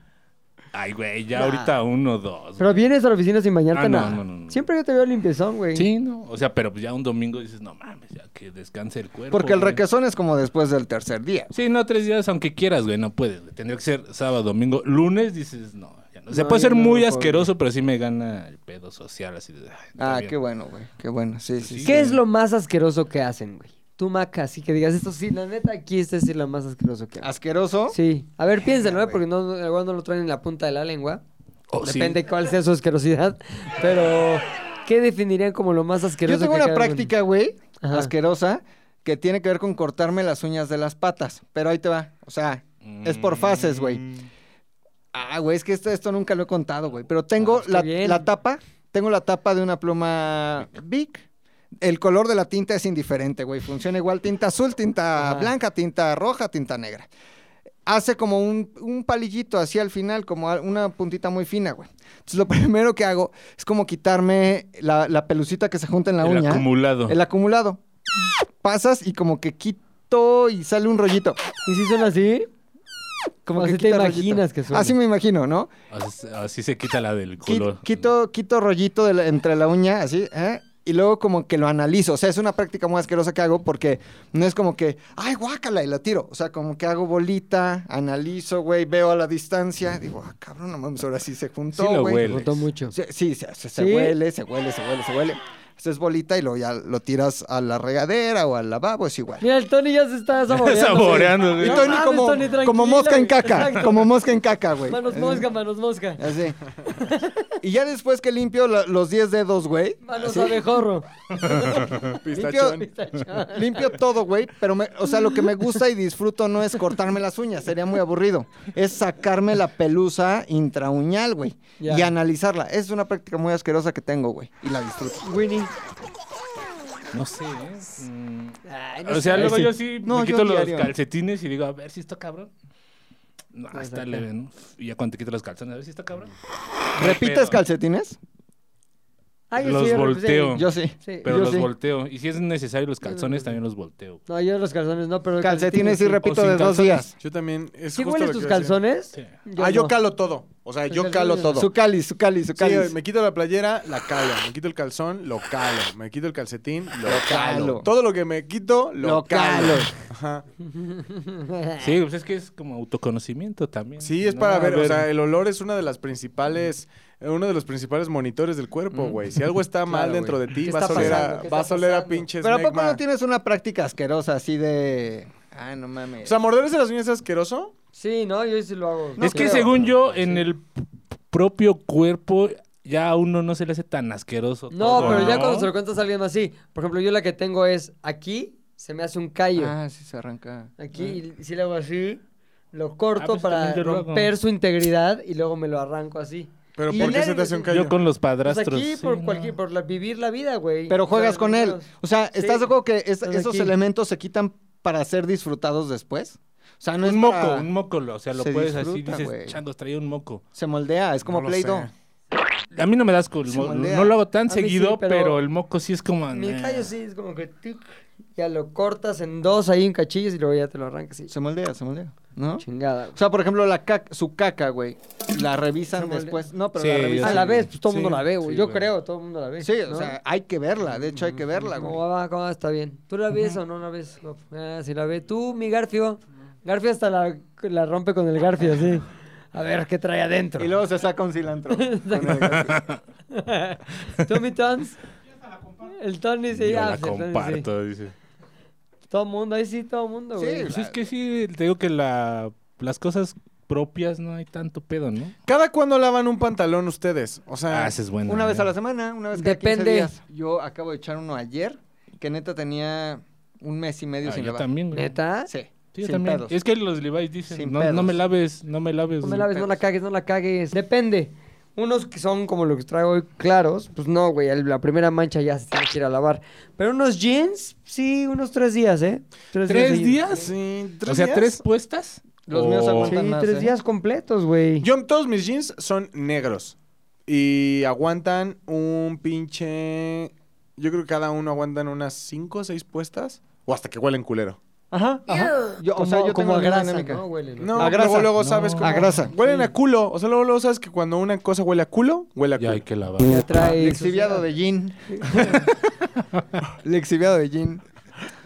Speaker 2: Ay, güey, ya ahorita uno o dos.
Speaker 1: Pero vienes a la oficina sin bañarte
Speaker 2: Ah, no,
Speaker 1: nada.
Speaker 2: no, no, no.
Speaker 1: Siempre yo te veo limpiezón, güey.
Speaker 2: Sí, no. O sea, pero pues ya un domingo dices, no mames, ya que descanse el cuerpo.
Speaker 3: Porque el
Speaker 2: güey".
Speaker 3: requesón es como después del tercer día.
Speaker 2: Sí, no, tres días, aunque quieras, güey, no puedes. güey. Tendría que ser sábado, domingo. Lunes dices, no. ya no. O sea,
Speaker 1: No,
Speaker 2: puede
Speaker 1: ya
Speaker 2: ser
Speaker 1: no,
Speaker 2: muy
Speaker 1: no puedo.
Speaker 2: asqueroso, pero sí me gana el pedo social. Así de, ay, está
Speaker 3: Ah,
Speaker 2: bien. Pues
Speaker 3: qué bueno, güey. Qué bueno. Sí, sí, sí.
Speaker 1: ¿Qué es lo más asqueroso que hacen, güey? Tú, Maca, así que digas, esto sí, la neta, aquí este sí es lo más asqueroso que hacen.
Speaker 3: ¿Asqueroso?
Speaker 1: Sí. A ver, piénsalo, ¿eh?
Speaker 3: güey.
Speaker 1: Porque no, igual no lo traen en la punta de la lengua.
Speaker 2: Oh, sí.
Speaker 1: Depende cuál sea su asquerosidad. Pero, ¿qué definirían como lo más asqueroso?
Speaker 3: Yo tengo
Speaker 1: que
Speaker 3: una
Speaker 1: hagan?
Speaker 3: práctica, güey,
Speaker 1: Ajá.
Speaker 3: asquerosa, que tiene que ver con cortarme las uñas de las patas. Pero ahí te va. O sea, es por fases, güey. Ah, güey, es que esto, esto nunca lo he contado, güey. Pero tengo
Speaker 1: Ah, está
Speaker 3: la,
Speaker 1: bien.
Speaker 3: la tapa, tengo la tapa de una pluma Bic. El color de la tinta es indiferente, güey. Funciona igual tinta azul, tinta
Speaker 1: Ajá.
Speaker 3: blanca, tinta roja, tinta negra. Hace como un, un palillito así al final, como a- una puntita muy fina, güey. Entonces lo primero que hago es como quitarme la, la pelucita que se junta en la
Speaker 2: el
Speaker 3: uña. ¿eh?
Speaker 2: acumulado.
Speaker 3: El acumulado. Pasas y como que quito y sale un rollito.
Speaker 1: ¿Y si son así?
Speaker 3: Como
Speaker 1: Así
Speaker 3: que
Speaker 1: te
Speaker 3: quita
Speaker 1: imaginas que suena.
Speaker 3: Así me imagino, ¿no?
Speaker 2: Así, así se quita la del
Speaker 3: Qui-
Speaker 2: color.
Speaker 3: quito, quito rollito de la- entre la uña, así, ¿eh? Y luego como que lo analizo. O sea, es una práctica muy asquerosa que hago porque no es como que, ay, guácala, y la tiro. O sea, como que hago bolita, analizo, güey, veo a la distancia. Digo, ah, cabrón, no mames, ahora sí se juntó,
Speaker 2: Sí lo
Speaker 3: güey.
Speaker 2: huele.
Speaker 1: Notó mucho.
Speaker 3: Sí, sí, se, se- se
Speaker 1: ¿Sí?
Speaker 3: huele, se huele, se huele, se huele. Haces bolita y luego ya lo tiras a la regadera o al lavabo, es igual.
Speaker 1: Mira, el Tony ya se está saboreando.
Speaker 2: Saboreando,
Speaker 1: güey.
Speaker 2: güey.
Speaker 3: Y
Speaker 1: No
Speaker 3: Tony
Speaker 1: mames,
Speaker 3: como,
Speaker 1: Tony, tranquilo,
Speaker 3: como mosca en
Speaker 1: güey.
Speaker 3: caca,
Speaker 1: Exacto.
Speaker 3: como mosca en caca, güey.
Speaker 1: Manos mosca, manos mosca.
Speaker 3: Así. Y ya después que limpio la- los 10 dedos, güey.
Speaker 1: Manos
Speaker 3: así,
Speaker 1: abejorro.
Speaker 3: Limpio, limpio todo, güey. Pero, me- o sea, lo que me gusta y disfruto no es cortarme las uñas, sería muy aburrido. Es sacarme la pelusa intrauñal, güey.
Speaker 1: Ya.
Speaker 3: Y analizarla. Es una práctica muy asquerosa que tengo, güey. Y la disfruto.
Speaker 1: Winnie.
Speaker 2: No sé, ¿eh? Mm.
Speaker 1: Ay, no
Speaker 2: O sea,
Speaker 1: sé.
Speaker 2: luego
Speaker 3: sí.
Speaker 2: yo sí
Speaker 3: No,
Speaker 2: me
Speaker 3: yo
Speaker 2: quito los
Speaker 3: diario.
Speaker 2: calcetines y digo, a ver si está cabrón. No,
Speaker 1: Pues
Speaker 2: está
Speaker 1: acá.
Speaker 2: leve, ¿no? Y ya cuando te quito los calzones, a ver si está cabrón.
Speaker 3: ¿Repites
Speaker 2: Pero-
Speaker 3: calcetines?
Speaker 1: Ay, yo
Speaker 2: los
Speaker 1: sí, yo-
Speaker 2: volteo.
Speaker 1: sí.
Speaker 3: Yo sí.
Speaker 1: Sí.
Speaker 2: Pero
Speaker 3: yo
Speaker 2: los
Speaker 3: sí.
Speaker 2: volteo. Y si es necesario los calzones, también los volteo.
Speaker 1: No, yo los calzones no, pero.
Speaker 3: Calcetines y repito
Speaker 2: O sin
Speaker 3: de dos
Speaker 2: calzones.
Speaker 3: días.
Speaker 4: Yo también. Es
Speaker 1: ¿Sí
Speaker 4: justo
Speaker 1: hueles
Speaker 4: lo
Speaker 1: tus
Speaker 4: que iba a decir.
Speaker 1: calzones?
Speaker 2: Sí.
Speaker 4: ah, yo
Speaker 1: no.
Speaker 4: calo todo. O sea, yo
Speaker 1: calzones
Speaker 4: calo
Speaker 1: no.
Speaker 4: todo.
Speaker 3: Su cali, su cali, su cali.
Speaker 4: Sí, eh, me quito la playera, la calo. Me quito el calzón, lo calo. Me quito el calcetín, lo,
Speaker 3: calo.
Speaker 4: calo. Todo lo que me quito, lo,
Speaker 3: Lo calo.
Speaker 4: calo. Ajá.
Speaker 1: Ah.
Speaker 2: Sí, pues es que es como autoconocimiento también.
Speaker 4: Sí, es
Speaker 2: ¿no?
Speaker 4: para
Speaker 2: A
Speaker 4: ver, o sea, el olor es una de las principales, eh, uno de los principales monitores del cuerpo, güey. Si algo está mal
Speaker 3: Claro,
Speaker 4: dentro
Speaker 3: güey.
Speaker 4: de ti,
Speaker 1: ¿Qué
Speaker 4: vas a
Speaker 1: está
Speaker 4: oler a,
Speaker 1: pasando? ¿Qué
Speaker 4: vas
Speaker 1: está
Speaker 4: a oler a
Speaker 1: pasando?
Speaker 4: pinches
Speaker 3: Pero ¿a poco
Speaker 4: megma.
Speaker 3: no tienes una práctica asquerosa así de. Ah, no mames.
Speaker 4: O sea, morderse las uñas es asqueroso.
Speaker 1: Sí, no, yo sí lo hago.
Speaker 2: es que según
Speaker 4: Ah,
Speaker 2: yo, en el p- propio cuerpo ya a uno no se le hace tan asqueroso.
Speaker 1: No,
Speaker 4: Oh,
Speaker 2: todo,
Speaker 1: pero ya cuando se lo cuentas a alguien más, sí. Por ejemplo, yo la que tengo es aquí, se me hace un callo.
Speaker 3: Ah, sí, se arranca.
Speaker 1: Aquí, y si le hago así, lo corto
Speaker 2: Ah, pues
Speaker 1: para
Speaker 2: también yo lo hago.
Speaker 1: romper su integridad y luego me lo arranco así.
Speaker 4: Pero
Speaker 1: Y
Speaker 4: ¿por qué
Speaker 1: nadie
Speaker 4: se te hace un
Speaker 1: dice-
Speaker 4: callo?
Speaker 2: Yo con los
Speaker 1: Pues
Speaker 2: padrastros.
Speaker 1: aquí,
Speaker 2: sí,
Speaker 1: por
Speaker 2: no.
Speaker 1: cualquier, por la- vivir la vida, güey.
Speaker 3: Pero
Speaker 1: O sea,
Speaker 3: juegas
Speaker 1: de
Speaker 3: con él.
Speaker 1: todos.
Speaker 3: O sea,
Speaker 1: Sí.
Speaker 3: ¿estás de acuerdo que es-
Speaker 1: Entonces
Speaker 3: esos
Speaker 1: aquí.
Speaker 3: elementos se quitan para ser disfrutados después? O sea, no es
Speaker 2: un moco,
Speaker 3: para-
Speaker 2: un moco, lo- o sea, lo
Speaker 3: Se
Speaker 2: puedes así,
Speaker 3: disfruta,
Speaker 2: dices,
Speaker 3: güey.
Speaker 2: changos, traía un moco.
Speaker 3: Se moldea, es como
Speaker 4: No lo
Speaker 3: Play-Doh.
Speaker 4: sé.
Speaker 2: A mí no me das asco. el
Speaker 3: Se
Speaker 2: mo-
Speaker 3: moldea.
Speaker 2: No lo hago tan
Speaker 1: A mí
Speaker 2: seguido,
Speaker 1: sí, pero-
Speaker 2: pero... el moco sí es como.
Speaker 1: Mi
Speaker 2: nah.
Speaker 1: callo sí es como que tic, ya lo cortas en dos ahí en cachillos y luego ya te lo arrancas y
Speaker 3: Se moldea, se moldea, ¿no?
Speaker 1: chingada.
Speaker 3: O sea, por ejemplo, la caca- su caca, güey, la
Speaker 1: Se
Speaker 3: revisan
Speaker 1: moldea.
Speaker 3: después. No, pero
Speaker 2: Sí,
Speaker 3: la
Speaker 2: yo
Speaker 3: revisan.
Speaker 1: A
Speaker 2: sí.
Speaker 1: la vez, pues todo el
Speaker 2: Sí,
Speaker 1: mundo la ve, güey.
Speaker 2: sí,
Speaker 1: Yo
Speaker 2: güey.
Speaker 1: creo, todo el mundo la ve.
Speaker 3: Sí, o
Speaker 1: ¿no?
Speaker 3: sea, hay que verla. De hecho, hay que verla,
Speaker 1: ¿Cómo
Speaker 3: güey.
Speaker 1: va? ¿Cómo va? Está bien. ¿Tú la ves o no la ves? No. Ah, si la ve. Tú, mi Garfio. Garfio hasta la, la rompe con el Garfio, sí. A ver qué trae adentro.
Speaker 3: Y luego se saca un cilantro. Con el-
Speaker 1: Tú, mi Tons. El Tony
Speaker 2: Yo
Speaker 1: dice, "Ah,
Speaker 2: la comparto, dice.
Speaker 1: Todo el mundo, ahí sí, todo el mundo,
Speaker 3: Sí,
Speaker 1: güey.
Speaker 2: Pues es que sí, te digo que la, las cosas propias no hay tanto pedo, ¿no?
Speaker 4: ¿Cada cuándo lavan un pantalón ustedes? O sea,
Speaker 2: Ah, esa es buena.
Speaker 3: Una vez a la
Speaker 2: ¿eh?
Speaker 3: semana, una vez cada 15
Speaker 1: Depende.
Speaker 3: días. Yo acabo de echar uno ayer, que neta tenía un mes y medio
Speaker 2: Ah,
Speaker 3: sin
Speaker 2: yo
Speaker 3: lavar.
Speaker 2: también, güey.
Speaker 1: ¿Neta?
Speaker 3: Sí,
Speaker 2: Sí, yo
Speaker 3: sin
Speaker 2: también.
Speaker 3: pedos.
Speaker 2: Es que los Levi's dicen,
Speaker 3: Sin
Speaker 2: no, no me
Speaker 3: pedos.
Speaker 2: laves, no me laves.
Speaker 1: No me laves, no la cagues, no la cagues. Depende. Unos que son como los que traigo hoy claros, pues no, güey. el- La primera mancha ya se tiene que ir a lavar. Pero unos jeans, sí, unos tres días, ¿eh?
Speaker 2: ¿Tres
Speaker 1: seguidos.
Speaker 2: días?
Speaker 4: ah, sí,
Speaker 2: O sea,
Speaker 4: días?
Speaker 2: ¿tres puestas? Oh,
Speaker 3: Los míos
Speaker 1: Sí,
Speaker 3: aguantan. Aguantan más,
Speaker 1: tres
Speaker 3: ¿eh?
Speaker 1: días completos, güey.
Speaker 4: Yo, todos mis jeans son negros. Y aguantan un pinche. Yo creo que cada uno aguantan unas 5 o 6 puestas. O hasta que huelen culero.
Speaker 3: Ajá, ajá. Yo, o sea, yo tengo
Speaker 1: como
Speaker 3: la
Speaker 1: a
Speaker 3: misma
Speaker 1: grasa,
Speaker 3: dinámica.
Speaker 1: ¿no? Huele, ¿no?
Speaker 4: No,
Speaker 3: A grasa.
Speaker 4: luego, luego
Speaker 2: No.
Speaker 4: sabes cómo.
Speaker 3: A grasa.
Speaker 4: Huelen a culo. O sea, luego, luego sabes que cuando una cosa huele a culo, huele a
Speaker 2: Ya
Speaker 4: culo.
Speaker 2: hay que lavar.
Speaker 1: Ya trae
Speaker 3: Lexiviado
Speaker 1: suciedad.
Speaker 3: de jean. Lexiviado de jean.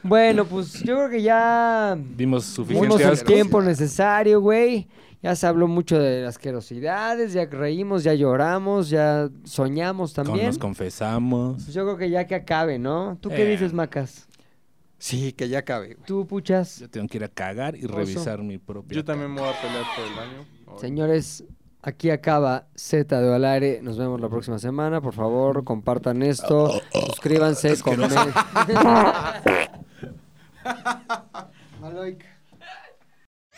Speaker 1: Bueno, pues yo creo que ya
Speaker 2: Dimos suficiente
Speaker 1: dimos el
Speaker 2: asco.
Speaker 1: tiempo necesario, güey. Ya se habló mucho de las asquerosidades, ya reímos, ya lloramos, ya soñamos
Speaker 2: Con-
Speaker 1: también.
Speaker 2: Nos confesamos.
Speaker 1: Pues yo creo que ya que acabe, ¿no? ¿Tú qué
Speaker 2: Eh.
Speaker 1: dices, Macas?
Speaker 3: Sí, que ya cabe. güey.
Speaker 1: ¿Tú, Puchas?
Speaker 2: Yo tengo que ir a cagar y
Speaker 1: Oso.
Speaker 2: revisar mi propia.
Speaker 4: Yo también me voy a pelear por el baño.
Speaker 1: Señores, aquí acaba Z de Alaire. Nos vemos la próxima semana. Por favor, compartan esto. Suscríbanse, comenten.